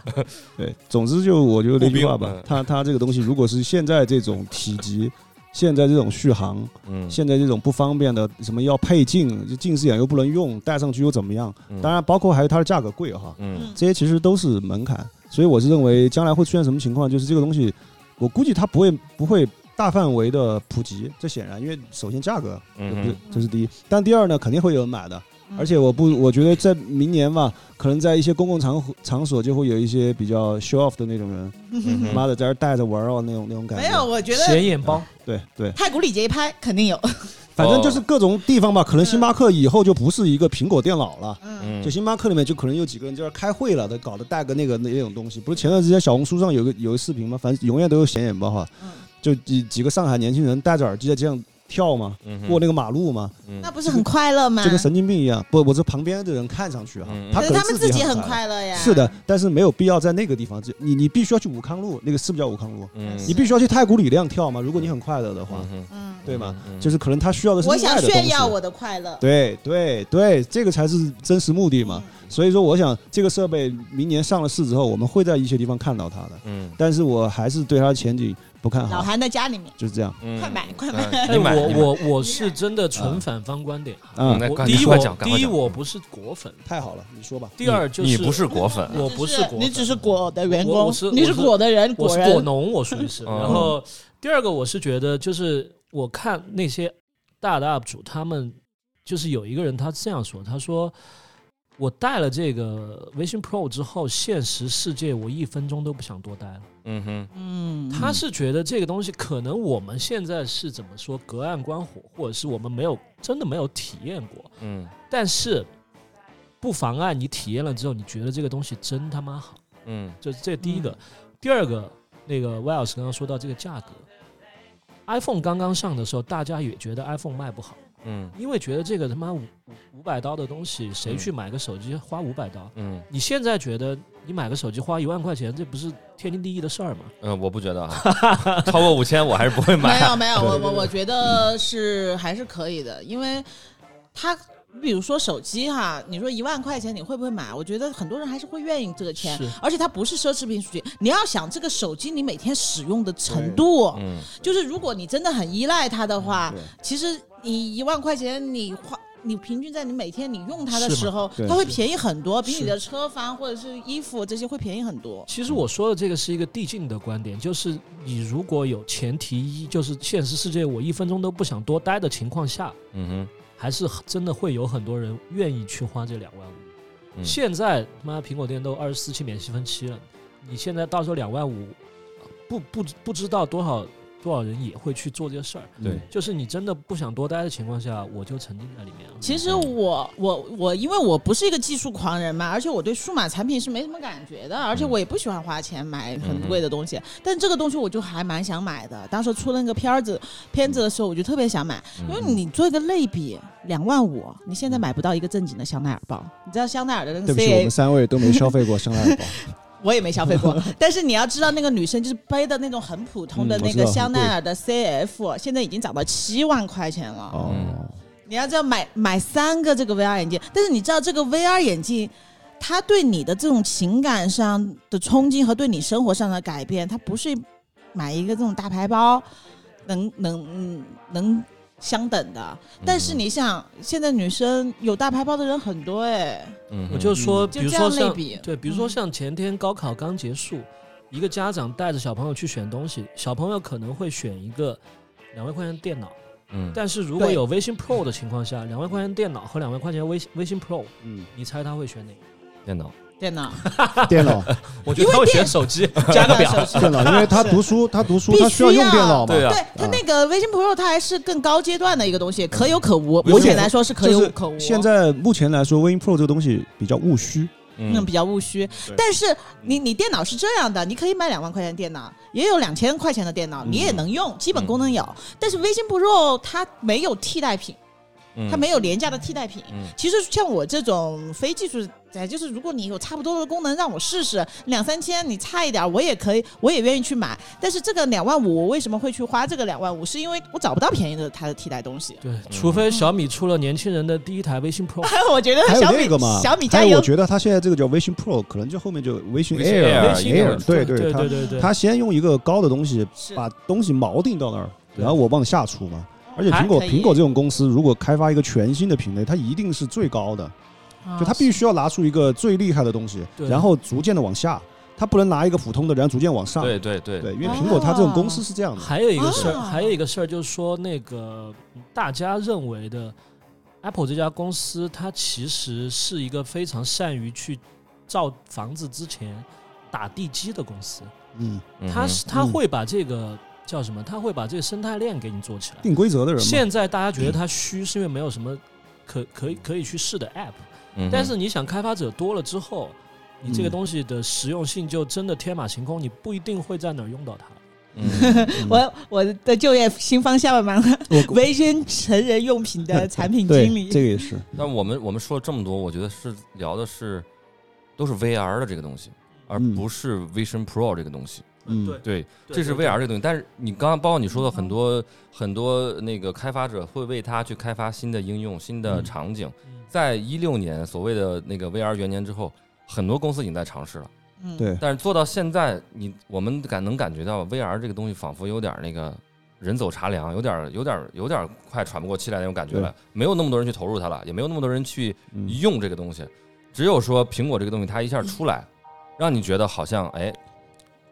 S1: 对，总之就我就那句话
S3: 步兵
S1: 吧
S3: 嗯，
S1: 它它这个东西，如果是现在这种体积，现在这种续航，
S3: 嗯，
S1: 现在这种不方便的，什么要配镜，就近视眼又不能用，戴上去又怎么样？
S3: 嗯
S1: 当然，包括还有它的价格贵哈，
S3: 嗯
S4: 嗯
S1: 这些其实都是门槛。所以我是认为将来会出现什么情况，就是这个东西，我估计它不会不会大范围的普及，这显然因为首先价格，
S3: 嗯
S1: 这
S3: 哼
S1: 是这是第一，但第二呢，肯定会有人买的。
S4: 嗯
S1: 而且我不，我觉得在明年吧，可能在一些公共场合场所就会有一些比较 show off 的那种人，
S3: 嗯哼
S1: 妈的在这带着玩儿哦那种那种感觉。
S4: 没有，，我觉得
S2: 显眼包。
S1: 对
S3: 哦
S1: 对，
S4: 太古里节一拍肯定有，
S1: 反正就是各种地方吧，可能星巴克以后就不是一个苹果电脑了。
S4: 嗯，
S3: 嗯
S1: 就星巴克里面就可能有几个人在这儿开会了，他搞得带个那个那那种东西，不是前段时间小红书上有个有个视频吗？反正永远都有显眼包哈
S4: 嗯，
S1: 就几几个上海年轻人戴着耳机在街上跳嘛，
S3: 嗯哼
S1: 过那个马路嘛，
S3: 嗯
S4: 那不是很快乐吗？
S1: 就跟神经病一样。不，我这旁边的人看上去哈啊
S3: 嗯嗯，
S1: 他可
S4: 可是
S1: 能
S4: 嗯他们自己很
S1: 很
S4: 快乐呀。
S1: 是的，，但是没有必要在那个地方，这你你必须要去武康路，那个是不是叫武康路？
S3: 嗯
S1: 你必须要去太古里那样跳嘛，如果你很快乐的话，
S3: 嗯哼
S4: 嗯，
S1: 对吗？
S3: 嗯
S1: 就是可能他需要的是
S4: 我
S1: 另外
S4: 想
S1: 的东西
S4: 炫耀我的快乐。
S1: 对对对，这个才是真实目的嘛。
S4: 嗯
S1: 所以说，我想这个设备明年上了市之后，我们会在一些地方看到它的，
S3: 嗯
S1: 但是我还是对它的前景不看
S4: 老
S1: 好，
S4: 韩在家里面，
S1: 就是这样。
S3: 嗯
S4: 快买快买
S3: 买
S2: 哎，
S3: 你买
S2: 我
S3: 你买
S2: 我我是真的纯反方观点。
S1: 啊、
S3: 嗯那
S2: 我
S3: 赶
S2: 第
S3: 紧
S2: 一
S3: 快
S2: 我
S3: 讲赶快
S2: 第一
S3: 讲
S2: 我
S3: 嗯
S2: 不是果粉，
S1: 太好了，你说吧。
S2: 第二就是
S3: 你不是
S2: (laughs)
S3: 果粉，啊
S2: 我不是果粉
S4: 你只是果的员
S2: 我
S4: 工
S2: 我是，
S4: 你是果的人，
S2: 我
S4: 果
S2: 是
S4: 人
S2: 果农，我属于
S3: (laughs)
S2: 是。
S3: 嗯
S2: 然后第二个，我是觉得就是我看那些大的 UP 主，他们就是有一个人他这样说，他说我戴了这个微信 Pro 之后，现实世界我一分钟都不想多待了。
S3: 嗯哼，
S4: 嗯，
S2: 他是觉得这个东西可能我们现在是怎么说隔岸观火，或者是我们没有真的没有体验过，
S3: 嗯
S2: 但是不妨碍你体验了之后，你觉得这个东西真他妈好。
S3: 嗯
S2: 这这第一个，第二个，那个 Y 老师刚刚说到这个价格，iPhone 刚刚上的时候，大家也觉得 iPhone 卖不好，
S3: 嗯
S2: 因为觉得这个他妈五五百刀的东西，
S4: 嗯
S2: 谁去买个手机花五百刀？
S3: 嗯，
S2: 你现在觉得你买个手机花一万块钱，这不是天经地义的事儿吗？
S3: 呃，我不觉得啊，
S2: (laughs)
S3: 超过五千我还是不会 (laughs)
S4: 没
S3: 买。
S4: 有没有，我我我觉得是还是可以的，因为他。比如说手机哈，你说一万块钱你会不会买？我觉得很多人还是会愿意这个钱
S2: 是，
S4: 而且它嗯不是奢侈品手机。你要想这个手机你每天使用的程度，
S3: 嗯
S4: 就是如果你真的很依赖它的话，
S1: 嗯对
S4: 其实你一万块钱你花。你平均在你每天你用它的
S2: 是吗
S4: 时候，
S1: 对
S4: 它会便宜很多，比
S2: 是
S4: 你的车房或者是衣服这些会便宜很多。
S2: 其实我说的这个是一个递进的观点，就是你如果有前提一，就是现实世界我一分钟都不想多待的情况下，
S3: 嗯
S2: 还是真的会有很多人愿意去花这两万五。
S3: 哼，
S2: 现在他妈苹果店都二十四期免息分期了，你现在到时候两万五，不不不知道多少多少人也会去做这个事儿。
S1: 嗯
S3: 对
S2: 就是你真的不想多待的情况下，我就沉浸在里面了。
S4: 其实
S1: 嗯
S4: 我我我，因为我不是一个技术狂人嘛，而且我对数码产品是没什么感觉的，
S1: 嗯
S4: 而且我也不喜欢花钱买很贵的东西。但这个东西我就还蛮想买的。当时出了那个片儿子片子的时候，我就特别想买，
S1: 嗯
S3: 嗯
S4: 因为你做一个类比，两万五，你现在买不到一个正经的香奈儿包。你知道香奈儿的那
S1: 对
S4: 个
S1: 不起，我
S4: CA
S1: 们三位都没消费过香奈儿
S3: (laughs)
S1: 包。
S4: 我也没消费过，
S1: (laughs)
S4: 但是你要知道，那个女生就是背的那种很普通的
S1: 嗯
S4: 那
S1: 我知
S4: 个
S1: 道
S4: 香奈儿的 CF，、现在已经涨到七万块钱了。
S1: 哦，
S3: 嗯
S4: 你要知道买买三个这个 VR 眼镜，但是你知道这个 VR 眼镜，它对你的这种情感上的冲击和对你生活上的改变，它不是买一个这种大牌包能能嗯能相等的。
S3: 嗯
S4: 但是你想，现在女生有大牌包的人很多哎，
S3: 嗯哼，
S2: 我就说，比
S4: 就
S2: 如
S4: 这
S2: 说
S4: 样类
S2: 像
S4: 比嗯
S2: 对，比如说像前天高考刚结束，一个家长带着小朋友去选东西，小朋友可能会选一个两万块钱的电脑，
S3: 嗯
S2: 但是如果
S4: 对
S2: 有微信 Pro 的情况下，两万块钱电脑和两万块钱微信微信 Pro，
S1: 嗯，
S2: 你猜他会选哪个？
S3: 电脑，
S4: 电脑
S1: (laughs) 电脑，
S2: 我觉得他会选手机加个表。
S1: 电脑，因为他读书，他读书，他需要用电脑嘛。
S3: 对啊，
S4: (laughs) 对它那个微信 Pro，它还是更高阶段的一个东西，可有可无。
S1: 微信
S4: 目前来说是可
S1: 就
S4: 有
S1: 是
S4: 可无。
S1: 现在目前来说，Win Pro 这个东西比较务虚，
S4: 嗯，
S3: 嗯
S4: 比较务虚。但是你你电脑是这样的，你可以买两万块钱电脑，也有两千块钱的电脑，你也能用，基本功能有。但是微信 Pro 它没有替代品，
S3: 嗯
S4: 它没有廉价的替代品。
S3: 嗯
S4: 其实像我这种非技术宅，就是如果你有差不多的功能让我试试，两三千你差一点儿我也可以，我也愿意去买。但是这个两万五，我为什么会去花这个两万五？是因为我找不到便宜的它的替代东西。
S2: (laughs)
S4: (laughs)
S2: 对，除非小米出了年轻人的第一台微信 Pro，
S4: 我觉得
S1: 还有
S4: 呃小
S1: 那
S4: 米
S1: 个嘛，
S4: 小米加
S1: 还有
S4: 油
S1: 我！觉得它现在这个叫微信 Pro，可能就后面就微信
S3: 微信
S1: Air 啊
S3: Air，
S2: 微信
S1: Air，对
S2: 对
S1: 它
S2: 对对对，
S1: 它先用一个高的东西
S4: 是
S1: 把东西锚定到那儿，
S2: 对
S1: 然后我往下出嘛。而且
S4: 还
S1: 苹果
S4: 可以
S1: 苹果这种公司，如果开发一个全新的品类，它一定是最高的，
S4: 嗯
S1: 就它必须要拿出一个最厉害的东西，
S2: 对
S1: 然后逐渐的往下，它不能拿一个普通的，然后逐渐往上。
S3: 对对对
S1: 对，因为苹果它这种公司是这样的，
S2: 还有一个事儿，
S4: 啊
S2: 还有一个事儿就是说，那个大家认为的 Apple 这家公司，它其实是一个非常善于去造房子之前打地基的公司。
S1: 嗯，
S3: 嗯
S2: 它是它
S1: 嗯
S2: 会把这个叫什么？它会把这个生态链给你做起来。
S1: 定规则的人嘛。
S2: 现在大家觉得它虚，是因为没有什么可可以可以去试的 app。
S3: 嗯
S2: 但是你想，开发者多了之后，你这个
S1: 嗯
S2: 东西的实用性就真的天马行空，你不一定会在哪儿用到它。 (laughs)
S3: 嗯
S1: 嗯
S4: 我我的就业新方向嘛，
S1: (laughs) 我
S4: 维珍成人用品的产品
S1: 对
S4: 经理。
S1: 这个也是，
S3: 但我们我们说了这么多，我觉得是聊的是都是 VR 的这个东西，而
S1: 嗯
S3: 不是 Vision Pro 这个东西。
S1: 嗯，
S2: 对
S3: 对，
S2: 对
S3: 这是
S2: 对对
S3: VR 这个东西。但是你刚刚包括你说的很多很多那个开发者会为它去开发新的应用、新的
S2: 嗯
S3: 场景。
S2: 嗯
S3: 在一六年所谓的那个 VR 元年之后，很多公司已经在尝试了。
S4: 嗯，
S1: 对
S3: 但是做到现在，你我们感能感觉到 VR 这个东西仿佛有点那个人走茶凉，有点有点有点快喘不过气来那种感觉了。没有那么多人去投入它了，也没有那么多人去
S1: 嗯
S3: 用这个东西。只有说苹果这个东西，它一下出来，让你觉得好像哎，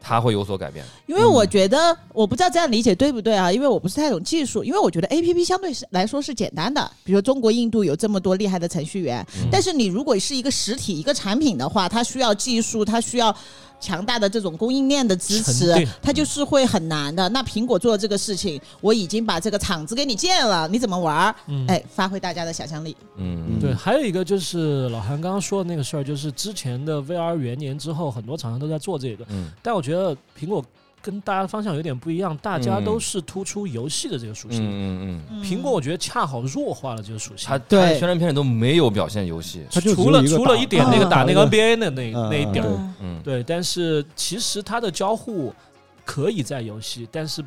S3: 它会有所改变。
S4: 因为我觉得我不知道这样理解对不对啊，因为我不是太懂技术，因为我觉得 A P P 相对是来说是简单的，比如说中国、印度有这么多厉害的程序员，
S3: 嗯
S4: 但是你如果是一个实体一个产品的话，它需要技术，它需要。强大的这种供应链的支持
S2: 沉淀，
S4: 它就是会很难的。那苹果做这个事情，我已经把这个厂子给你建了，你怎么玩儿？
S2: 嗯
S4: 哎，发挥大家的想象力。
S3: 嗯
S2: 对，还有一个就是老韩刚刚说的那个事儿，就是之前的 VR 元年之后，很多厂商都在做这个，
S3: 嗯
S2: 但我觉得苹果跟大家方向有点不一样，大家
S3: 嗯
S2: 都是突出游戏的这个属
S3: 嗯
S2: 性，
S3: 嗯嗯，
S2: 苹果我觉得恰好弱化了这个属性
S3: 它。它
S4: 对
S3: 宣传片里都没有表现游戏。
S1: 它就只有
S2: 除了
S1: 一个
S2: 除了
S1: 大
S2: 一点
S4: 大
S2: 那个打
S1: 一
S2: 那
S1: 个
S2: 个 NBA 的那
S1: 嗯
S2: 那一点儿，
S1: 对
S3: 嗯，
S2: 对，但是其实它的交互可以在游戏，但是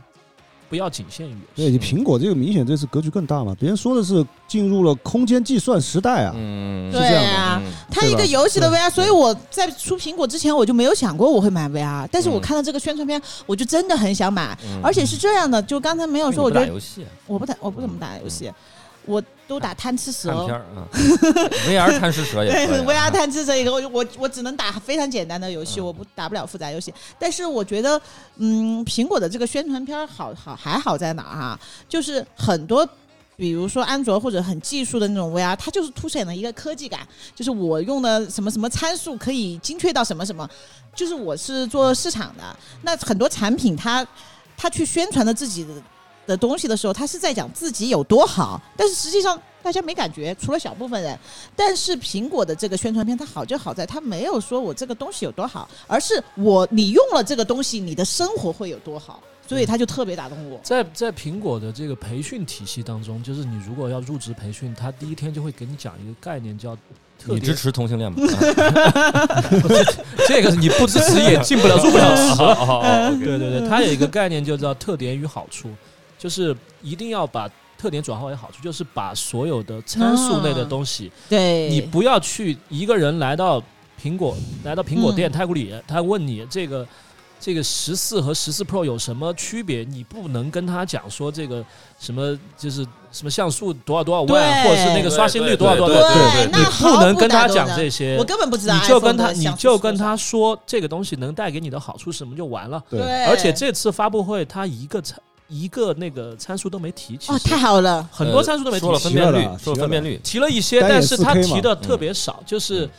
S2: 不要仅限于游
S1: 对，
S2: 戏。
S1: 你苹果这个明显这次格局更大嘛，别人说的是进入了空间计算时代啊，
S3: 嗯，
S1: 是这
S4: 对
S1: 样的
S4: 啊，
S3: 嗯
S4: 它一个
S1: 对吧
S4: 游戏的
S2: 对
S4: VR，所以我在出苹果之前我就没有想过我会买 VR，但是我
S3: 嗯
S4: 看到这个宣传片，我就真的很想买，
S3: 嗯
S4: 而且是这样的，就刚才没有
S3: 你
S4: 说，
S3: 不
S4: 我觉
S3: 打
S4: 得
S3: 游戏，
S4: 我不打，我不怎么打游戏，我都打贪吃蛇
S3: 看。片儿啊，VR 贪吃蛇也
S4: 对
S3: 可以
S4: (laughs)
S3: 啊
S4: ，VR 贪吃蛇一个，我就我我只能打非常简单的游戏，
S3: 嗯
S4: 我不打不了复杂游戏。但是我觉得，嗯，苹果的这个宣传片儿好好还好在哪儿啊？就是很多。比如说安卓或者很技术的那种 VR，它就是凸显了一个科技感，就是我用的什么什么参数可以精确到什么什么，就是我是做市场的，那很多产品它它去宣传的自己的的东西的时候，它是在讲自己有多好，但是实际上大家没感觉，除了小部分人。但是苹果的这个宣传片，它好就好在它没有说我这个东西有多好，而是我你用了这个东西，你的生活会有多好，所以它就特别打动我。
S2: 在在苹果的这个培训体系当中，就是你如果要入职培训，他第一天就会给你讲一个概念叫特
S3: 你
S2: 别
S3: 支持同性恋吗？
S2: 这个你不支持也进不了入不了池。
S3: 哦
S2: 对对对，它有一个概念就叫特点与好处，就是一定要把特点转化为好处，就是把所有的参数类的东西，
S4: 对
S2: 你不要去一个人来到苹果来到苹果店
S4: 嗯
S2: 太古里，他问你这个。这个十四和十四 Pro 有什么区别？你不能跟他讲说这个什么就是什么像素多少多少万，
S4: 对
S2: 或者是那个刷新率多少多少
S4: 对
S2: 万，
S3: 对对
S4: 那
S2: 你
S4: 毫
S2: 不能跟他
S4: 打动
S2: 讲
S4: 人
S2: 这些。
S4: 我根本不知道
S2: 你
S4: iPhone
S2: 就跟
S4: 的像素是多
S2: 他，
S4: 少，
S2: 你就跟他说这个东西能带给你的好处是什么就完了。
S1: 对
S4: 对，
S2: 而且这次发布会，他一个参一个那个参数都没提，其
S4: 哦
S2: 实
S4: 太好了，
S2: 很多参数都没提
S3: 呃说，了
S1: 分
S3: 分
S1: 辨
S3: 辨
S1: 率
S3: 率，说
S1: 说了
S3: 了
S1: 分
S3: 分
S1: 辨
S3: 辨率，
S2: 提了一些，
S1: 单眼
S2: 但是他
S1: 4K 嘛
S2: 提的特别少，就是
S3: 嗯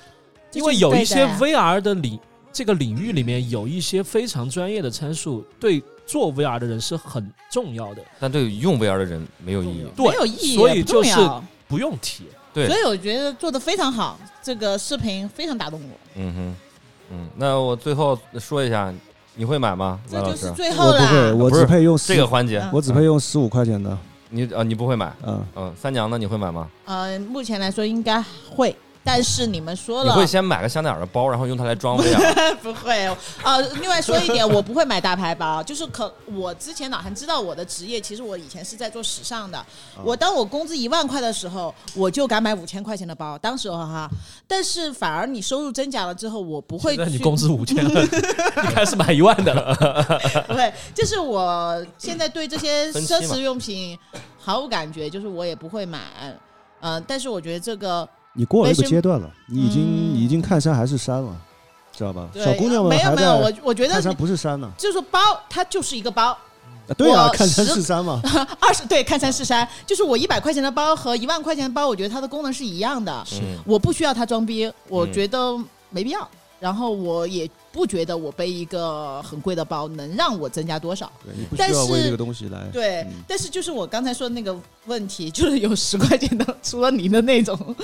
S2: 因为有一些
S4: 这就是对
S2: VR 的领这个领域里面有一些非常专业的参数，对做 VR 的人是很重要的，
S3: 但对于用 VR 的人没有意义。
S2: 对
S4: 没有意义，
S2: 所以
S4: 也不重
S2: 就是
S4: 要
S2: 不用提。
S3: 对
S4: 所以我觉得做的非常好，这个视频非常打动我，
S3: 嗯哼，嗯，那我最后说一下，你会买吗？
S4: 这
S3: 王老
S4: 就
S3: 师
S4: 是，最后
S1: 我不会，
S4: 啦。
S1: 我
S3: 不
S1: 只
S3: 是
S1: 配用10
S3: 这个环节
S4: 嗯
S1: 我只配用十五块钱的，
S3: 你啊，你不会买，
S1: 嗯，
S3: 嗯，三娘呢？你会买吗？
S4: 呃，目前来说应该会，但是你们说
S3: 你
S4: 了，
S3: 会先买个香奈儿的包，然后用它来装模样？
S4: (laughs) 不会呃，另外说一点，我不会买大牌包，就是可我之前脑还知道我的职业，其实我以前是在做时尚的。
S3: 啊
S4: 我当我工资一万块的时候，我就敢买五千块钱的包，当时候哈。但是反而你收入增加了之后，我不会
S2: 那你
S4: 去
S2: 工资五千了， (laughs) 你开始买一万的了。
S4: (laughs) 不会，就是我现在对这些
S3: 分
S4: 奢
S3: 期嘛
S4: 侈用品毫无感觉，就是我也不会买。嗯、但是我觉得这个
S1: 你过了一个
S4: 没什么
S1: 阶段了，你已经
S4: 嗯
S1: 你已经看山还是山了，知道吧？
S4: 对呃
S1: 小姑娘们
S4: 没有
S1: 还
S4: 没有，
S1: 在
S4: 我我觉得
S1: 看山不是山呢，
S4: 就是包，它就是一个包，
S1: 啊对啊，
S4: 我
S1: 看山
S4: 十
S1: 是山
S4: (laughs)
S1: 嘛，
S4: 二十对，看山是山，就是我一百块钱的包和一万块钱的包，我觉得它的功能是一样的，
S3: 嗯，
S4: 我不需要它装逼，我
S3: 嗯
S4: 觉得没必要。然后我也不觉得我背一个很贵的包能让我增加多少，
S1: 对你不
S4: 但
S1: 需要为
S4: 是
S1: 这个东西来。
S4: 对。
S1: 嗯
S4: 但是就是我刚才说的那个问题，就是有十块钱的，除了你的那种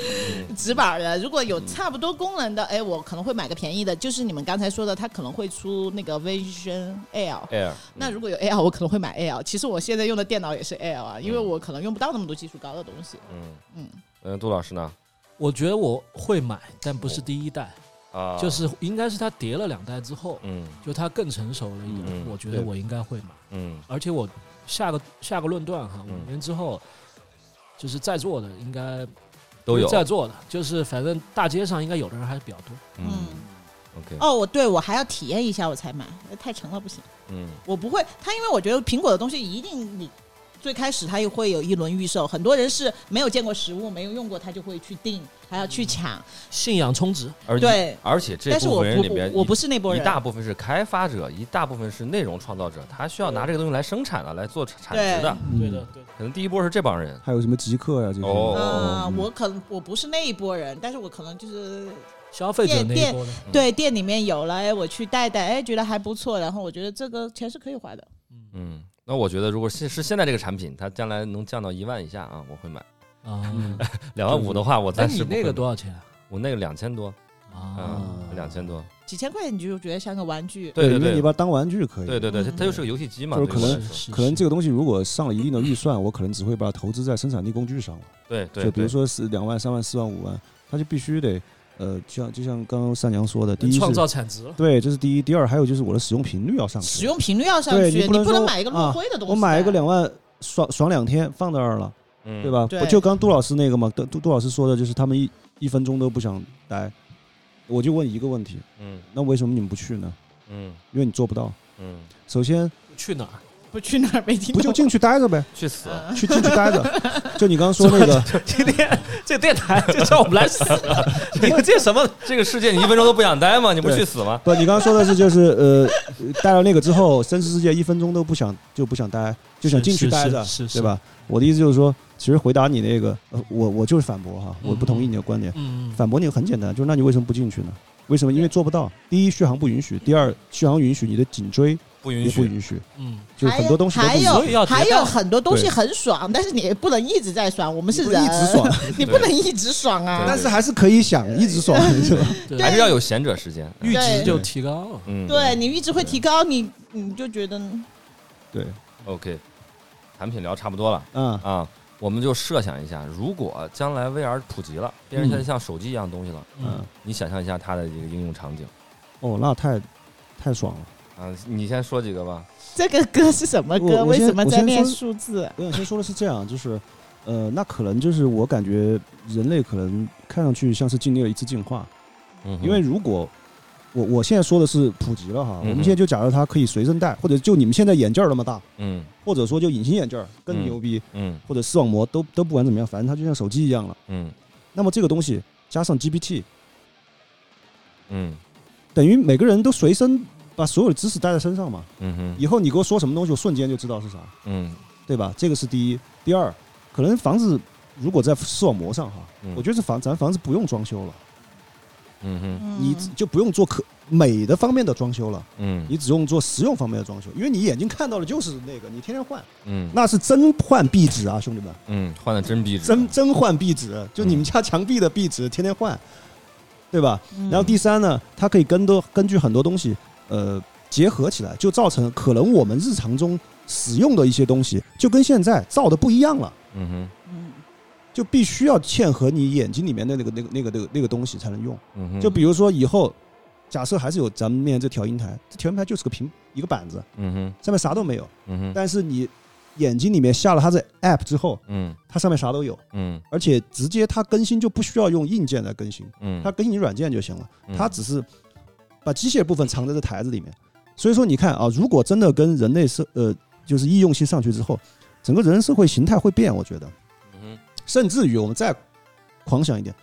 S4: 直板儿的，如果有差不多功能的，哎，我可能会买个便宜的。就是你们刚才说的，它可能会出那个 Vision L，
S3: Air，嗯
S4: 那如果有 AR，我可能会买 AR。其实我现在用的电脑也是 AR 啊，因为我可能用不到那么多技术高的东西。
S3: 嗯嗯
S4: 嗯
S3: 嗯，杜老师呢？
S2: 我觉得我会买，但不是第一代，
S3: 啊，
S2: 就是应该是它叠了两代之后，
S3: 嗯
S2: 就它更成熟了一点，
S3: 嗯
S2: 我觉得
S1: 对
S2: 我应该会买。
S3: 嗯
S2: 而且我下个下个论断哈，
S3: 嗯
S2: 五年之后，就是在座的应该
S3: 都有，
S2: 在座的，就是反正大街上应该有的人还是比较多。
S3: 嗯，OK，
S4: 哦，我对我还要体验一下我才买，太沉了不行。
S3: 嗯
S4: 我不会，它因为我觉得苹果的东西一定你最开始它也会有一轮预售，很多人是没有见过实物、没有用过，他就会去订，还要去抢。
S2: 信仰充值，
S3: 而
S4: 嗯对
S3: 而且这
S4: 但是
S3: 部
S4: 我
S3: 分人
S4: 不
S3: 里边，
S4: 我不是那波
S3: 一
S4: 人。
S3: 大部分是开发者，一大部分是内容创造者，他需要拿这个东西来生产的，来做产值的。
S1: 嗯
S2: 对的，对的。
S3: 可能第一波是这帮人，
S1: 还有什么极客呀、这些？
S3: 哦
S4: 啊、
S1: 嗯
S4: 我可能我不是那一波人，但是我可能就是
S2: 消费者那一波的，
S3: 嗯
S4: 对店里面有了，哎，我去带带，哎，觉得还不错，然后我觉得这个钱是可以花的。
S2: 嗯
S3: 嗯。那我觉得，如果现是现在这个产品，它将来能降到一万以下啊，我会买。
S2: 啊，
S3: 两万五的话，我
S2: 那
S3: 暂
S2: 你
S3: 时不会
S2: 那个
S3: 买
S2: 多少钱啊
S3: 我那个两千多，
S2: 啊？
S3: 嗯，两千多，
S4: 几千块钱你就觉得像个玩具，
S3: 对
S1: 因为你
S3: 对
S1: 把它当玩具可以。
S3: 对对对，它
S4: 嗯
S3: 它就是个游戏机嘛，
S1: 就是
S3: 对
S1: 可
S3: 我
S1: 能
S3: 来
S2: 是
S3: 说
S2: 是
S1: 可能
S2: 是
S1: 这个东西如果上了一定的预算，我可能只会把它投资在生产力工具上了。
S3: 对对，
S1: 就比如
S3: 对
S1: 说是两万、三万、四万、五万，它就必须得，呃，就像就像刚刚三娘说
S3: 呃
S1: 的，第一
S2: 创
S1: 是
S2: 造产值了。
S1: 对，这是第一，第二还有就是我的使用频率要上去。
S4: 使用频率要上
S1: 对
S4: 去，
S1: 你不能
S4: 不能
S1: 说
S4: 买一个落灰的东西。
S1: 我
S4: 啊
S1: 买一个，两嗯万，爽爽两天放那儿了，
S3: 嗯
S1: 对吧？
S4: 对
S1: 不就刚杜老师那个嘛，杜杜杜老师说的就是他们一一分钟都不想待，我就问一个问题，
S3: 嗯
S1: 那为什么你们不去呢？
S3: 嗯
S1: 因为你做不到。
S3: 嗯，
S1: 首先
S2: 去哪儿？
S4: (laughs)
S2: 啊
S4: 不啊去那儿没听
S1: 不就进去待着呗，
S3: 去死！
S2: (laughs)
S1: 去进去待着。就你刚刚说那个，
S2: 这电这电台就叫我们来死 (laughs) 了！你们这什么？
S3: 这个世界你一分钟都不想待吗？你不
S1: 对
S3: 去死吗？
S1: 不，你刚刚说的是就是呃，待了那个之后，真实世界一分钟都不想就不想待，就想进去待着，
S2: 是是是是
S1: 对吧？我的意思就是说，其实回答你那个，呃，我我就是反驳哈，
S2: 嗯
S1: 我不同意你的观点。
S2: 嗯，
S1: 反驳你很简单，就是那你为什么不进去呢？为什么？因为做不到。第一，续航不允许；第二，续航允许，你的颈椎
S3: 不
S1: 也
S3: 允
S1: 不
S3: 许。
S1: 允许，
S2: 嗯，
S1: 就是很多东西都不
S4: 还
S1: 允许。
S2: 所以要
S4: 有
S2: 迭代
S4: 还有很多东西
S1: 对
S4: 很爽，但是你也不能一直在爽。我们是
S1: 你不
S4: 人，
S1: 能一直爽，啊
S4: (laughs) 你不能一直爽啊
S1: 但。是还是可以想一
S4: (laughs)
S1: 直爽，是吧？
S2: 对
S3: 还是要有闲者时间。
S2: 阈值
S4: 对
S2: 就提高了。
S3: 嗯，
S4: 对你一直会提高，你你就觉得嗯
S1: 对，
S3: ，OK，产品聊差不多了
S1: 啊，
S3: 啊，我们就设想一下，如果将来 VR 普及了，变
S1: 嗯
S3: 成像像手机一样的东西了，
S1: 嗯
S2: 嗯，，
S3: 你想象一下它的一个应用场景
S1: 哦，那太太爽了。
S3: 啊，你先说几个吧。
S4: 这个歌是什么歌？
S1: 我我
S4: 为
S1: 先
S4: 什么在
S1: 我
S4: 练
S1: 先
S4: 数字？
S1: 我想先说的是这样，啊就是，呃，那可能就是我感觉人类可能看上去像是经历了一次进化，
S3: 嗯哼，
S1: 因为如果我我现在说的是普及了哈，
S3: 嗯
S1: 我们现在就假设它可以随身带，或者就你们现在眼镜儿那么大，
S3: 嗯
S1: 或者说就隐形眼镜儿更
S3: 嗯
S1: 牛逼，
S3: 嗯
S1: 或者视网膜都都不管怎么样，反正它就像手机一样了。
S3: 嗯
S1: 那么这个东西加上 GPT，
S3: 嗯
S1: 等于每个人都随身把所有的知识带在身上嘛，
S3: 嗯哼
S1: 以后你给我说什么东西，我瞬间就知道是啥。
S3: 嗯
S1: 对吧？这个是第一。第二，可能房子如果在视网膜上哈，
S3: 嗯
S1: 我觉得这房咱房子不用装修了，
S3: 嗯哼
S4: 嗯
S1: 你就不用做可美的方面的装修了，
S3: 嗯
S1: 你只用做实用方面的装修，因为你眼睛看到的就是那个，你天天换，
S3: 嗯
S1: 那是真换壁纸啊，兄弟们，
S3: 嗯，换的真逼真
S1: 真真换壁纸，就你们家墙壁的壁纸天
S4: 嗯
S1: 天换，对吧？然后第三呢，它可以跟多根据很多东西，呃，结合起来，就造成可能我们日常中使用的一些东西，就跟现在造的不一样了，
S3: 嗯哼，
S4: 嗯，
S1: 就必须要嵌合你眼睛里面的那个、那个、那个、那个、那个东西才能用。
S3: 嗯哼，
S1: 就比如说以后，假设还是有咱们面前这调音台，这调音台就是个平一个板子，
S3: 嗯哼，
S1: 上面啥都没有，
S3: 嗯哼，
S1: 但是你眼睛里面下了它的 app 之后，
S3: 嗯
S1: 它上面啥都有，
S3: 嗯
S1: 而且直接它更新就不需要用硬件来更新，
S3: 嗯，
S1: 它更新软件就行了。
S3: 嗯
S1: 它只是把机械部分藏在这台子里面。所以说，你看啊，如果真的跟人类社呃，就是易用性上去之后，整个人社会形态会变。我觉得，
S3: 嗯
S1: 甚至于我们再狂想一点，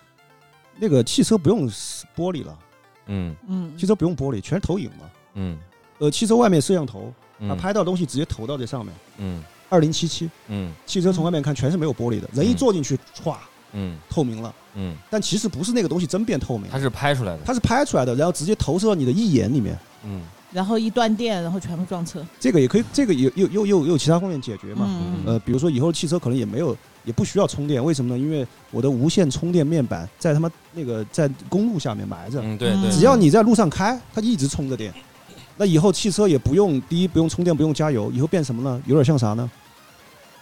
S1: 那个汽车不用玻璃了，
S3: 嗯
S4: 嗯
S1: 汽，车不用玻璃，全是投影嘛。
S3: 嗯
S1: 呃，汽车外面摄像头，它
S3: 嗯，
S1: 拍到东西直接投到这上面。
S3: 嗯
S1: 二零七七，
S3: 嗯
S1: 汽车从外面看全是没有玻璃的，人一
S3: 嗯
S1: 坐进去，歘，
S3: 嗯
S1: 透明了。
S3: 嗯，
S1: 但其实不是那个东西真变透明
S3: 它，是拍出来的，
S1: 它是拍出来的，然后直接投射到你的一眼里面。
S3: 嗯
S4: 然后一断电，然后全部撞车。
S1: 这个也可以，这个也又又又又其他方面解决嘛。
S4: 嗯
S1: 呃，比如说以后汽车可能也没有，也不需要充电，为什么呢？因为我的无线充电面板在他妈那个在公路下面埋着，
S3: 嗯，对对，
S1: 只要你在路上开，它一直充着电。那以后汽车也不用，第一不用充电，不用加油，以后变什么呢？有点像啥呢？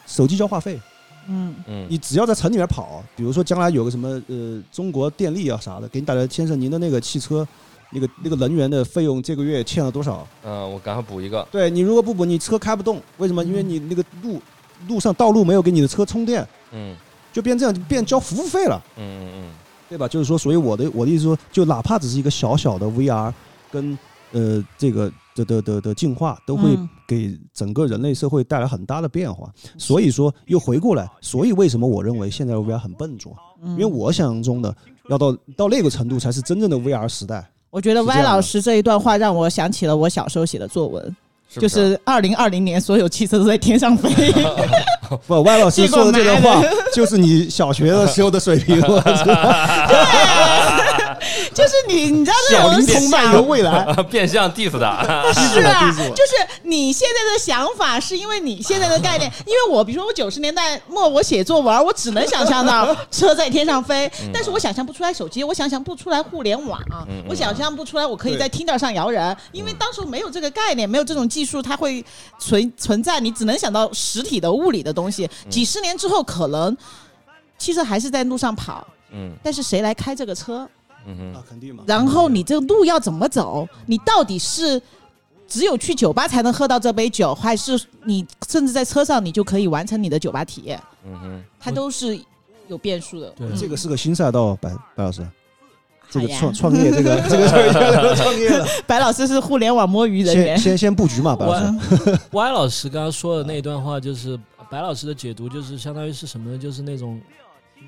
S1: 手机交话费，
S4: 嗯
S3: 嗯
S1: 你只要在城里面跑，比如说将来有个什么呃中国电力啊啥的，给你打来，先生您的那个汽车那个那个能源的费用这个月欠了多少？
S3: 嗯，我赶快补一个，
S1: 对你如果不补，你车开不动。为什么？因为你那个路路上道路没有给你的车充电，
S3: 嗯
S1: 就变这样，就变交服务费了，
S3: 嗯嗯
S1: 对吧？就是说，所以我的我的意思说，就哪怕只是一个小小的 VR 跟呃这个的的的的进化，都会
S4: 嗯
S1: 给整个人类社会带来很大的变化。所以说，又回过来，所以为什么我认为现在的 VR 很笨拙？因
S4: 嗯，
S1: 为我想象中的要到到那个程度才是真正的 VR 时代。
S4: 我觉得
S1: 是这
S4: Y
S1: 样的
S4: 老师这一段话让我想起了我小时候写的作文，
S3: 嗯，
S1: 啊
S4: 就是二零二零年所有汽车都在天上飞。 (laughs)
S1: 不，歪老师
S4: 结果
S1: 说的这段
S4: 买
S1: 话，就是你小学的时候的水平。我知道
S4: 就是你，你知道那
S1: 小
S4: 种
S1: 灵通漫游未来，
S3: 变相 diss
S2: (laughs)
S3: 的，
S4: 是啊，
S1: 逼死我
S4: 就是你现在的想法，是因为你现在的
S3: (laughs)
S4: 概念。因为我，比如说我九十年代末我写作文，我只能想象到车在天上飞，但是我想象不出来手机，我想象不出来互联网，
S3: 嗯
S4: 我想象不出来我可以
S1: 对
S4: 在听道上摇人，因为当时没有这个概念，没有这种技术，它会存存在，你只能想到实体的物理的东西。
S3: 嗯
S4: 几十年之后，可能汽车还是在路上跑，
S3: 嗯
S4: 但是谁来开这个车？
S3: 嗯
S1: 那
S3: 哼，
S1: 肯定嘛。
S4: 然后你这个路要怎么走？你到底是只有去酒吧才能喝到这杯酒，还是你甚至在车上你就可以完成你的酒吧体验？
S3: 嗯哼，
S4: 它都是有变数的。
S2: 对
S4: 嗯
S1: 这个是个新赛道，白白老师，这个
S4: 哎好呀
S1: 创创业，这个这个事儿要聊创业了。
S4: 白老师是互联网摸鱼人
S1: 先
S4: 员，
S1: 先先布局 (laughs) 嘛，白老师。
S2: 我 Y 老师刚刚说的那段话，就是白老师的解读，就是相当于是什么呢？就是那种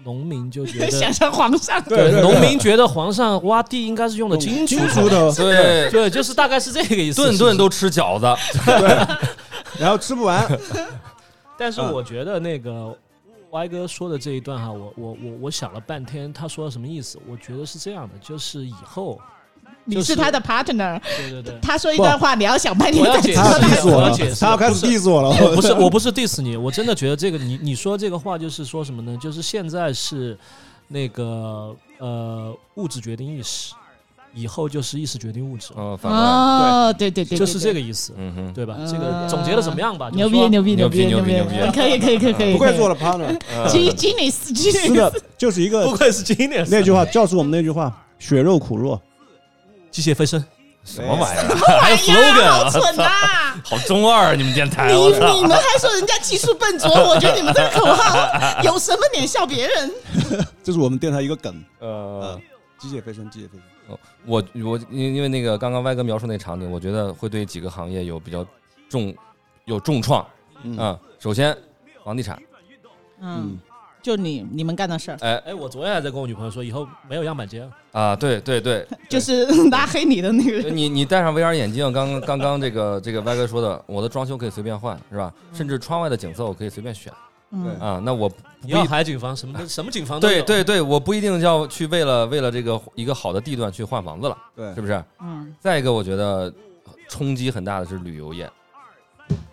S2: 农民就觉
S4: (laughs) 想
S2: 得，
S4: 象皇上。
S2: 对农民觉得皇上挖地应该是用的金
S1: 金
S2: 属的，
S1: 属的，
S3: 对，
S2: 对，就是大概是这个意思。
S3: 顿顿
S2: 是不是，
S3: 都吃饺子，
S1: 然后吃不 (laughs) 完，
S2: 但是我觉得那个 Y 哥说的这一段哈，我我我我想了半天，他说的什么意思？我觉得是这样的，就是以后，
S4: 你是他的 partner，
S2: 对对 (laughs) 对，
S4: 他说一段话，你要想半天
S2: 我要
S4: 再
S2: 解
S4: 知
S2: 释
S1: 他要
S4: 道
S2: 一下
S1: diss
S4: 他
S1: 我
S2: 我
S1: 了
S2: 要解，释
S1: 他要开
S2: 不
S1: 始
S2: 是
S1: diss 我了。
S2: 我不是我不是 diss 你，我真的觉得这个你你说这个话就是说什么呢？就是现在是那个呃物质决定意识，以后就是意识决定物质，
S3: 嗯，反过来，
S4: 哦，对对对，
S2: 就是这
S4: 个
S2: 个意思，
S3: 嗯哼，
S2: 对吧？
S4: 嗯
S2: 这个总结的怎么样吧？
S4: 牛
S2: 就是
S4: 逼
S2: 说
S4: 牛逼
S3: 牛逼
S4: 逼
S3: 牛逼
S4: 逼
S3: 牛逼，
S4: 可以可以可以可以，
S1: 不愧做
S4: 了
S1: 了 partner，
S4: G Genius
S1: 是
S4: Genius，
S1: 的， (laughs) 就是一
S2: 不
S1: 个
S2: 愧是经典
S1: 那句话，教主我们那句话：血肉苦弱。
S2: 机械飞升，
S3: 什么玩意儿？
S4: 哎呀，
S3: slogan
S4: 好
S3: 啊，
S4: 蠢啊！
S3: 好中二啊，你们电台，
S4: 你
S3: 我操
S4: 你！们还说人家技术笨 (laughs) 拙，我觉得你们这个口号有什么脸笑别人？
S1: (laughs) 这是我们电台一个梗，
S3: 呃，
S1: 机械飞升，机械飞升。
S3: 我我因因为那个刚刚歪哥描述那场景，我觉得会对几个行业有比较重有重创
S1: 嗯
S3: 啊。首先，房地产，
S1: 嗯，，
S4: 就你你们干的事儿，
S3: 哎
S2: 哎，我昨天还在跟我女朋友说，以后没有样板间，
S3: 啊，对对对，
S4: 就是拉黑你的那个
S3: 就
S4: 人。
S3: 你你戴上 VR 眼镜，刚刚刚这个这个歪哥说的，我的装修可以随便换，是吧？甚至窗外的景色我可以随便选
S1: 对
S4: 嗯，
S3: 啊。那我不
S2: 你要海景房什么的什么景房都
S3: 对
S2: 有，
S3: 对对，我不一定要去为了为了这个一个好的地段去换房子了，
S1: 对
S3: 是，不是？
S4: 嗯， (laughs)
S3: 再一个，我觉得冲击很大的是旅游业，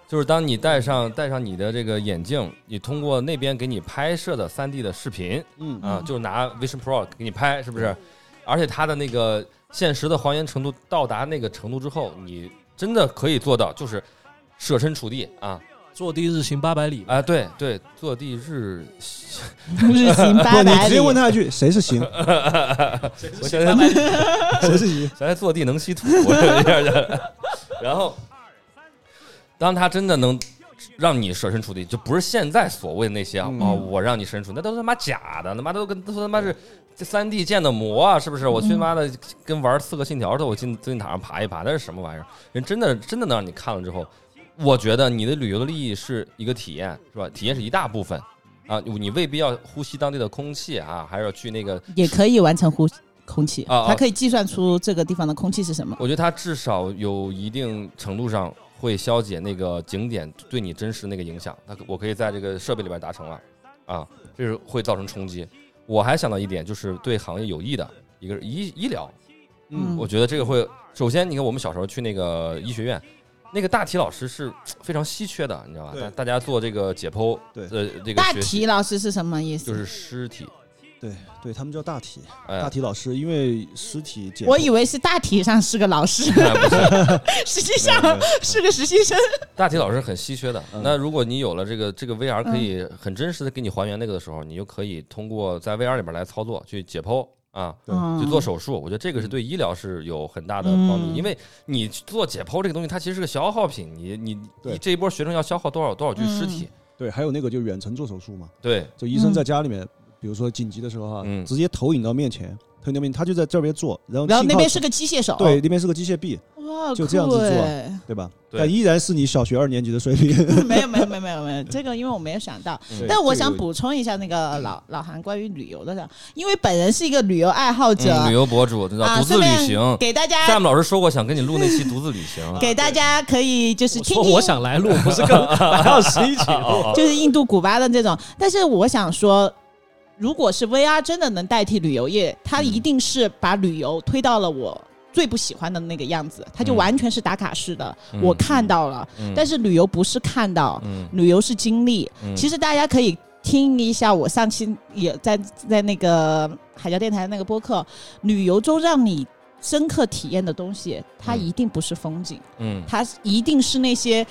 S3: 就是当你戴上戴上你的这个眼镜，你通过那边给你拍摄的 3D 的视频
S1: 嗯
S3: 啊，
S4: 嗯
S3: 就是拿 Vision Pro 给你拍，是不是？而且它的那个现实的还原程度到达那个程度之后，你真的可以做到，就是设身处地啊
S2: 坐地日行八百里，
S3: 啊，对对，坐地日， (laughs)
S4: 日行
S1: 不，
S4: 八
S1: 你
S4: 百
S1: 直
S4: 里
S1: 接。问他一句，谁是行，
S3: 我现在
S1: (laughs) 谁是行？
S3: 咱坐地能吸土，我这样的。然后，当他真的能让你设身处地，就不是现在所谓的那些啊、
S1: 嗯
S3: 哦，我让你设身处地，那都是他妈假的，他妈都跟都他妈是这三 D 建的模啊，是不是？我去他妈的跟玩《刺客信条》似的，我进金字塔上爬一爬，那是什么玩意儿？人真的真的能让你看了之后，我觉得你的旅游的利益是一个体验，是吧？体验是一大部分。啊，你未必要呼吸当地的空气啊，还是要去那个
S4: 也可以完成呼空气，
S3: 啊啊
S4: 它可以计算出这个地方的空气是什么。
S3: 我觉得它至少有一定程度上会消解那个景点对你真实那个影响。那我可以在这个设备里边达成了，啊，这是会造成冲击。我还想到一点，就是对行业有益的一个是医医疗，
S4: 嗯
S3: 我觉得这个会首先，你看我们小时候去那个医学院，那个大体老师是非常稀缺的，你知道吧？
S1: 对
S3: 大大家做这个解剖，
S1: 对
S3: 呃，这个
S4: 大
S3: 学习
S4: 体老师是什么意思？
S3: 就是尸体，
S1: 对对，他们叫大体，
S3: 哎，
S1: 大体老师，因为尸体解剖，
S4: 我以为是大体上是个老师， (laughs)
S3: 哎不是
S4: 实际
S1: 没有没有
S4: 上是个实习生。
S3: 大体老师很稀缺的。
S1: 嗯
S3: 那如果你有了这个这个
S4: 嗯
S3: VR，可以很真实的给你还原那个的时候，你就可以通过在 VR 里边来操作去解剖啊。
S1: 对
S3: 去做
S4: 手，
S3: 手术，我觉得这个是对医疗是有很大的
S4: 嗯
S3: 帮助，因为你做解剖这个东西，它其实是个消耗品，你你你
S1: 对
S3: 这一波学生要消耗多少多少具尸体？
S1: 对，还有那个就远程做手术嘛，
S3: 对，
S1: 就医生
S4: 嗯
S1: 在家里面，比如说紧急的时候哈
S3: 嗯，
S1: 直接投影到面前，投影到面前，他就在这边做，然后
S4: 然后
S1: 信
S4: 那
S1: 号
S4: 边是哦个机械手，
S1: 对，，那边是个机械臂，
S4: 哇，
S1: 就这样子
S4: 酷
S1: 做
S4: 哎
S1: 对吧？
S3: 对
S1: 但依然是你小学二年级的水平。
S4: 没有没有没有没有没有，这个因为我没有想到。
S3: 对
S4: (laughs)
S3: 嗯
S4: 但我想补充一下那个老老韩关于旅游的事儿，因为本人是一个旅游爱好者，
S3: 嗯旅游博主知道
S4: 啊，
S3: 独自
S4: 顺
S3: 旅
S4: 便
S3: 行。
S4: 给大
S3: 夏
S4: 家
S3: 姆老师说过想跟你录那期独自旅行，啊
S4: 给大家可以就是
S2: 我
S4: 听
S2: 说
S4: 听
S2: 我想来录，不是跟 (laughs) 白老师一起录。
S4: 就是印度、古巴的这种。但是我想说，如果是 VR 真的能代替旅游业，它
S3: 嗯
S4: 一定是把旅游推到了我最不喜欢的那个样子，它就
S3: 嗯
S4: 完全是打卡式的。
S3: 嗯
S4: 我看到了，
S3: 嗯
S4: 但是旅游不是看到，
S3: 嗯
S4: 旅游是经历。
S3: 嗯
S4: 其实大家可以听一下，我上期也在在那个海峡电台那个播客，旅游中让你。深刻体验的东西，它
S3: 嗯
S4: 一定不是风景，
S3: 嗯
S4: 它一定是那些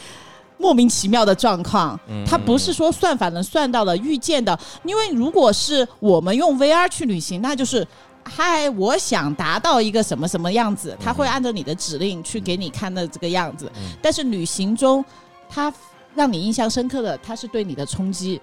S4: 莫名其妙的状况，
S3: 嗯
S4: 它不是说算法能算到的、预见的，因为如果是我们用 VR 去旅行，那就是。嗨，我想达到一个什么什么样子，它会按照你的指令去给你看的这个样子。
S3: 嗯
S4: 但是旅行中，它让你印象深刻的，它是对你的冲击。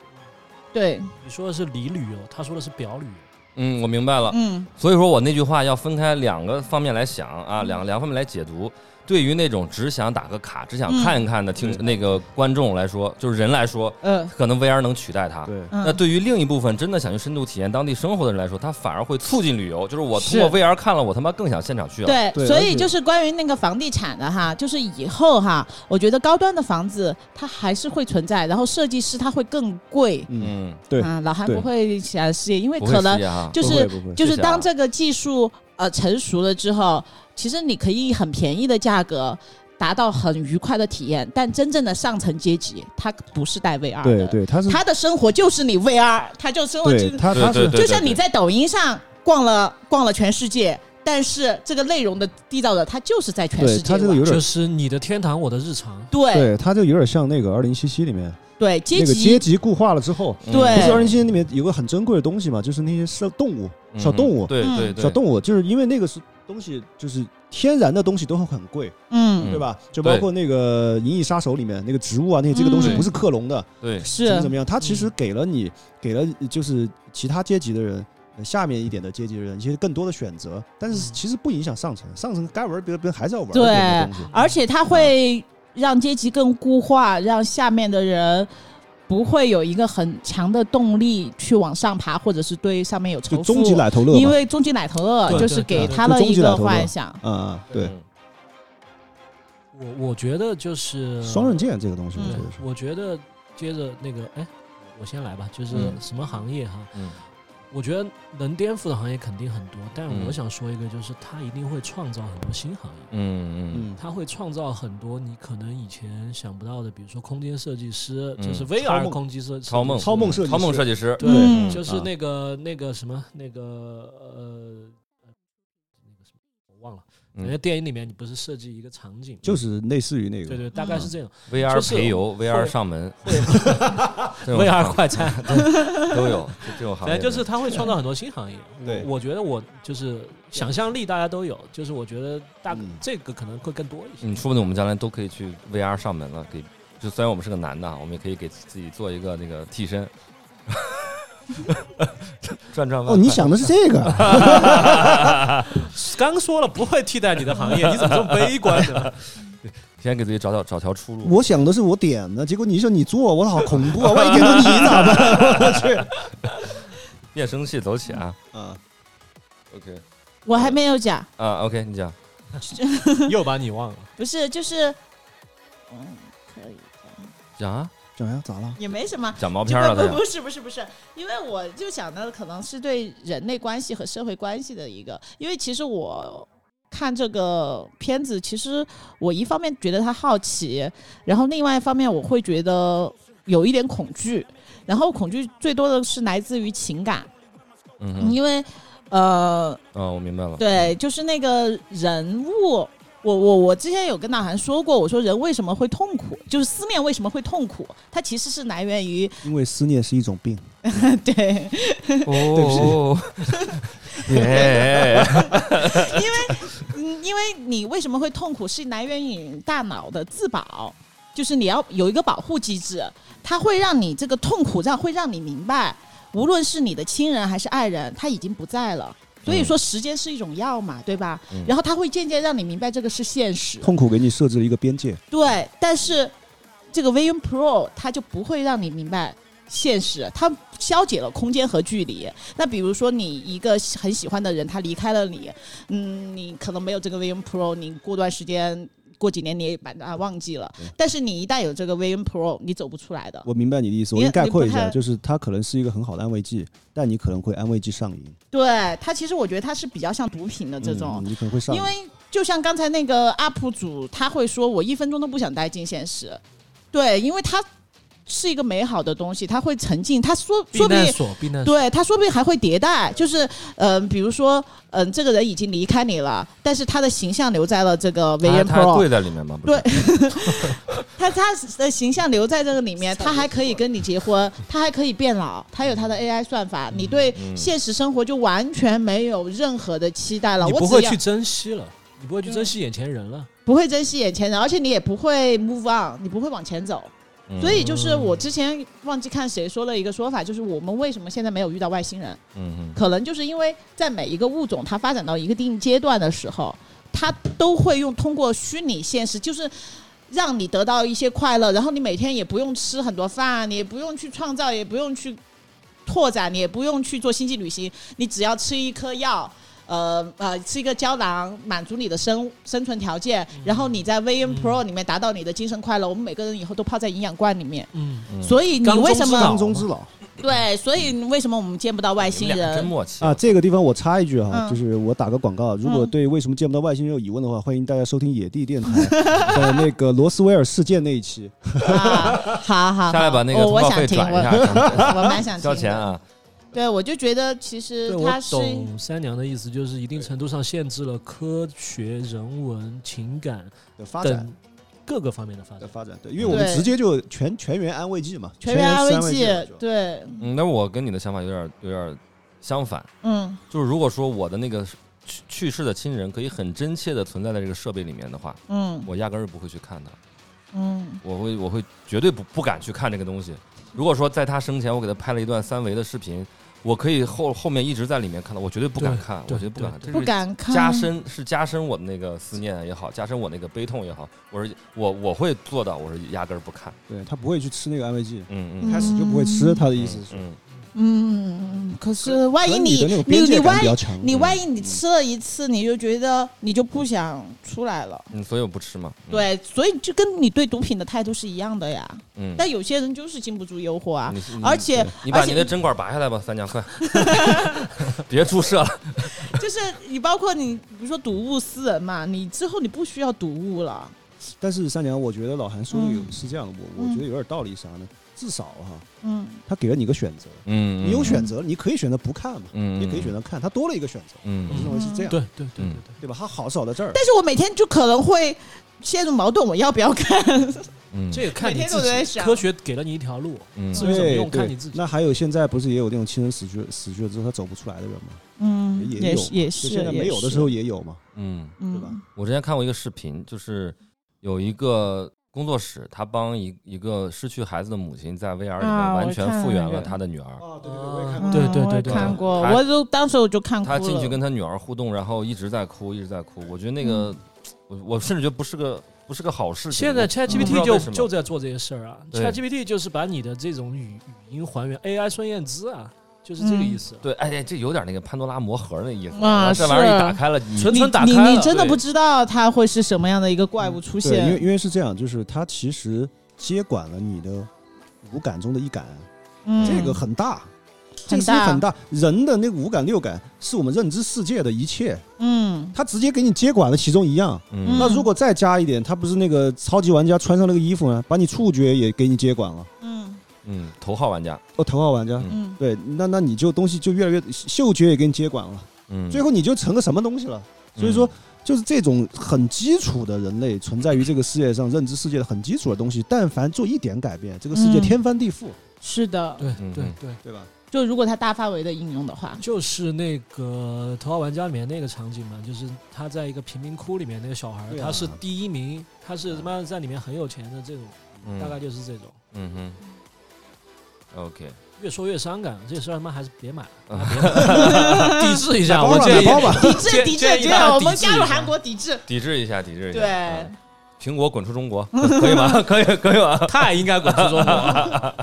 S4: 对，
S2: 你说的是里旅游，他说的是表旅游。
S3: 嗯，我明白了。
S4: 嗯，
S3: 所以说我那句话要分开两个方面来想啊，两个两个方面来解读。对于那种只想打个卡、只想看一看的听
S1: 嗯
S3: 那个观众来说，就是人来说，
S4: 呃，
S3: 可能 VR 能取代它。
S1: 对，
S4: 嗯
S3: 那对啊于另一部分真的想去深度体验当地生活的人来说，它反而会促进旅游。就是我通过
S4: 是
S3: VR 看了，我他妈更想现场去了。，
S4: 对，
S1: 对
S4: 所
S1: 而
S4: 以
S1: 且
S4: 就是关于那个房地产的哈，就是以后哈，我觉得高端的房子它还是会存在，然后设计师他会更贵。
S1: 嗯，
S3: 嗯，
S1: 对
S4: 啊，老韩
S1: 对
S4: 不会想事业，因为
S3: 不会
S4: 可能
S3: 吸啊。
S4: 就
S1: 不
S4: 是
S1: 会不会
S4: 就是
S3: 谢谢啊
S4: 当这个技术呃成熟了之后，其实你可以以很便宜的价格达到很愉快的体验，但真正的上层阶级他不是带 VR
S1: 对
S4: 的，
S1: 对，他是
S4: 他的生活就是你 VR，他就生活就
S1: 对他他
S3: 对
S1: 是
S3: 对
S4: 就像你在抖音上逛了逛了全世界，但是这个内容的缔造者他就是在全
S1: 对
S4: 世界
S1: 他这个
S4: 玩
S1: 有点
S2: 就是你的天堂，我的日常。
S4: 对
S1: 对，他就有点像那个二零七七里面
S4: 对阶
S1: 那个
S4: 级
S1: 阶级固化了之后，
S3: 嗯
S4: 对
S1: 不是二零七七里面有个很珍贵的东西嘛，就是那些小动物，小动物，
S3: 对
S4: 嗯
S3: 对对，
S1: 小动物，就是因为那个是东西，就是天然的东西都会很贵，
S4: 嗯
S1: 对吧？就包括那个《银翼杀手》里面那个植物啊，那些这个东西
S4: 嗯
S1: 不是克隆的，
S3: 对，
S1: 怎
S4: 是嗯
S1: 么怎么样？它其实给了你，给了就是其他阶级的人。呃下面一点的阶级的人，其实更多的选择，但
S4: 嗯
S1: 是其实不影响上层，上层该玩别的别人还是要玩别的东西。
S4: 而且它会让阶级更固化，让下面的人不会有一个很强的动力去往上爬，或者是对上面有仇
S1: 就
S4: 富。
S1: 终极奶头乐嘛，
S4: 因为终极奶头乐
S2: 对
S4: 就是
S2: 对对
S4: 给
S2: 对
S4: 他
S1: 就
S4: 了
S1: 终
S4: 一
S1: 极奶
S4: 个
S1: 头乐
S4: 幻想。
S1: 嗯嗯对，
S2: 我我觉得就是
S1: 双刃。剑这个东西，我
S4: 嗯
S1: 觉
S2: 对
S1: 得是，
S2: 我觉得接着那个，哎，我先来吧，就是
S3: 嗯
S2: 什么行业哈？
S3: 嗯
S2: 我觉得能颠覆的行业肯定很多，但
S3: 嗯
S2: 我想说一个，就是它一定会创造很多新行业，
S3: 嗯嗯
S1: 嗯，
S2: 它会创造很多你可能以前想不到的，比如说空间设计师，
S3: 嗯
S2: 就是
S1: 超
S2: VR
S1: 梦
S2: 空间设嗯
S3: 超梦
S1: 超梦设计师
S3: 超梦设计师，
S2: 对，
S4: 嗯
S2: 就是
S1: 啊
S2: 那呃个、那个什么那个呃，那个什么我忘了，
S3: 嗯
S2: 人家电影里面你不是设计一个场景吗，
S1: 就是类似于那个，
S2: 对对，大概是这种
S3: VR
S2: 就是
S3: 陪游、VR 上门， (laughs) 这种
S2: VR 快餐， (laughs)
S3: 都有这这种行
S2: 反
S3: 业
S2: 正
S3: 的，
S2: 就是它会创造很多新行业。
S1: 对
S2: 我觉得我就是想象力大家都有，就是我觉得大
S1: 嗯
S2: 这个可能会更多一些。
S3: 嗯，说不定我们将来都可以去 VR 上门了。给就虽然我们是个男的啊，我们也可以给自己做一个那个替身， (laughs) 转转弯。
S1: 哦，你想的是这个？
S4: (laughs)
S2: 刚说了不会替代你的行业，你怎么这么悲观
S3: (laughs)
S2: 呢？
S3: 先给自己找找找条出路。
S1: 我想的是我点的，结果你说你做，我好恐怖啊！万一点到你咋 (laughs) 办？我去
S3: 变声器走起啊
S1: 啊！
S2: 嗯
S3: ！OK
S4: 我还没有讲，
S3: 啊，OK，你讲，
S2: 又把你忘了。
S4: 不是，就是，嗯，可以
S3: 讲
S4: 讲，
S3: 啊，
S1: 怎么样？咋了？
S4: 也没什么。
S3: 讲毛片了，
S4: 不
S3: 他
S4: 不
S3: 讲
S4: (laughs) 不是不是不是，因为我就想到的可能是对人类关系和社会关系的一个，因为其实我看这个片子，其实我一方面觉得他好奇，然后另外一方面我会觉得有一点恐惧，然后恐惧最多的是来自于情感，
S3: 嗯哼，
S4: 因为呃，
S3: 啊，我明白了。
S4: 对，就是那个人物。我我我之前有跟大韩说过，我说人为什么会痛苦，就是思念为什么会痛苦，它其实是来源于 (laughs)
S1: 因为思念是一种病。
S4: 对，
S3: 哦， (laughs) 哎耶，
S4: 嗯，因为你为什么会痛苦，是来源于你大脑的自保，就是你要有一个保护机制，它会让你这个痛苦让会让你明白，无论是你的亲人还是爱人，他已经不在了。所以说，时间是一种药嘛，对吧？
S3: 嗯
S4: 然后它会渐渐让你明白这个是现实。
S1: 痛苦给你设置了一个边界，
S4: 对，但是这个 Vision Pro 它就不会让你明白现实，它消解了空间和距离。那比如说你一个很喜欢的人，他离开了你，嗯，你可能没有这个 Vision Pro，你过段时间。过几年你也把它忘记了，但是你一旦有这个 Vision Pro，你走不出来的。
S1: 我明白你的意思。我
S4: 你
S1: 给你概括一
S4: 你不
S1: 下，
S4: 太
S1: 就是它可能是一个很好的安慰剂，但你可能会安慰剂上瘾，
S4: 对它，其实我觉得它是比较像毒品的呃这种，
S1: 嗯你可能会上瘾
S4: 因。为就像刚才那个 UP 主，他会说我一分钟都不想待进现实，对，因为他是一个美好的东西，他会沉浸，他说
S2: 避
S4: 说不
S2: 难
S4: 定。
S2: 所，避难所。
S4: 对他说不定还会迭代，就是嗯、比如说嗯、这个人已经离开你了，但是他的形象留在了这个 v
S3: 他还
S4: n
S3: 他还
S4: Pro，
S3: 跪在里面吗？不是
S4: 对，他他的形象留在这个里面，他还可以跟你结婚，他还可以变老，他有他的 AI 算法，你对
S3: 嗯
S4: 现实生活就完全没有任何的期待了。
S2: 你
S4: 我
S2: 不
S4: 只
S2: 会
S4: 要嗯
S2: 去珍惜了，你不会去珍惜眼前人了。
S4: 不会珍惜眼前人，而且你也不会 move on，你不会往前走。
S3: 嗯
S4: 所以就是我之前忘记看谁说了一个说法，就是我们为什么现在没有遇到外星人，
S3: 嗯
S4: 可能就是因为在每一个物种它发展到一个定阶段的时候，它都会用通过虚拟现实，就是。让你得到一些快乐，然后你每天也不用吃很多饭，你也不用去创造，也不用去拓展，你也不用去做星际旅行，你只要吃一颗药，呃呃，吃一个胶囊，满足你的生生存条件，然后你在 VN Pro 里面达到你的精神快乐。我们每个人以后都泡在营养罐里面，
S2: 嗯，
S3: 嗯
S4: 所以你
S2: 缸中
S4: 为什
S2: 之岛
S4: 么
S1: 缸中之岛
S4: 对？所以为什么我们见不到外
S3: 你
S4: 星
S3: 们俩真
S4: 人？
S3: 默契
S1: 啊，这个地方我插一句哈，
S4: 嗯
S1: 就是我打个广告，如果对为什么见不到外星人有疑问的话，欢迎大家收听野地电台
S4: (laughs)
S1: 的那个罗斯威尔事件那一期。
S4: 啊，好好，
S3: 下来把那个通
S4: 我哦我
S3: 告
S4: 想
S3: 费
S4: 听，
S3: 转一
S4: 我
S3: 下，咱
S4: 我蛮想
S3: 们
S4: 听
S3: 交钱
S4: 的。
S3: 啊！
S4: 对，我就觉得其实
S2: 对，我
S4: 它呃是
S2: 懂三娘的意思，就是一定程度上限制了科学、人文、情感
S1: 的发展
S2: 等各个方面的发
S1: 的
S2: 展。
S1: 发展，对，因为我们
S4: 对
S1: 直接就全全员安慰剂嘛，
S4: 全员安慰
S1: 剂
S4: 剂，，对，
S3: 嗯，但是我跟你的想法有点有点相反，
S4: 嗯
S3: 就是如果说我的那个去去世的亲人可以很真切的存在在这个设备里面的话，
S4: 嗯
S3: 我压根儿不会去看它，
S4: 嗯
S3: 我会我会绝对不不敢去看这个东西。如果说在他生前我给他拍了一段三维的视频，我可以后后面一直在里面看到，我绝对不敢
S2: 对
S3: 看，我
S2: 对
S3: 绝对不敢看，
S2: 对
S3: 这是
S4: 不敢看，
S3: 加深是加深我的那个思念也好，加深我那个悲痛也好，我是我我会做到，我是压根儿不看。
S1: 对他不会去吃那个安慰剂，
S3: 嗯
S4: 嗯
S1: 开始就不会吃，他的意思是。
S3: 嗯，
S4: 嗯，可是万一
S1: 可能你的那种
S4: 你
S1: 边
S4: 你
S1: 界感
S4: 万
S1: 比
S4: 一
S1: 较强，
S4: 你
S1: 嗯
S4: 万一你吃了一次，你就觉得你就不想出来了。
S3: 嗯，所以我不吃嘛。嗯，
S4: 对，所以就跟你对毒品的态度是一样的呀。
S3: 嗯，
S4: 但有些人就是经不住诱惑啊，
S3: 你是
S4: 而且
S3: 你你
S4: 而
S3: 把
S4: 且
S3: 你的针管拔下来吧，三娘，
S4: (laughs)
S3: 快，别注射了。
S4: 就是你包括你，比如说睹物思人嘛，你之后你不需要睹物了。
S1: 但是三娘，我觉得老韩说的有是这样，我我
S4: 嗯
S1: 觉得有点道理，啥呢？至少哈、啊，
S4: 嗯，
S1: 他给了你一个选择，
S3: 嗯，
S1: 你有选择，你可以选择不看嘛，
S3: 嗯，嗯
S1: 你可以选择，看，他多了一个选择，
S3: 嗯
S1: 我是认为是这样，
S2: 对对对对对，
S1: 对吧？他好少在这儿，
S4: 但是我每天就可能会陷入矛盾，我要不要看？
S3: 嗯，
S2: 这个看你
S4: 每天
S2: 自
S4: 都在
S2: 己。
S4: 想
S2: 科学给了你一条路，
S3: 嗯
S2: 至于怎么用
S1: 对
S2: 看
S1: 对
S2: 你自己
S1: 那还有现在不是也有那种亲人死去死去了之后他走不出来的人吗？
S4: 嗯，
S1: 也
S4: 也
S1: 有嘛
S4: 是也，
S1: 就是现在没
S4: 也
S1: 有的
S4: 是
S1: 时候，也有嘛，
S3: 嗯，
S4: 嗯，
S1: 对吧
S3: 我之前看过一个视频，就是有一个工作室，他帮一一个失去孩子的母亲在 VR 里面
S4: 啊
S3: 完
S4: 我
S3: 全
S4: 看了
S3: 复原
S4: 那
S3: 了
S4: 个
S3: 她的女儿。
S1: 啊，
S2: 对对对我也看
S4: 嗯？
S2: 对对
S4: 我
S2: 对
S4: 也
S2: 对
S4: 看过，
S3: 他
S4: 我就当时我就看哭
S3: 他
S4: 了。
S3: 进去跟他女儿互动，然后一直在哭，一直在哭。我觉得那
S4: 嗯
S3: 个，我我甚至觉得不是个不是个好事情。
S2: 现在
S3: 我不知
S2: ChatGPT
S3: 道
S2: 就
S3: 为什么
S2: 就在做这些事儿啊
S3: 对
S2: ，ChatGPT 就是把你的这种语语音还原，AI 孙燕姿啊，就是这个意思。
S3: 对，哎，这有点那个潘多拉魔盒那意思。
S4: 啊
S3: 然后这玩意儿一
S4: 是
S3: 打开了，你
S2: 纯
S4: 你
S2: 纯打
S4: 你
S2: 开了
S4: 你真的
S3: 对
S4: 不知道他会是什么样的一个怪物出
S1: 对，
S4: 现，
S1: 因为因为是这样，就是他其实接管了你的五感中的一感，
S4: 嗯
S1: 这个很大，这
S4: 很
S1: 个事情
S4: 大
S1: 很大。人的那个五感六感是我们认知世界的一切，
S4: 嗯
S1: 他直接给你接管了其中一样。
S3: 嗯
S1: 那如果再加一点，他不是那个超级玩家穿上那个衣服呢，把你触觉也给你接管了。
S4: 嗯
S3: 嗯，头号玩家，
S1: 哦，头号玩家，
S3: 嗯
S4: 嗯
S1: 对，那那你就东西就越来越嗅觉也给你接管了，
S3: 嗯，
S1: 最后你就成个什么东西了？所以说
S3: 嗯，
S1: 就是这种很基础的人类存在于这个世界上认知世界的很基础的东西，但凡做一点改变，这个世界
S4: 嗯
S1: 天翻地覆，
S4: 是的，
S2: 对
S3: 嗯
S2: 对
S3: 嗯
S2: 对，
S1: 对吧？
S4: 就如果它大范围的应用的话，
S2: 就是那个《头号玩家》里面那个场景嘛，就是他在一个贫民窟里面，那个小孩儿
S1: 对啊
S2: 他是第一名，他是他妈在里面很有钱的这种，
S3: 嗯
S2: 大概就是这种。
S3: 嗯哼，OK，
S2: 越说越伤感，这事儿他妈还是别买了，还是别买了抵制一下。
S1: 打包
S2: 我
S1: 吧，
S2: 建
S1: 打
S2: 议
S1: 包吧。
S4: 抵制
S3: 建
S4: 抵制
S3: 建议
S4: 这
S3: 大
S4: 样，
S3: 家
S4: 我们
S3: 抵制
S4: 加入
S3: 一下
S4: 韩国抵制，
S3: 抵制一下，抵制一下。
S4: 对
S3: 嗯，苹果滚出中国， (laughs) 可以吗？可以，可以吗？
S2: 太应该滚出中国了。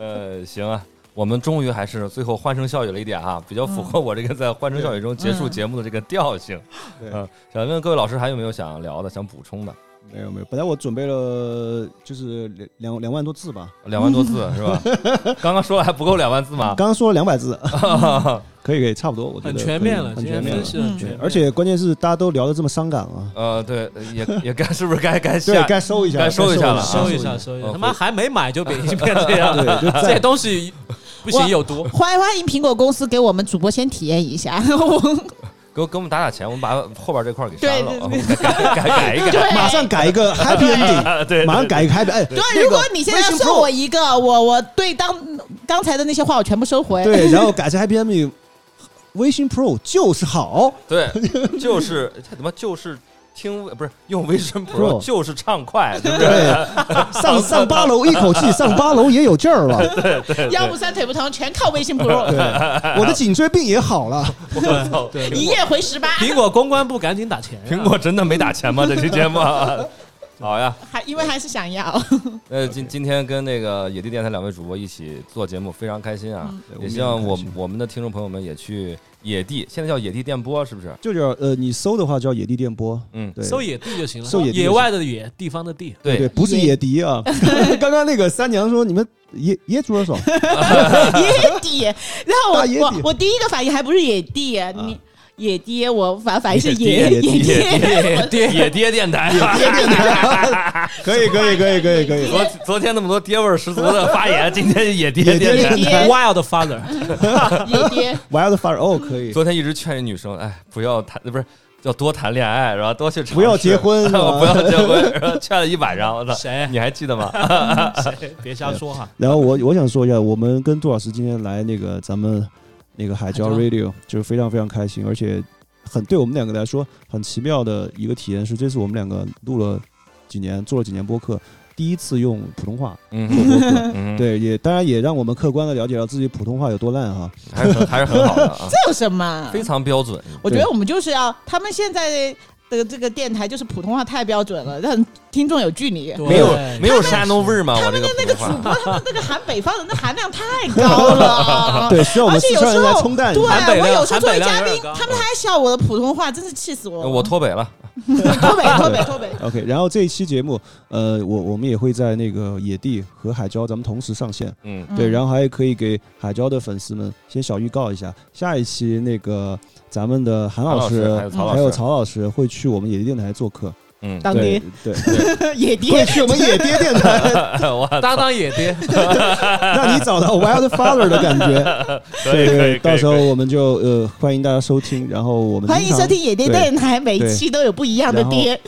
S3: 呃，行啊，我们终于还是最后欢声笑语了一点啊，比较符合我这个在欢声笑语中结束
S4: 嗯
S3: 节目的这个调性。
S1: 对
S3: 嗯，想问问各位老师还有没有想聊的、想补充的？
S1: 没有没有，本来我准备了就是两两两万多字吧，
S3: 两万多 (laughs) 字是吧？刚刚说了还不够两万字吗？
S1: 刚刚说了两百
S2: (laughs)
S1: 字，可以可以，差不多，我觉得
S2: 啊很全面
S1: 可以
S2: 了，
S1: 很
S2: 今
S1: 全
S2: 天
S1: 面
S2: 分
S1: 了
S2: 析得很全
S1: 对
S2: 面，
S1: 而且关键是大家都聊得这么伤感啊，
S3: 呃，对，也也该是不是该该
S1: 对
S3: 下，
S1: 该收一下，
S3: 该收一下了啊
S2: 收一下，
S1: 下。
S2: 收一
S3: 嗯
S2: 下，他妈
S3: 回
S2: 还没买就被已经变这样了，
S1: 对，就
S2: 这
S1: 在
S2: 东西不行有毒。
S4: 欢欢迎苹果公司给我们主播先体验一下， (laughs) 我
S3: 给我给我们打打钱，我们把后边这块儿给
S4: 对
S3: 删了，啊
S4: 对
S3: 我们改改改改一改。
S4: 对
S1: 马上改一
S2: (laughs)
S1: 个 happy ending，
S3: 啊，对，对
S1: 马上。改一个 happy。哎，那
S4: 对，
S1: 个
S4: 如果你现在
S1: 微信
S4: 送
S1: Pro
S4: 我一个，我我对当刚才的那些话我全部收回，
S1: 对，然后改成 happy ending，微信 Pro 就是好。
S3: (laughs) 对，就是他他妈就是听不是用 Vision Pro
S1: Pro
S3: 就是畅快，对不对？
S1: 对，上上八楼一口
S2: (laughs)
S1: 气上八楼也有劲儿了。
S4: 腰不酸腿不疼，全靠微信 Pro，
S2: (laughs)
S1: 对，我的颈椎病也好了。
S3: 我操，
S2: 对
S4: 一夜回十八，
S2: 苹果公关部赶紧打钱啊，
S3: 苹果真的没打钱吗？这期节目，好呀。
S4: 还因为还是
S1: (laughs)
S4: 想要，
S3: 呃，今今天跟那个野地电台两位主播一起做节目，非常开心啊！
S1: 对
S3: 也
S1: 我们
S3: 希
S1: 也
S3: 望
S1: 很
S3: 我
S1: 开心
S3: 我们的听众朋友们也去野地，现在叫野地电波，是不是？
S1: 就叫呃，你搜的话叫野地电波，
S3: 嗯，
S1: 对，
S2: 搜野地就行了，
S1: 搜野地就行
S2: 野外的野，地方的地。
S1: 对对，
S3: 对，
S1: 不是野迪 (laughs) 啊。刚刚那个三娘说你们 (laughs) 野野猪的手，
S4: 野地，然后
S1: 大野
S4: 我
S1: 地啊
S4: 我我第一个反应还不是野地，你野爹，我反反应是野
S1: 野
S4: 野
S1: 爹
S4: 爹，我
S2: 爹
S3: 野爹电台。
S1: 可以 (laughs) 可以可以可以可以，
S3: 昨昨天那么多爹味儿十足的发言，今天野爹
S1: 野爹
S3: 电台。
S4: 野爹
S2: Wild father，
S4: 野
S1: (laughs)
S4: 爹，
S1: 我要的发哦可以，
S3: 昨天一直劝这女生，哎，不要谈，不是要多谈恋爱，然后多去尝试
S1: 不要结
S3: (laughs)
S1: 婚
S3: 我不要结婚，然后劝了一晚上，
S2: (laughs)
S3: 我操，
S2: 谁
S3: 你还记得吗？
S6: (laughs)
S2: 谁别瞎说哈。
S1: 然后我我想说一下，我们跟杜老师今天来那个咱们那个海椒
S2: 海椒
S1: Radio，就是非常非常开心，而且很对我们两个来说很奇妙的一个体验是，这次我们两个录了几年，做了几年播客，第一次用普通 (laughs) 话做
S3: 嗯
S1: 播客，
S3: 嗯，，
S1: 对，也当然也让我们客观的了解到自己普通话有多烂哈。，
S3: 还是很还是很好的啊，
S4: 这有什么？
S3: 非常标准。
S4: 我觉得我们就是要，他们现在的这个电台就是普通话太标准了，让听众有距离。
S2: 对
S3: 没有没有山东味儿吗？我这个
S4: 那
S3: 普
S4: 个
S3: 通话。
S4: 主播他们那个含北方人的含量太高了
S1: (laughs) 对，需要我们
S4: 而
S1: 四
S4: 且有
S1: 川
S4: 时
S1: 人来
S4: 候
S1: 冲淡一
S4: 对啊
S1: 下。
S2: 含北量
S4: 我有时候作为
S2: 含北啊
S4: 嘉
S2: 量有
S4: 宾
S2: 点，高
S4: 他们还笑我的普通话，真是气死我！
S3: 我脱北了，
S4: (laughs) 脱北，脱北，脱北。
S1: OK，然后这一期节目，呃，我我们也会在那个野地和海椒咱们同时上线，
S3: 嗯，
S1: (laughs) 对，然
S4: 后
S1: 后还可以给海椒的粉丝们先小预告一下，下一期那个咱们的韩
S3: 韩老
S1: 老
S3: 师
S1: 师
S3: 还有曹
S4: 嗯
S3: 老师，
S1: 还有曹老师会去我们野地电台做客，
S3: 嗯，
S4: 当
S1: 对
S4: 爹
S1: 对，
S4: (laughs) 野爹
S1: 过去我们野爹电台，
S3: 我
S6: (laughs) 搭档野爹，
S1: 让你找到 Wild Father 的感觉。
S3: (laughs) 可以可以可以，
S1: 到时候
S3: 可以
S1: 我们就呃欢迎大家收听，然后我们
S4: 欢迎
S1: 经常
S4: 收听野爹电台，每一
S1: 对
S4: 期都有不一样的
S1: (laughs) 然后
S4: 爹，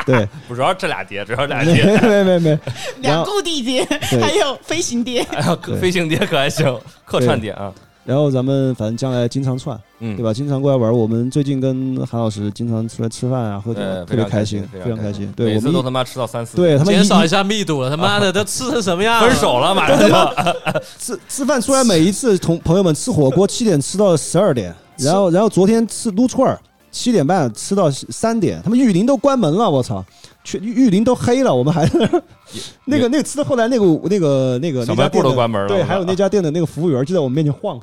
S3: (laughs)
S1: 对，
S3: 主要是这俩碟，主要是俩
S1: 没
S3: 碟，
S1: (laughs) 没没没，然
S4: 两
S1: 后
S4: 固地爹，
S1: 对
S4: 还有飞行爹。
S3: 哎呀，飞行碟可还行，客串碟啊，
S1: 然后咱们反正将来经常串，
S3: 嗯，
S1: 对？吧？经常过来玩儿。我们最近跟韩老师经常出来吃饭啊，喝酒啊，
S3: 对，
S1: 特别
S3: 开
S1: 心，非
S3: 呃非常
S1: 开心。对
S3: 每
S1: 我
S3: 次
S1: 们
S3: 都
S1: 一
S3: 他妈吃到三
S1: (laughs)
S3: 四，，
S1: 对他们啊
S6: 减少一
S1: 一
S6: 下密度了，他妈的都吃成什么样了？
S3: 分手了马上就，
S1: 吃吃饭出来，每一次同朋友们吃火锅，七点吃到十二点，然后然后昨天吃撸串儿，七点半吃到三点，他们玉林都关门了，我操！去玉林都黑了，我们还那个那个吃到后来那个那个那个
S3: 小
S1: 那家
S3: 卖部
S1: 店
S3: 都
S1: 的
S3: 关门了啊
S1: 对，还有那家店的那个服务员就在我们面前晃，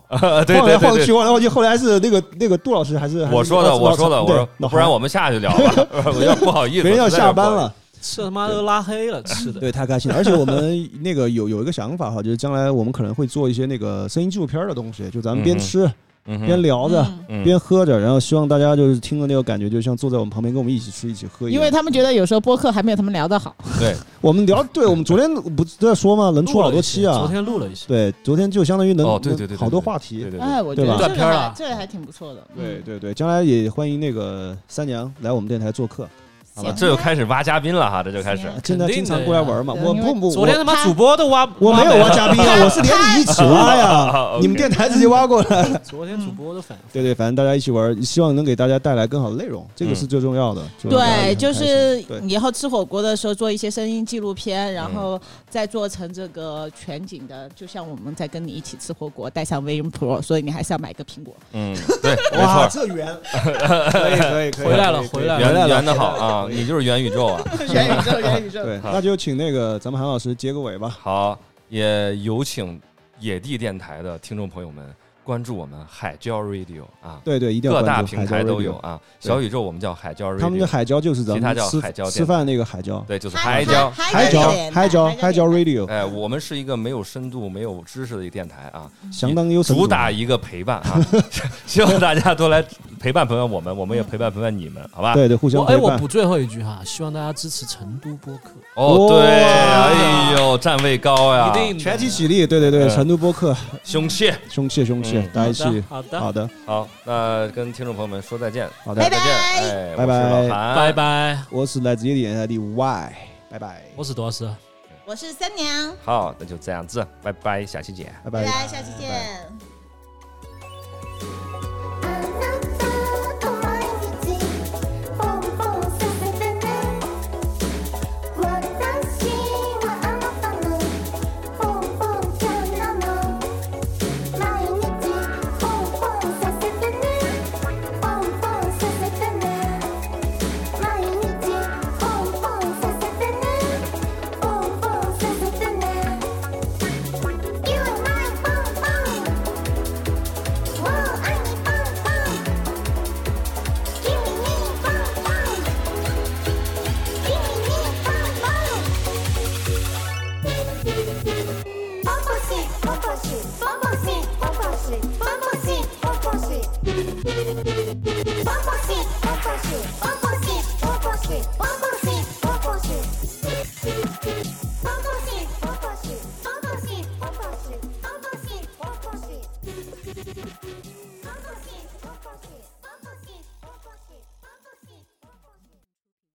S3: 对
S1: 晃来
S3: 对
S1: 晃
S3: 对
S1: 去，
S3: 对。
S1: 晃来晃去，后来是那个那个杜老师还 (laughs) 是还是
S3: 我说的，
S1: 老
S3: 我说的，
S1: 老
S3: 我
S1: 对
S3: 说，不然
S1: 老
S3: 我们下去聊
S1: (laughs)
S3: 吧， (laughs) 我有点不好意思。
S1: 别人要
S3: 实在是
S1: 下
S3: 不好
S1: 班
S3: 意思
S1: 了。
S6: 吃他妈都拉黑了，吃的。
S1: 对，太开心了。而且我们那个有有一个想法哈，就是将来我们可能会做一些那个声音纪录片儿的东西，就咱们边
S3: 嗯哼
S1: 吃
S3: 嗯哼，
S1: 边聊着。
S4: 嗯
S3: 嗯
S1: 边喝着，然后希望大家就是听的那个感觉，就像坐在我们旁边跟我们一起吃、一起喝一样。
S4: 因为他们觉得有时候播客还没有他们聊的好，
S3: 对，
S1: 我们聊，对我们昨天不都在说吗？能出好多期
S6: 昨
S1: 啊。
S6: 天录了一些，
S1: 对，昨天就相当于能
S3: 哦对对对对对
S1: 好多话
S3: 对
S1: 题。
S3: 对对，
S4: 哎，我觉
S1: 对
S4: 得
S1: 吧
S4: 这
S6: 断
S4: 个
S6: 片儿啊
S4: 还这个还挺不错的。嗯
S1: 对对对，将来也欢迎那个三娘来我们电台做客，好吧
S4: 行？
S3: 啊这就开始挖嘉宾了哈，这就开始
S4: 行
S1: 现在经常过来玩嘛。
S4: 肯
S1: 我
S4: 定的呀
S1: 不不，
S6: 昨天他妈
S4: 他
S6: 主播都挖，
S1: 我我没有
S6: 没
S1: 挖嘉宾啊，我是连你一起挖呀
S3: ，OK
S1: 你们电台直接挖过来。
S6: 昨天主播都反
S1: 对对，反正大家一起玩，希望能给大家带来更好的内容，这个
S3: 嗯
S1: 是最重要的。希望大家也
S4: 对，
S1: 很
S4: 就
S1: 开心
S4: 是
S1: 对嗯
S4: 以后吃火锅的时候做一些声音纪录片，然后再做成这个全景的，就像我们在跟你一起吃火锅，带上 Vision Pro，所以你还是要买个苹果。
S1: (laughs)
S3: 嗯，对，没
S1: 哇，
S3: 错，
S1: 这
S3: (laughs)
S1: 圆，可以可以可以，
S6: 回来了
S1: 可以
S6: 回来了
S3: 圆
S1: 回来了
S3: 圆的好啊，你就是元宇宙啊。 (laughs)
S4: 元宇宙，元宇宙
S1: 对，
S3: 好
S1: 那就请那个咱们韩老师结个尾吧。
S3: 好，也有请野地电台的听众朋友们关注我们海椒 Radio 啊，
S1: 对对，一定要
S3: 各大
S1: 关注
S3: 平
S1: 海椒
S3: 台
S1: radio
S3: 都有。啊。
S1: 对
S3: 小宇宙我们叫海椒
S1: 他们的
S3: Radio，
S1: 海椒就是咱
S3: 其他
S1: 们
S3: 叫
S1: 吃
S3: 海椒
S1: 吃
S3: 电
S1: 饭那个海椒，
S3: 对，就是
S4: 海
S3: 海椒。
S1: 海椒海
S4: 海椒
S1: 椒
S4: 海椒
S1: 海椒 radio，
S3: 哎，我们是一个没有深度、没有知识的一个电台啊，
S1: 相当优秀。
S3: 主打一个陪伴啊， (laughs) 希望大家多来陪伴陪伴我们，我们也陪伴陪伴你们，好吧？
S1: 对对，互
S6: 我
S1: 相
S6: 哎，
S1: 陪
S6: 我
S1: 伴。
S6: 补最后一句哈，希望大家支持成都播客，
S3: 哦，对，
S1: 哇
S3: 哎呦，站位高呀，
S6: 一定
S1: 全体起立，对对对，
S3: 嗯
S1: 成都播客，
S3: 凶器。
S1: 凶气凶气
S3: 嗯，
S1: 大家一起。
S6: 好的，
S1: 好的，
S3: 好，那跟听众朋友们说再见，
S1: 好
S4: 拜
S1: 的
S4: 拜，
S3: 再见，哎，
S1: 拜拜
S3: 我是老韩，
S6: 拜拜。
S1: 我是来自夜店 ID Y，拜拜，
S6: 我是多斯，
S4: 我是三娘，
S3: 好，那就这样子，拜拜，下期见。
S1: 拜
S4: 大
S1: 拜。
S4: 家下期见。
S7: 「あなたと毎日ポンポンさせてね」「私はあなたのポンポンちゃんなの」「毎日ポンポンさせてね」「ポンポンさせてね」「毎日ポンポンさせてね」「ポンポンさせてね」「You are my ポンポン」我爱你棒棒，给你棒棒，给你棒棒。波波西，波波西，波波西，波波西，波波西，波波西，波波西，